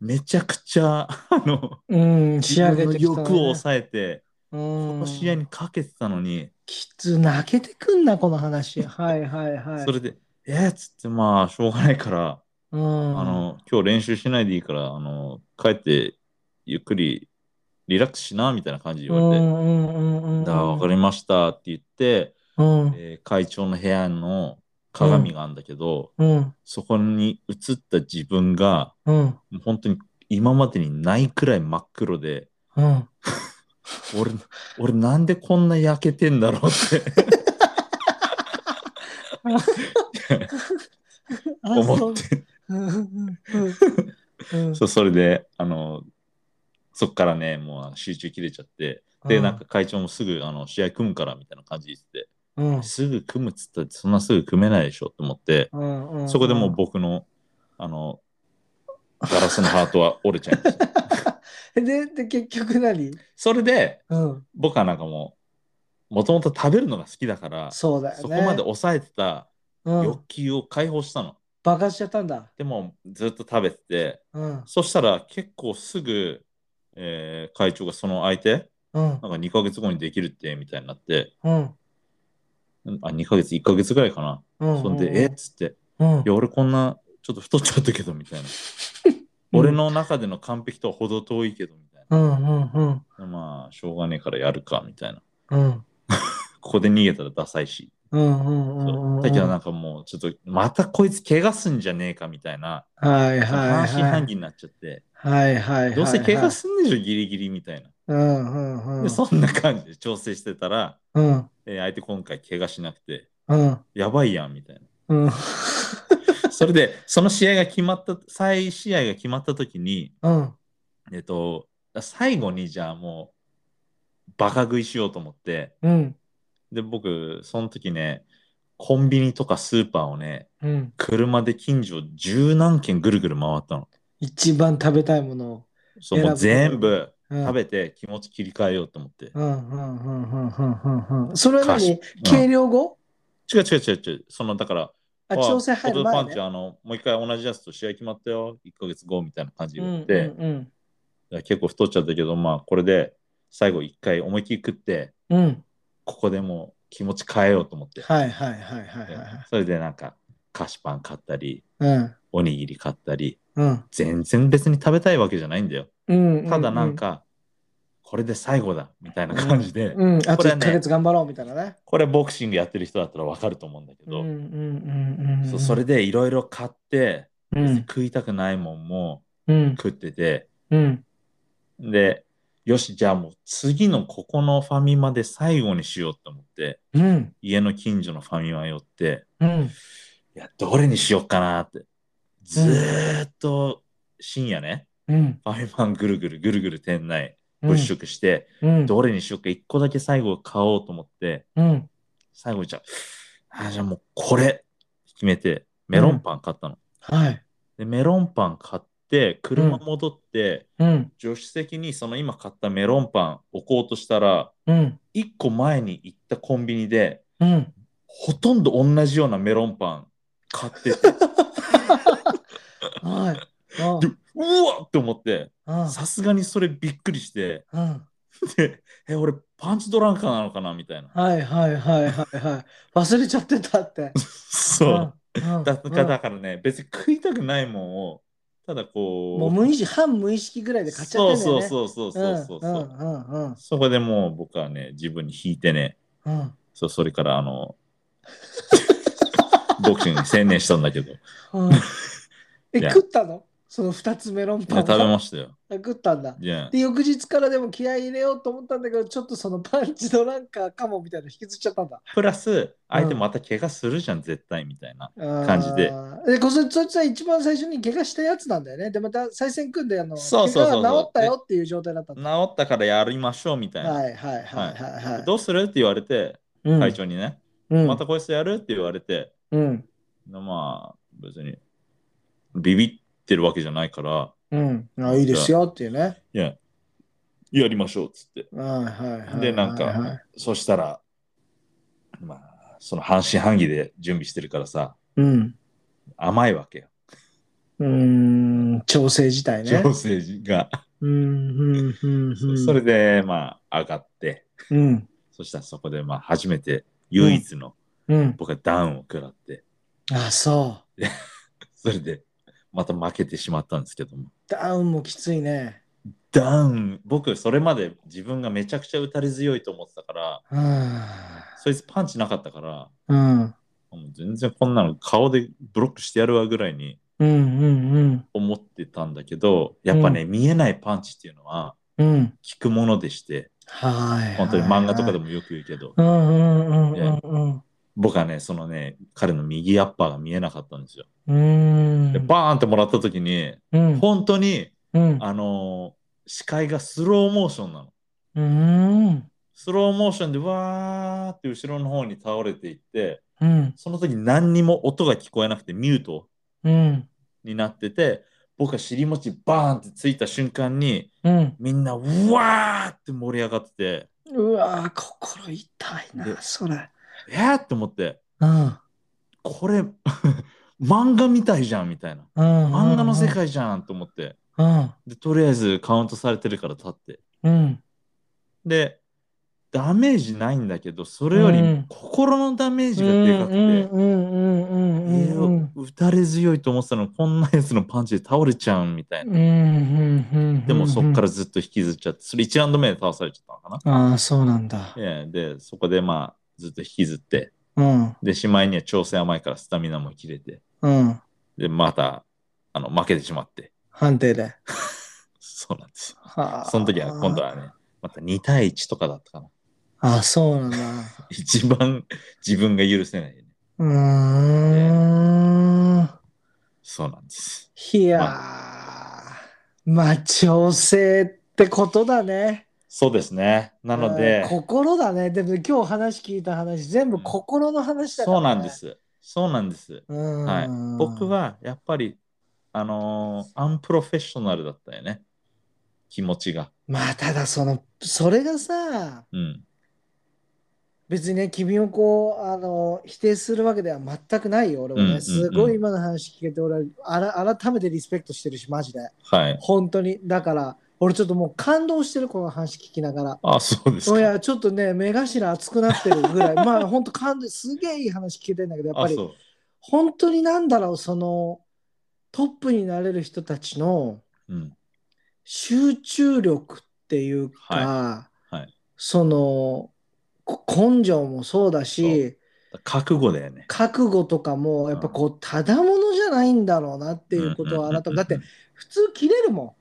Speaker 2: めちゃくちゃ、 あの、
Speaker 1: うん、仕上げてき
Speaker 2: 自
Speaker 1: た、
Speaker 2: 分の
Speaker 1: ね。
Speaker 2: 欲を抑えて、こ
Speaker 1: うん
Speaker 2: の試合にかけてたのに、
Speaker 1: きつ、泣けてくんな、この 話。はいはいはい。
Speaker 2: それで、えーっつって、まあ、しょうがないから、
Speaker 1: うん、
Speaker 2: あの、今日練習しないでいいから、あの、帰って、ゆっくり、リラックスしな、みたいな感じで
Speaker 1: う
Speaker 2: 言われて、
Speaker 1: んうんうんうん。
Speaker 2: だから分かりましたって言って、
Speaker 1: うん
Speaker 2: えー会長の部屋の鏡があるんだけど、
Speaker 1: うん
Speaker 2: そこに映った自分が、
Speaker 1: うん
Speaker 2: もう本当に今までにないくらい真っ黒で、
Speaker 1: うん。
Speaker 2: 俺、俺なんでこんな焼けてんだろうって
Speaker 1: あ
Speaker 2: 思っ。て。
Speaker 1: そううんうんうんうん
Speaker 2: そうそれであのそっからねもう集中切れちゃってで、なんか、会長もすぐあの試合組むからみたいな感じで言って
Speaker 1: うんうん
Speaker 2: てすぐ組むっつったってそんなすぐ組めないでしょと思って
Speaker 1: うんうん、
Speaker 2: そこでもう僕のあのガラスのハートは折れちゃいました
Speaker 1: で、で、結局何
Speaker 2: それで
Speaker 1: うん。
Speaker 2: 僕はなんかもうもともと食べるのが好きだからそ,、
Speaker 1: そうだよね。
Speaker 2: こまで抑えてた
Speaker 1: うん
Speaker 2: 欲、求を解放したの、
Speaker 1: 爆発しちゃったんだ。
Speaker 2: でもずっと食べてて
Speaker 1: うん。
Speaker 2: そしたら結構すぐ、えー会長がその相手
Speaker 1: うん。
Speaker 2: なんか2ヶ月後にできるって、みたいになって、
Speaker 1: うん。
Speaker 2: あ、2ヶ月、1ヶ月ぐらいかな。
Speaker 1: うん。
Speaker 2: そんで、えっつって、
Speaker 1: うん
Speaker 2: いや、俺こんな、ちょっと太っちゃったけど、みたいな。俺の中での完璧とは程遠いけど、みたい
Speaker 1: うんうんうん
Speaker 2: な。まあ、しょうがねえからやるか、みたいな。
Speaker 1: うん
Speaker 2: ここで逃げたらダサいし。
Speaker 1: うんうん
Speaker 2: そう
Speaker 1: うんうん。
Speaker 2: だけどなんかもう、ちょっと、またこいつ怪我すんじゃねえか、みたいな。
Speaker 1: はいはいは
Speaker 2: 半
Speaker 1: い。
Speaker 2: 信半疑になっちゃって。
Speaker 1: はいはいはいはい。
Speaker 2: どうせ怪我すんでしょ、ギリギリ、みたいな。
Speaker 1: うんうんうん。
Speaker 2: で、そんな感じで調整してたら、
Speaker 1: うん
Speaker 2: えー相手今回怪我しなくて、
Speaker 1: うん
Speaker 2: やばいやん、みたいな。
Speaker 1: うん
Speaker 2: それで、その試合が決まった、再試合が決まったときに、
Speaker 1: うん。
Speaker 2: えっと、最後にじゃあもう、バカ食いしようと思って、
Speaker 1: うん
Speaker 2: で、僕、その時ね、コンビニとかスーパーをね、
Speaker 1: うん。
Speaker 2: 車で近所十何軒ぐるぐる回ったの。
Speaker 1: 一番食べたいものを。
Speaker 2: そう、もう全部
Speaker 1: うん
Speaker 2: 食べて気持ち切り替えようと思って。
Speaker 1: うんうんうんうんうんうんうん。それは
Speaker 2: かし
Speaker 1: 何
Speaker 2: ん
Speaker 1: 計量後
Speaker 2: 違う違う違う違う、その、だから、
Speaker 1: あ、
Speaker 2: あ
Speaker 1: 調整
Speaker 2: ポ
Speaker 1: 入
Speaker 2: テ
Speaker 1: る
Speaker 2: トパ
Speaker 1: 前
Speaker 2: ンチ、
Speaker 1: ね。
Speaker 2: あの、もう一回同じやつと試合決まったよ、1ヶ月後みたいな感じ
Speaker 1: う
Speaker 2: で
Speaker 1: ん
Speaker 2: 言
Speaker 1: う
Speaker 2: って、
Speaker 1: ん
Speaker 2: いや結構太っちゃったけど、まあ、これで最後一回思いっきり食って、
Speaker 1: うん。うん。
Speaker 2: ここでもう気持ち変えようと思って。
Speaker 1: はいはいはいはいはいはい。
Speaker 2: それでなんか、菓子パン買ったり、
Speaker 1: うん
Speaker 2: おにぎり買ったり、
Speaker 1: うん
Speaker 2: 全然別に食べたいわけじゃないんだよ。
Speaker 1: うんうん。
Speaker 2: ただなんか、これで最後だ、みたいな感じで、
Speaker 1: うん、あ
Speaker 2: ことれは
Speaker 1: 1
Speaker 2: ね
Speaker 1: ヶ月頑張ろうみたいなね。
Speaker 2: これボクシングやってる人だったらわかると思うんだけ
Speaker 1: うんう
Speaker 2: ど、
Speaker 1: んうんうん。
Speaker 2: そうそれでいろいろ買って、
Speaker 1: うん
Speaker 2: 食いたくないもんも
Speaker 1: うん
Speaker 2: 食ってて、
Speaker 1: うん
Speaker 2: で、よし、じゃあもう次のここのファミマで最後にしようと思って、
Speaker 1: うん
Speaker 2: 家の近所のファミマ寄って、
Speaker 1: うん
Speaker 2: いや、どれにしようかなって。ずーっと深夜ね、
Speaker 1: うん
Speaker 2: ファミマぐるぐるぐるぐる店内
Speaker 1: うん
Speaker 2: 物色して、
Speaker 1: うん
Speaker 2: どれにしようか、一個だけ最後買おうと思って、
Speaker 1: うん
Speaker 2: 最後にじゃあ、あじゃあもうこれ決めて、メロンパン買ったの。
Speaker 1: はい
Speaker 2: で、メロンパン買っって、車戻って、
Speaker 1: うん、
Speaker 2: 助手席にその今買ったメロンパン置こうとしたら、
Speaker 1: うん、
Speaker 2: 一個前に行ったコンビニで、
Speaker 1: うん。
Speaker 2: ほとんど同じようなメロンパン 買ってて、
Speaker 1: はい。あ
Speaker 2: でうわっって思って、
Speaker 1: あ
Speaker 2: さすがにそれびっくりして、
Speaker 1: うん
Speaker 2: で、え、俺パンチドランカーなのかなみたいな。
Speaker 1: はいはいはいはいはい。忘れちゃってたって。
Speaker 2: そう。
Speaker 1: うん。うん
Speaker 2: だだだからね、別に食いたくないもんを、ただこう。
Speaker 1: もう無意識、半無意識ぐらいで買っちゃってんだよね。う
Speaker 2: そうそうそうそうそうそう。
Speaker 1: んうんうんうん
Speaker 2: そこでもう僕はね、自分に引いてね、
Speaker 1: うん。
Speaker 2: そうそれから あの、ボクシングに専念したんだけど、
Speaker 1: うんえ、
Speaker 2: いや
Speaker 1: 食ったのその2つメロンパン
Speaker 2: 食べ
Speaker 1: は
Speaker 2: ましたよ。
Speaker 1: 食ったんだ。
Speaker 2: いや、
Speaker 1: で、翌日からでも気合い入れようと思ったんだけど、ちょっとそのパンチドランカーかもみたいなの引きずっちゃったんだ。
Speaker 2: プラス、相手また怪我するじゃん、絶対みたいな。感じで
Speaker 1: あー。で、こそそいつは一番最初に怪我したやつなんだよね。で、また再戦組んで、あの、
Speaker 2: そうそうそうそう
Speaker 1: 怪我は治ったよっていう状態だったんだ。
Speaker 2: 治ったからやりましょうみたいな。
Speaker 1: はいはいはいはいはい。
Speaker 2: どうするって言われて、
Speaker 1: うん
Speaker 2: 会長にね、
Speaker 1: うん
Speaker 2: またこいつやるって言われて、
Speaker 1: うん
Speaker 2: まあ、別に、ビビってるわけじゃないから、
Speaker 1: うんあいいですよっていうね。
Speaker 2: いや、やりましょうっつって。
Speaker 1: はいはいはい。
Speaker 2: でなんか
Speaker 1: はいはい
Speaker 2: そしたら、まあ、その半信半疑で準備してるからさ、
Speaker 1: うん。
Speaker 2: 甘いわけよ。
Speaker 1: うーん、調整自体ね
Speaker 2: 調。整が。
Speaker 1: うん、うん、うん、うん。
Speaker 2: それで、まあ、上がって、
Speaker 1: うん、
Speaker 2: そしたらそこで、まあ、初めて唯一の
Speaker 1: うん。
Speaker 2: 僕はダウンを食らって、
Speaker 1: あ、そう。
Speaker 2: それで、また負けてしまったんですけども。
Speaker 1: ダウンもきついね。
Speaker 2: ダウン、僕、それまで自分がめちゃくちゃ打たれ強いと思ってたから、
Speaker 1: うん。
Speaker 2: そいつパンチなかったから、
Speaker 1: うん、
Speaker 2: もう全然こんなの顔でブロックしてやるわぐらいに
Speaker 1: うん、うん、
Speaker 2: 思ってたんだけど、やっぱね、見えないパンチっていうのは、
Speaker 1: うん。うん。
Speaker 2: 聞くものでして、
Speaker 1: はい。
Speaker 2: 本当に漫画とかで
Speaker 1: も。
Speaker 2: もよく言うけど、
Speaker 1: うん、うん、うん、うん、
Speaker 2: 僕はね、そのね、彼の右アッパーが見えなかったんですよ。
Speaker 1: うん。
Speaker 2: で、バーンってもらった時に、
Speaker 1: うん、
Speaker 2: 本当に、
Speaker 1: うん、
Speaker 2: あのー視界がスローモーションなの。
Speaker 1: うん、
Speaker 2: スローモーションでわーって後ろの方に倒れていって、
Speaker 1: うん、
Speaker 2: その時何にも音が聞こえなくてミュート
Speaker 1: うん、
Speaker 2: になってて、僕は尻餅バーンってついた瞬間に、
Speaker 1: うん。
Speaker 2: みんなうわーって盛り上がってて、
Speaker 1: うわー、心痛いな、
Speaker 2: で
Speaker 1: それ。
Speaker 2: えーって思って、
Speaker 1: うん、
Speaker 2: これ 漫画みたいじゃんみたいな
Speaker 1: うん。
Speaker 2: 漫画の世界じゃんと思って
Speaker 1: うん。
Speaker 2: でとりあえずカウントされてるから立って
Speaker 1: うん。
Speaker 2: でダメージないんだけどそれよ
Speaker 1: うん
Speaker 2: り心のダメージがでかくて、
Speaker 1: うんうんうんうん
Speaker 2: いや打たれ強いと思ってたのこんなやつのパンチで倒れちゃうみたい
Speaker 1: う
Speaker 2: な、
Speaker 1: ん
Speaker 2: でもそっから
Speaker 1: ら。
Speaker 2: ずっと引きずっちゃってそれ1ラウンド目で倒されちゃったのかな
Speaker 1: ああ、そうなんだ。
Speaker 2: ええでそこでまあずっと引きずって
Speaker 1: うん。
Speaker 2: でしまいには調整甘いからスタミナも切れて
Speaker 1: うん。
Speaker 2: でまたあの負けてしまって
Speaker 1: 判定で。
Speaker 2: そうなんですよ
Speaker 1: はあ
Speaker 2: その時は今度はね、また2対1とかだったかな。
Speaker 1: ああ、そうなんだ。
Speaker 2: 一番自分が許せない、ね。
Speaker 1: うーん。
Speaker 2: そうなんです。
Speaker 1: いやー。まあ、調整ってことだね。
Speaker 2: そうですね。なので
Speaker 1: うん、心だね。でも今日話聞いた話、全部心の話だから
Speaker 2: そう
Speaker 1: ね
Speaker 2: なんで。す。そうなんです。
Speaker 1: うん。
Speaker 2: はい。僕はやっぱり、あのーアンプロフェッショナルだったよね。気持ちが。
Speaker 1: まあ、ただその、それがさ、
Speaker 2: うん。
Speaker 1: 別にね、君をこう、あの、否定するわけでは全くないよ、俺も
Speaker 2: うんうんう
Speaker 1: ね。
Speaker 2: ん
Speaker 1: すごい今の話聞けて、俺はあら、改めてリスペクトしてるし、マジで。
Speaker 2: はい。
Speaker 1: 本当に。だから、俺ちょっともう感動してる、この話聞きながら。
Speaker 2: あ、そうです
Speaker 1: い
Speaker 2: か。
Speaker 1: や、ちょっとね、目頭熱くなってるぐらい。 まあ、本当感動、すげえいい話聞けてんだけど、やっぱ
Speaker 2: あ、
Speaker 1: り、
Speaker 2: そう。
Speaker 1: 本当になんだろう、その、トップになれる人たちの
Speaker 2: うん。
Speaker 1: 集中力っていうか、
Speaker 2: いはい
Speaker 1: その、こ根性もそうだし、
Speaker 2: 覚悟だよね。
Speaker 1: 覚悟とかもやっぱこうただものじゃないんだろうなっていうことを改めだって普通切れるも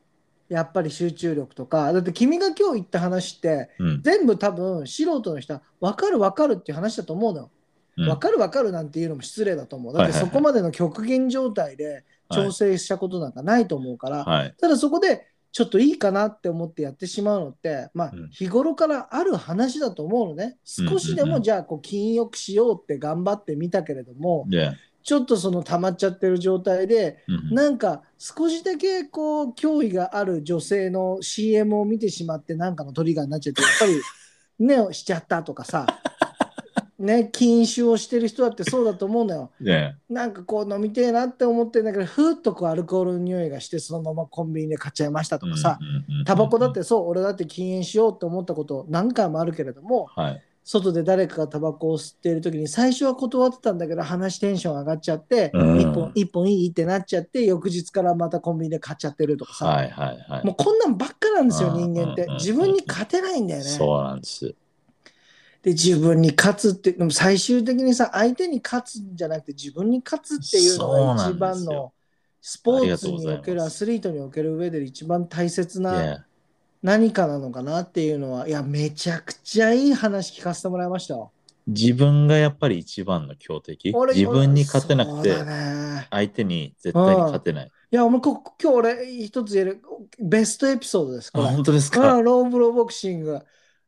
Speaker 1: んやっぱり集中力とかだって君が今日言った話って
Speaker 2: うん。
Speaker 1: 全部多分素人の人は分かる分かるっていう話だと思うのよ
Speaker 2: うん
Speaker 1: 分かる分かるなんていうのも失礼だと思うだって
Speaker 2: はいはい
Speaker 1: そ
Speaker 2: はい
Speaker 1: こまでの極限状態で
Speaker 2: はい
Speaker 1: 調整したことなんかないと思うから
Speaker 2: はい。
Speaker 1: ただそこでちょっといいかなって思ってやってしまうのって、まあ
Speaker 2: うん、
Speaker 1: 日頃からある話だと思うのね、
Speaker 2: うんうんう
Speaker 1: 少
Speaker 2: ん
Speaker 1: しでもじゃあこう禁欲しようって頑張ってみたけれども、
Speaker 2: で、
Speaker 1: ちょっとその溜まっちゃってる状態で、
Speaker 2: うん
Speaker 1: なんか少しだけこう脅威がある女性の CM を見てしまってなんかのトリガーになっちゃってやっぱりね をしちゃったとかさね禁酒をしてる人だってそうだと思うのよ
Speaker 2: ね
Speaker 1: なんかこう飲みてえなって思ってんだけどふーっとこうアルコールの匂いがしてそのままコンビニで買っちゃいましたとかさ、タバコだっ、てそう俺だって禁煙しようって思ったこと何回もあるけれども
Speaker 2: うんうんうんはい。
Speaker 1: 外で誰かがタバコを吸っている時に最初は断ってたんだけど話テンション上がっちゃって
Speaker 2: うん
Speaker 1: 一本一本いいってなっちゃって翌日からまたコンビニで買っちゃってるとかさ、
Speaker 2: はいはいはい。
Speaker 1: もうこんなんばっかなんですよ
Speaker 2: うん
Speaker 1: 人間って
Speaker 2: うん
Speaker 1: 自分に勝てないんだよね
Speaker 2: そうなんです。
Speaker 1: で自分に勝つってでも最終的にさ相手に勝つんじゃなくて自分に勝つっていうのが一
Speaker 2: そうなんで
Speaker 1: 番
Speaker 2: すよ
Speaker 1: のスポ
Speaker 2: あり
Speaker 1: ー
Speaker 2: がと
Speaker 1: ツ
Speaker 2: うござい
Speaker 1: に
Speaker 2: ます
Speaker 1: おけるアスリートにおける上で一番大切な
Speaker 2: Yeah
Speaker 1: 何かなのかなっていうのはいやめちゃくちゃいい話聞かせてもらいましたよ
Speaker 2: 自分がやっぱり一番の強敵。
Speaker 1: 俺
Speaker 2: 自分に勝てなくて
Speaker 1: そう、だね
Speaker 2: 相手に絶対に勝てない。
Speaker 1: いやお前こ今日俺一つ言えるベストエピソードですこ
Speaker 2: あ
Speaker 1: れ
Speaker 2: 本当です
Speaker 1: これは
Speaker 2: か
Speaker 1: ローブローボクシング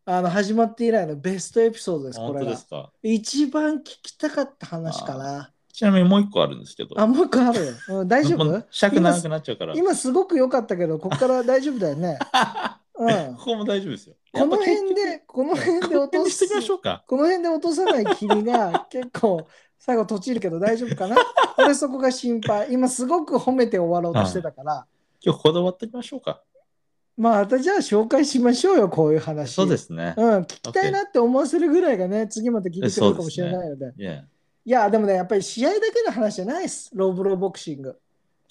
Speaker 1: あの始まって以来のベストエピソードですこ
Speaker 2: 本
Speaker 1: れ
Speaker 2: 当で
Speaker 1: が
Speaker 2: すか
Speaker 1: 一番聞きたかった話かな
Speaker 2: ちなみにもう一個あるんですけど。
Speaker 1: あ、もう一個あるよ。うん、大丈
Speaker 2: も
Speaker 1: 夫
Speaker 2: う尺長くなっちゃうから。
Speaker 1: 今すごく良かったけど、ここから大丈夫だよね。 うん。
Speaker 2: ここも大丈夫ですよ。
Speaker 1: この
Speaker 2: やっぱ
Speaker 1: 辺で、この辺で落
Speaker 2: この辺
Speaker 1: と
Speaker 2: にし
Speaker 1: す
Speaker 2: ていきましょうか。
Speaker 1: この辺で落とさない君が 結構最後とちるけど大丈夫かな俺そこが心配。今すごく褒めて終わろうとしてたから。
Speaker 2: 今日ここで終わっておきましょうか。
Speaker 1: まあ、あたじゃあ紹介しましょうよ、こういう話。
Speaker 2: そうですね。
Speaker 1: うん、聞きたいなって思わせるぐらいがね、次また聞いてくれるかもしれないので。
Speaker 2: いや、
Speaker 1: いや、でもね、やっぱり試合だけの話じゃないです。ローブローボクシング。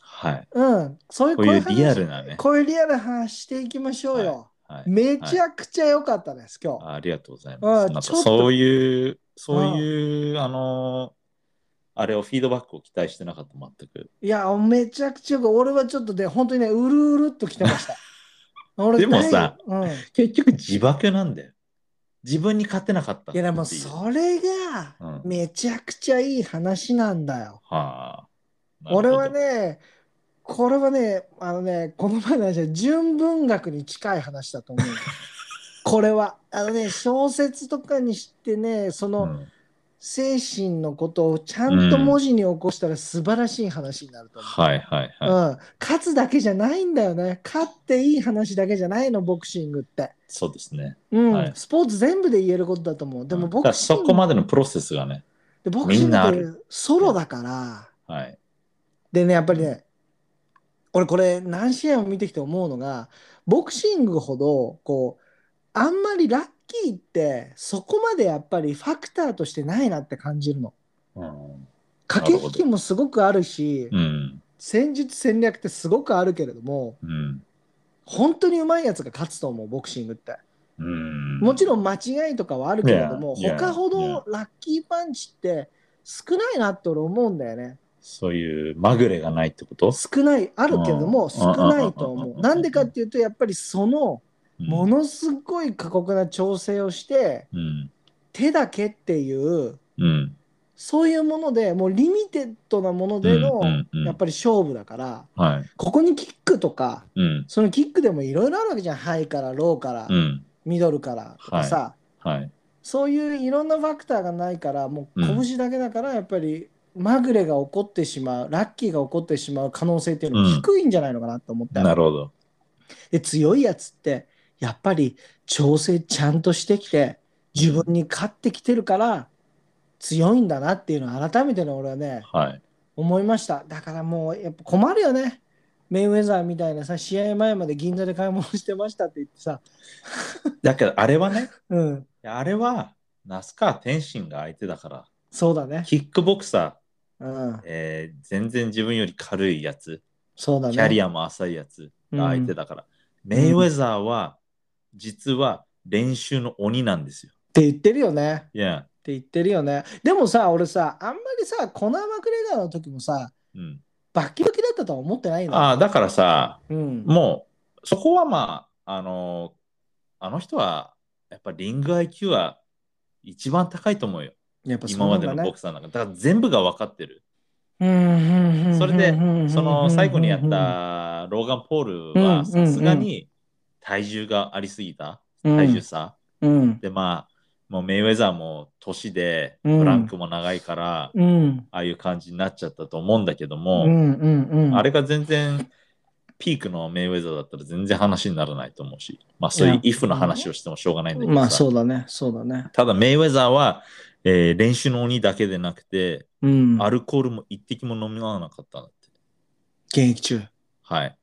Speaker 2: はい。
Speaker 1: うん、そういう
Speaker 2: こういう
Speaker 1: 話
Speaker 2: リアルなね。
Speaker 1: こういうリアルな話していきましょうよ。
Speaker 2: はい
Speaker 1: めちゃくちゃ良かったです、今日。
Speaker 2: あありがとうござい
Speaker 1: あ
Speaker 2: ま
Speaker 1: ー
Speaker 2: す。なん
Speaker 1: ち
Speaker 2: か
Speaker 1: ょっと
Speaker 2: そういう、そういう、あのー、あれをフィードバックを期待してなかった、全く。
Speaker 1: いや、めちゃくちゃよかった俺はちょっとね、本当にね、うるうるっと来てま した。俺
Speaker 2: でもさ、
Speaker 1: 大うん、い
Speaker 2: 結局自爆なんだよ。自分に勝てなかったってい
Speaker 1: や、
Speaker 2: う。
Speaker 1: でもそれが
Speaker 2: うん。
Speaker 1: めちゃくちゃいい話なんだよ。
Speaker 2: はあ。なるほ
Speaker 1: 俺
Speaker 2: ど
Speaker 1: は、ね、これはね、あのね、この前の話は純文学に近い話だと 思う。これは、あのね、小説とかにしてね、その、
Speaker 2: うん
Speaker 1: 精神のことをちゃんと文字に起こしたら素晴らしい話になると思う。
Speaker 2: はいはいはい。
Speaker 1: うん、勝つだけじゃないんだよね勝っていい話だけじゃないのボクシングって、
Speaker 2: そうですね。
Speaker 1: うん
Speaker 2: はい
Speaker 1: スポーツ全部で言えることだと思うでもボ
Speaker 2: だから
Speaker 1: クシン
Speaker 2: そ
Speaker 1: グ
Speaker 2: こまでのプロセスがね。
Speaker 1: でボクシン
Speaker 2: みん
Speaker 1: グ
Speaker 2: な
Speaker 1: っ
Speaker 2: あ
Speaker 1: て
Speaker 2: る
Speaker 1: ソロだから
Speaker 2: はい。
Speaker 1: でねやっぱりね俺これ何試合も見てきて思うのがボクシングほどこうあんまりラッキーってそこまでやっぱりファクターとしてないなって感じるの
Speaker 2: うん。
Speaker 1: 駆け引きもすごくあるし
Speaker 2: うん。
Speaker 1: 戦術戦略ってすごくあるけれども
Speaker 2: うん。
Speaker 1: 本当にうまいやつが勝つと思うボクシングって。
Speaker 2: うん、
Speaker 1: もちろ
Speaker 2: ん。
Speaker 1: ん間違いとかはあるけれども、
Speaker 2: Yeah, yeah,
Speaker 1: 他ほどラッキーパンチって少ないなって俺思うんだよね。
Speaker 2: そういうまぐれがないってこと
Speaker 1: 少ない、あるけれど
Speaker 2: う
Speaker 1: も
Speaker 2: ん
Speaker 1: 少ないと思
Speaker 2: う
Speaker 1: う。
Speaker 2: ん
Speaker 1: なんでかっていうと、やっぱりそのものすごい過酷な調整をして、
Speaker 2: うん。
Speaker 1: 手だけっていう、
Speaker 2: うん。
Speaker 1: そういうもので、もうリミテッドなものでの
Speaker 2: うんうんうん
Speaker 1: やっぱり勝負だから、
Speaker 2: はい。
Speaker 1: ここにキックとか、
Speaker 2: うん。
Speaker 1: そのキックでもいろいろあるわけじゃん。ハイからローから
Speaker 2: うん。
Speaker 1: ミドルからとかさ。
Speaker 2: はい。
Speaker 1: そういういろんなファクターがないからもう拳だけだからやっぱりまぐれが起こってしまうラッキーが起こってしまう可能性っていうのは低いんじゃないのかなと思ったの、
Speaker 2: なるほど。
Speaker 1: で強いやつってやっぱり調整ちゃんとしてきて自分に勝ってきてるから強いんだなっていうのを改めてね俺はね
Speaker 2: はい。
Speaker 1: 思いましただからもうやっぱ困るよねメイウェザーみたいなさ試合前まで銀座で買い物してましたって言ってさ
Speaker 2: だからあれはね、
Speaker 1: うん
Speaker 2: あれは、那須川天心が相手だから、
Speaker 1: そうだね
Speaker 2: キックボクサ
Speaker 1: うん
Speaker 2: ー、えー全然自分より軽いやつ、
Speaker 1: そうだね
Speaker 2: キャリアも浅いやつが相手だから、メイウェザーは、実は練習の鬼なんですよ。
Speaker 1: って言ってるよね
Speaker 2: いや、
Speaker 1: って言ってるよね。でもさ、俺さ、あんまりさ、コナー・マクレガーの時もさ、
Speaker 2: うん。
Speaker 1: バッキバキだったとは思ってないの。
Speaker 2: ああ、だからさ、
Speaker 1: うん、
Speaker 2: もう、そこはまあ、あのあの人は、やっぱリング IQ は一番高いと思うよ。
Speaker 1: やっぱそ
Speaker 2: 今
Speaker 1: うな
Speaker 2: ま
Speaker 1: ん
Speaker 2: で
Speaker 1: だ
Speaker 2: の
Speaker 1: ね
Speaker 2: ボクサーの中で。だから全部が分かってる。
Speaker 1: うん
Speaker 2: それで
Speaker 1: で
Speaker 2: その最後にやっ、たローガン・ポール
Speaker 1: うん
Speaker 2: はさすがに体重がありすぎた、
Speaker 1: うん
Speaker 2: 体重差、
Speaker 1: うん
Speaker 2: でまあもうメイウェザーも年で、
Speaker 1: うん
Speaker 2: フランクも長いから、
Speaker 1: うん。
Speaker 2: ああいう感じになっちゃったと思うんだけど
Speaker 1: う
Speaker 2: も、
Speaker 1: んうんうん。
Speaker 2: あれが全然ピークのメイウェザーだったら全然話にならないと思うし、まあそういうイフの話をしてもしょうがないんだけどさ、
Speaker 1: まあそうだね、そうだね。
Speaker 2: ただメイウェザーは、えー練習の鬼だけでなくて、
Speaker 1: うん。
Speaker 2: アルコールも一滴も飲みなかったんだって。
Speaker 1: 現役中。
Speaker 2: はい。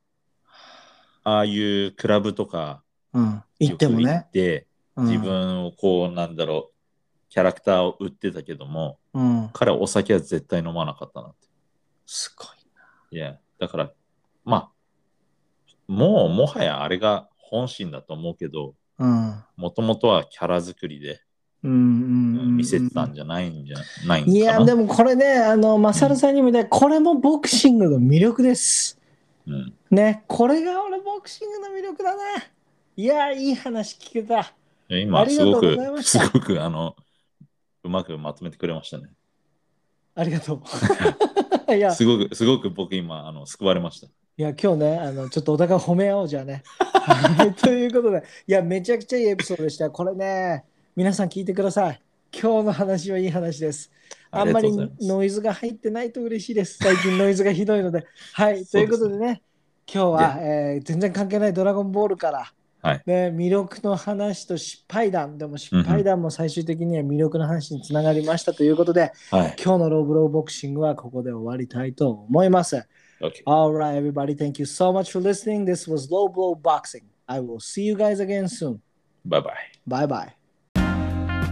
Speaker 2: ああいうクラブとか
Speaker 1: うん。行
Speaker 2: よ
Speaker 1: っ
Speaker 2: く
Speaker 1: ても
Speaker 2: 行
Speaker 1: ね
Speaker 2: っ。て、
Speaker 1: うん
Speaker 2: 自。分をこうなんだろう、キャラクターを売ってたけども、
Speaker 1: うん。
Speaker 2: 彼はお酒は絶対飲まなかったなって。
Speaker 1: すごい。
Speaker 2: いや、だから、まあ、もうもはやあれが本心だと思うけど、
Speaker 1: うん。
Speaker 2: もともとはキャラ作りで、
Speaker 1: うん
Speaker 2: う
Speaker 1: うんん。
Speaker 2: 見せてたんじゃないんじゃないんかな。
Speaker 1: いや、でもこれね、あの、マサルさんにもね、これもボクシングの魅力です。
Speaker 2: うん、
Speaker 1: ね、これが俺ボクシングの魅力だね。いや、いい話聞けた。あ
Speaker 2: 今
Speaker 1: り
Speaker 2: す
Speaker 1: がと
Speaker 2: ご
Speaker 1: うござい
Speaker 2: く、
Speaker 1: まし
Speaker 2: す
Speaker 1: た
Speaker 2: ごく、あの、うまくまとめてくれましたね。
Speaker 1: ありがと う。いや、
Speaker 2: すごく、すごく僕今、あの救われました。
Speaker 1: いや今日ねあのちょっとお互い褒め合おうじゃあ ね。はいということでいやめちゃくちゃいいエピソードでしたこれね皆さん聞いてください今日の話はいい話ですあんまり
Speaker 2: ありがとうございます
Speaker 1: ノイズが入ってないと嬉しいです最近ノイズがひどいのではいということでね今日は、えー全然関係ない「ドラゴンボール」から、
Speaker 2: はい
Speaker 1: ね、魅力の話と失敗談でも失敗談も最終的には魅力の話につながりましたということで
Speaker 2: はい。
Speaker 1: 今日の「ローブローボクシング」はここで終わりたいと思います。
Speaker 2: OK
Speaker 1: All right, everybody. Thank you so much for listening. This was Low Blow Boxing. I will see you guys again soon.
Speaker 2: バイバイ。
Speaker 1: Bye bye.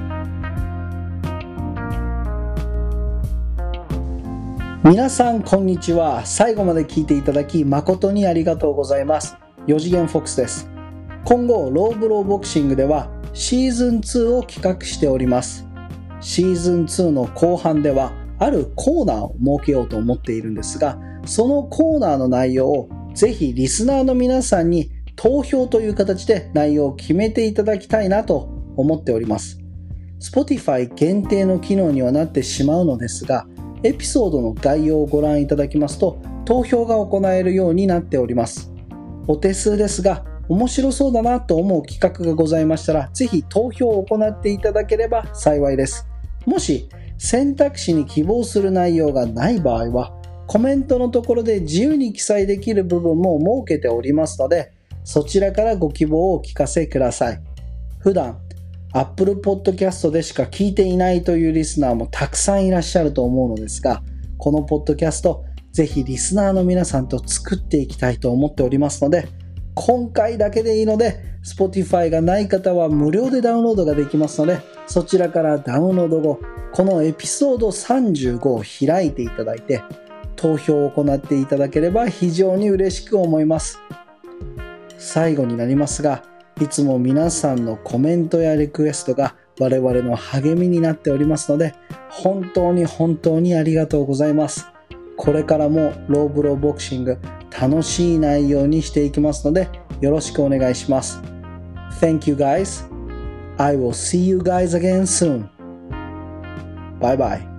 Speaker 1: 皆さん、こんにちは。最後まで聞いていただき、誠にありがとうございます。4次元フォックスです。今後、ローブローボクシングでは、シーズン2を企画しております。シーズン2の後半では、あるコーナーを設けようと思っているんですが、そのコーナーの内容をぜひリスナーの皆さんに投票という形で内容を決めていただきたいなと思っております。Spotify 限定の機能にはなってしまうのですが、エピソードの概要をご覧いただきますと、投票が行えるようになっております。お手数ですが、面白そうだなと思う企画がございましたら、ぜひ投票を行っていただければ幸いです。もし、選択肢に希望する内容がない場合は、コメントのところで自由に記載できる部分も設けておりますので、そちらからご希望をお聞かせください。普段、Apple Podcast でしか聞いていないというリスナーもたくさんいらっしゃると思うのですが、このポッドキャスト、ぜひリスナーの皆さんと作っていきたいと思っておりますので、今回だけでいいので、Spotify がない方は無料でダウンロードができますので、そちらからダウンロード後、このエピソード35を開いていただいて、投票を行っていただければ非常に嬉しく思います最後になりますがいつも皆さんのコメントやリクエストが我々の励みになっておりますので本当に本当にありがとうございますこれからもローブローボクシング楽しい内容にしていきますのでよろしくお願いします Thank you guys I will see you guys again soon Bye bye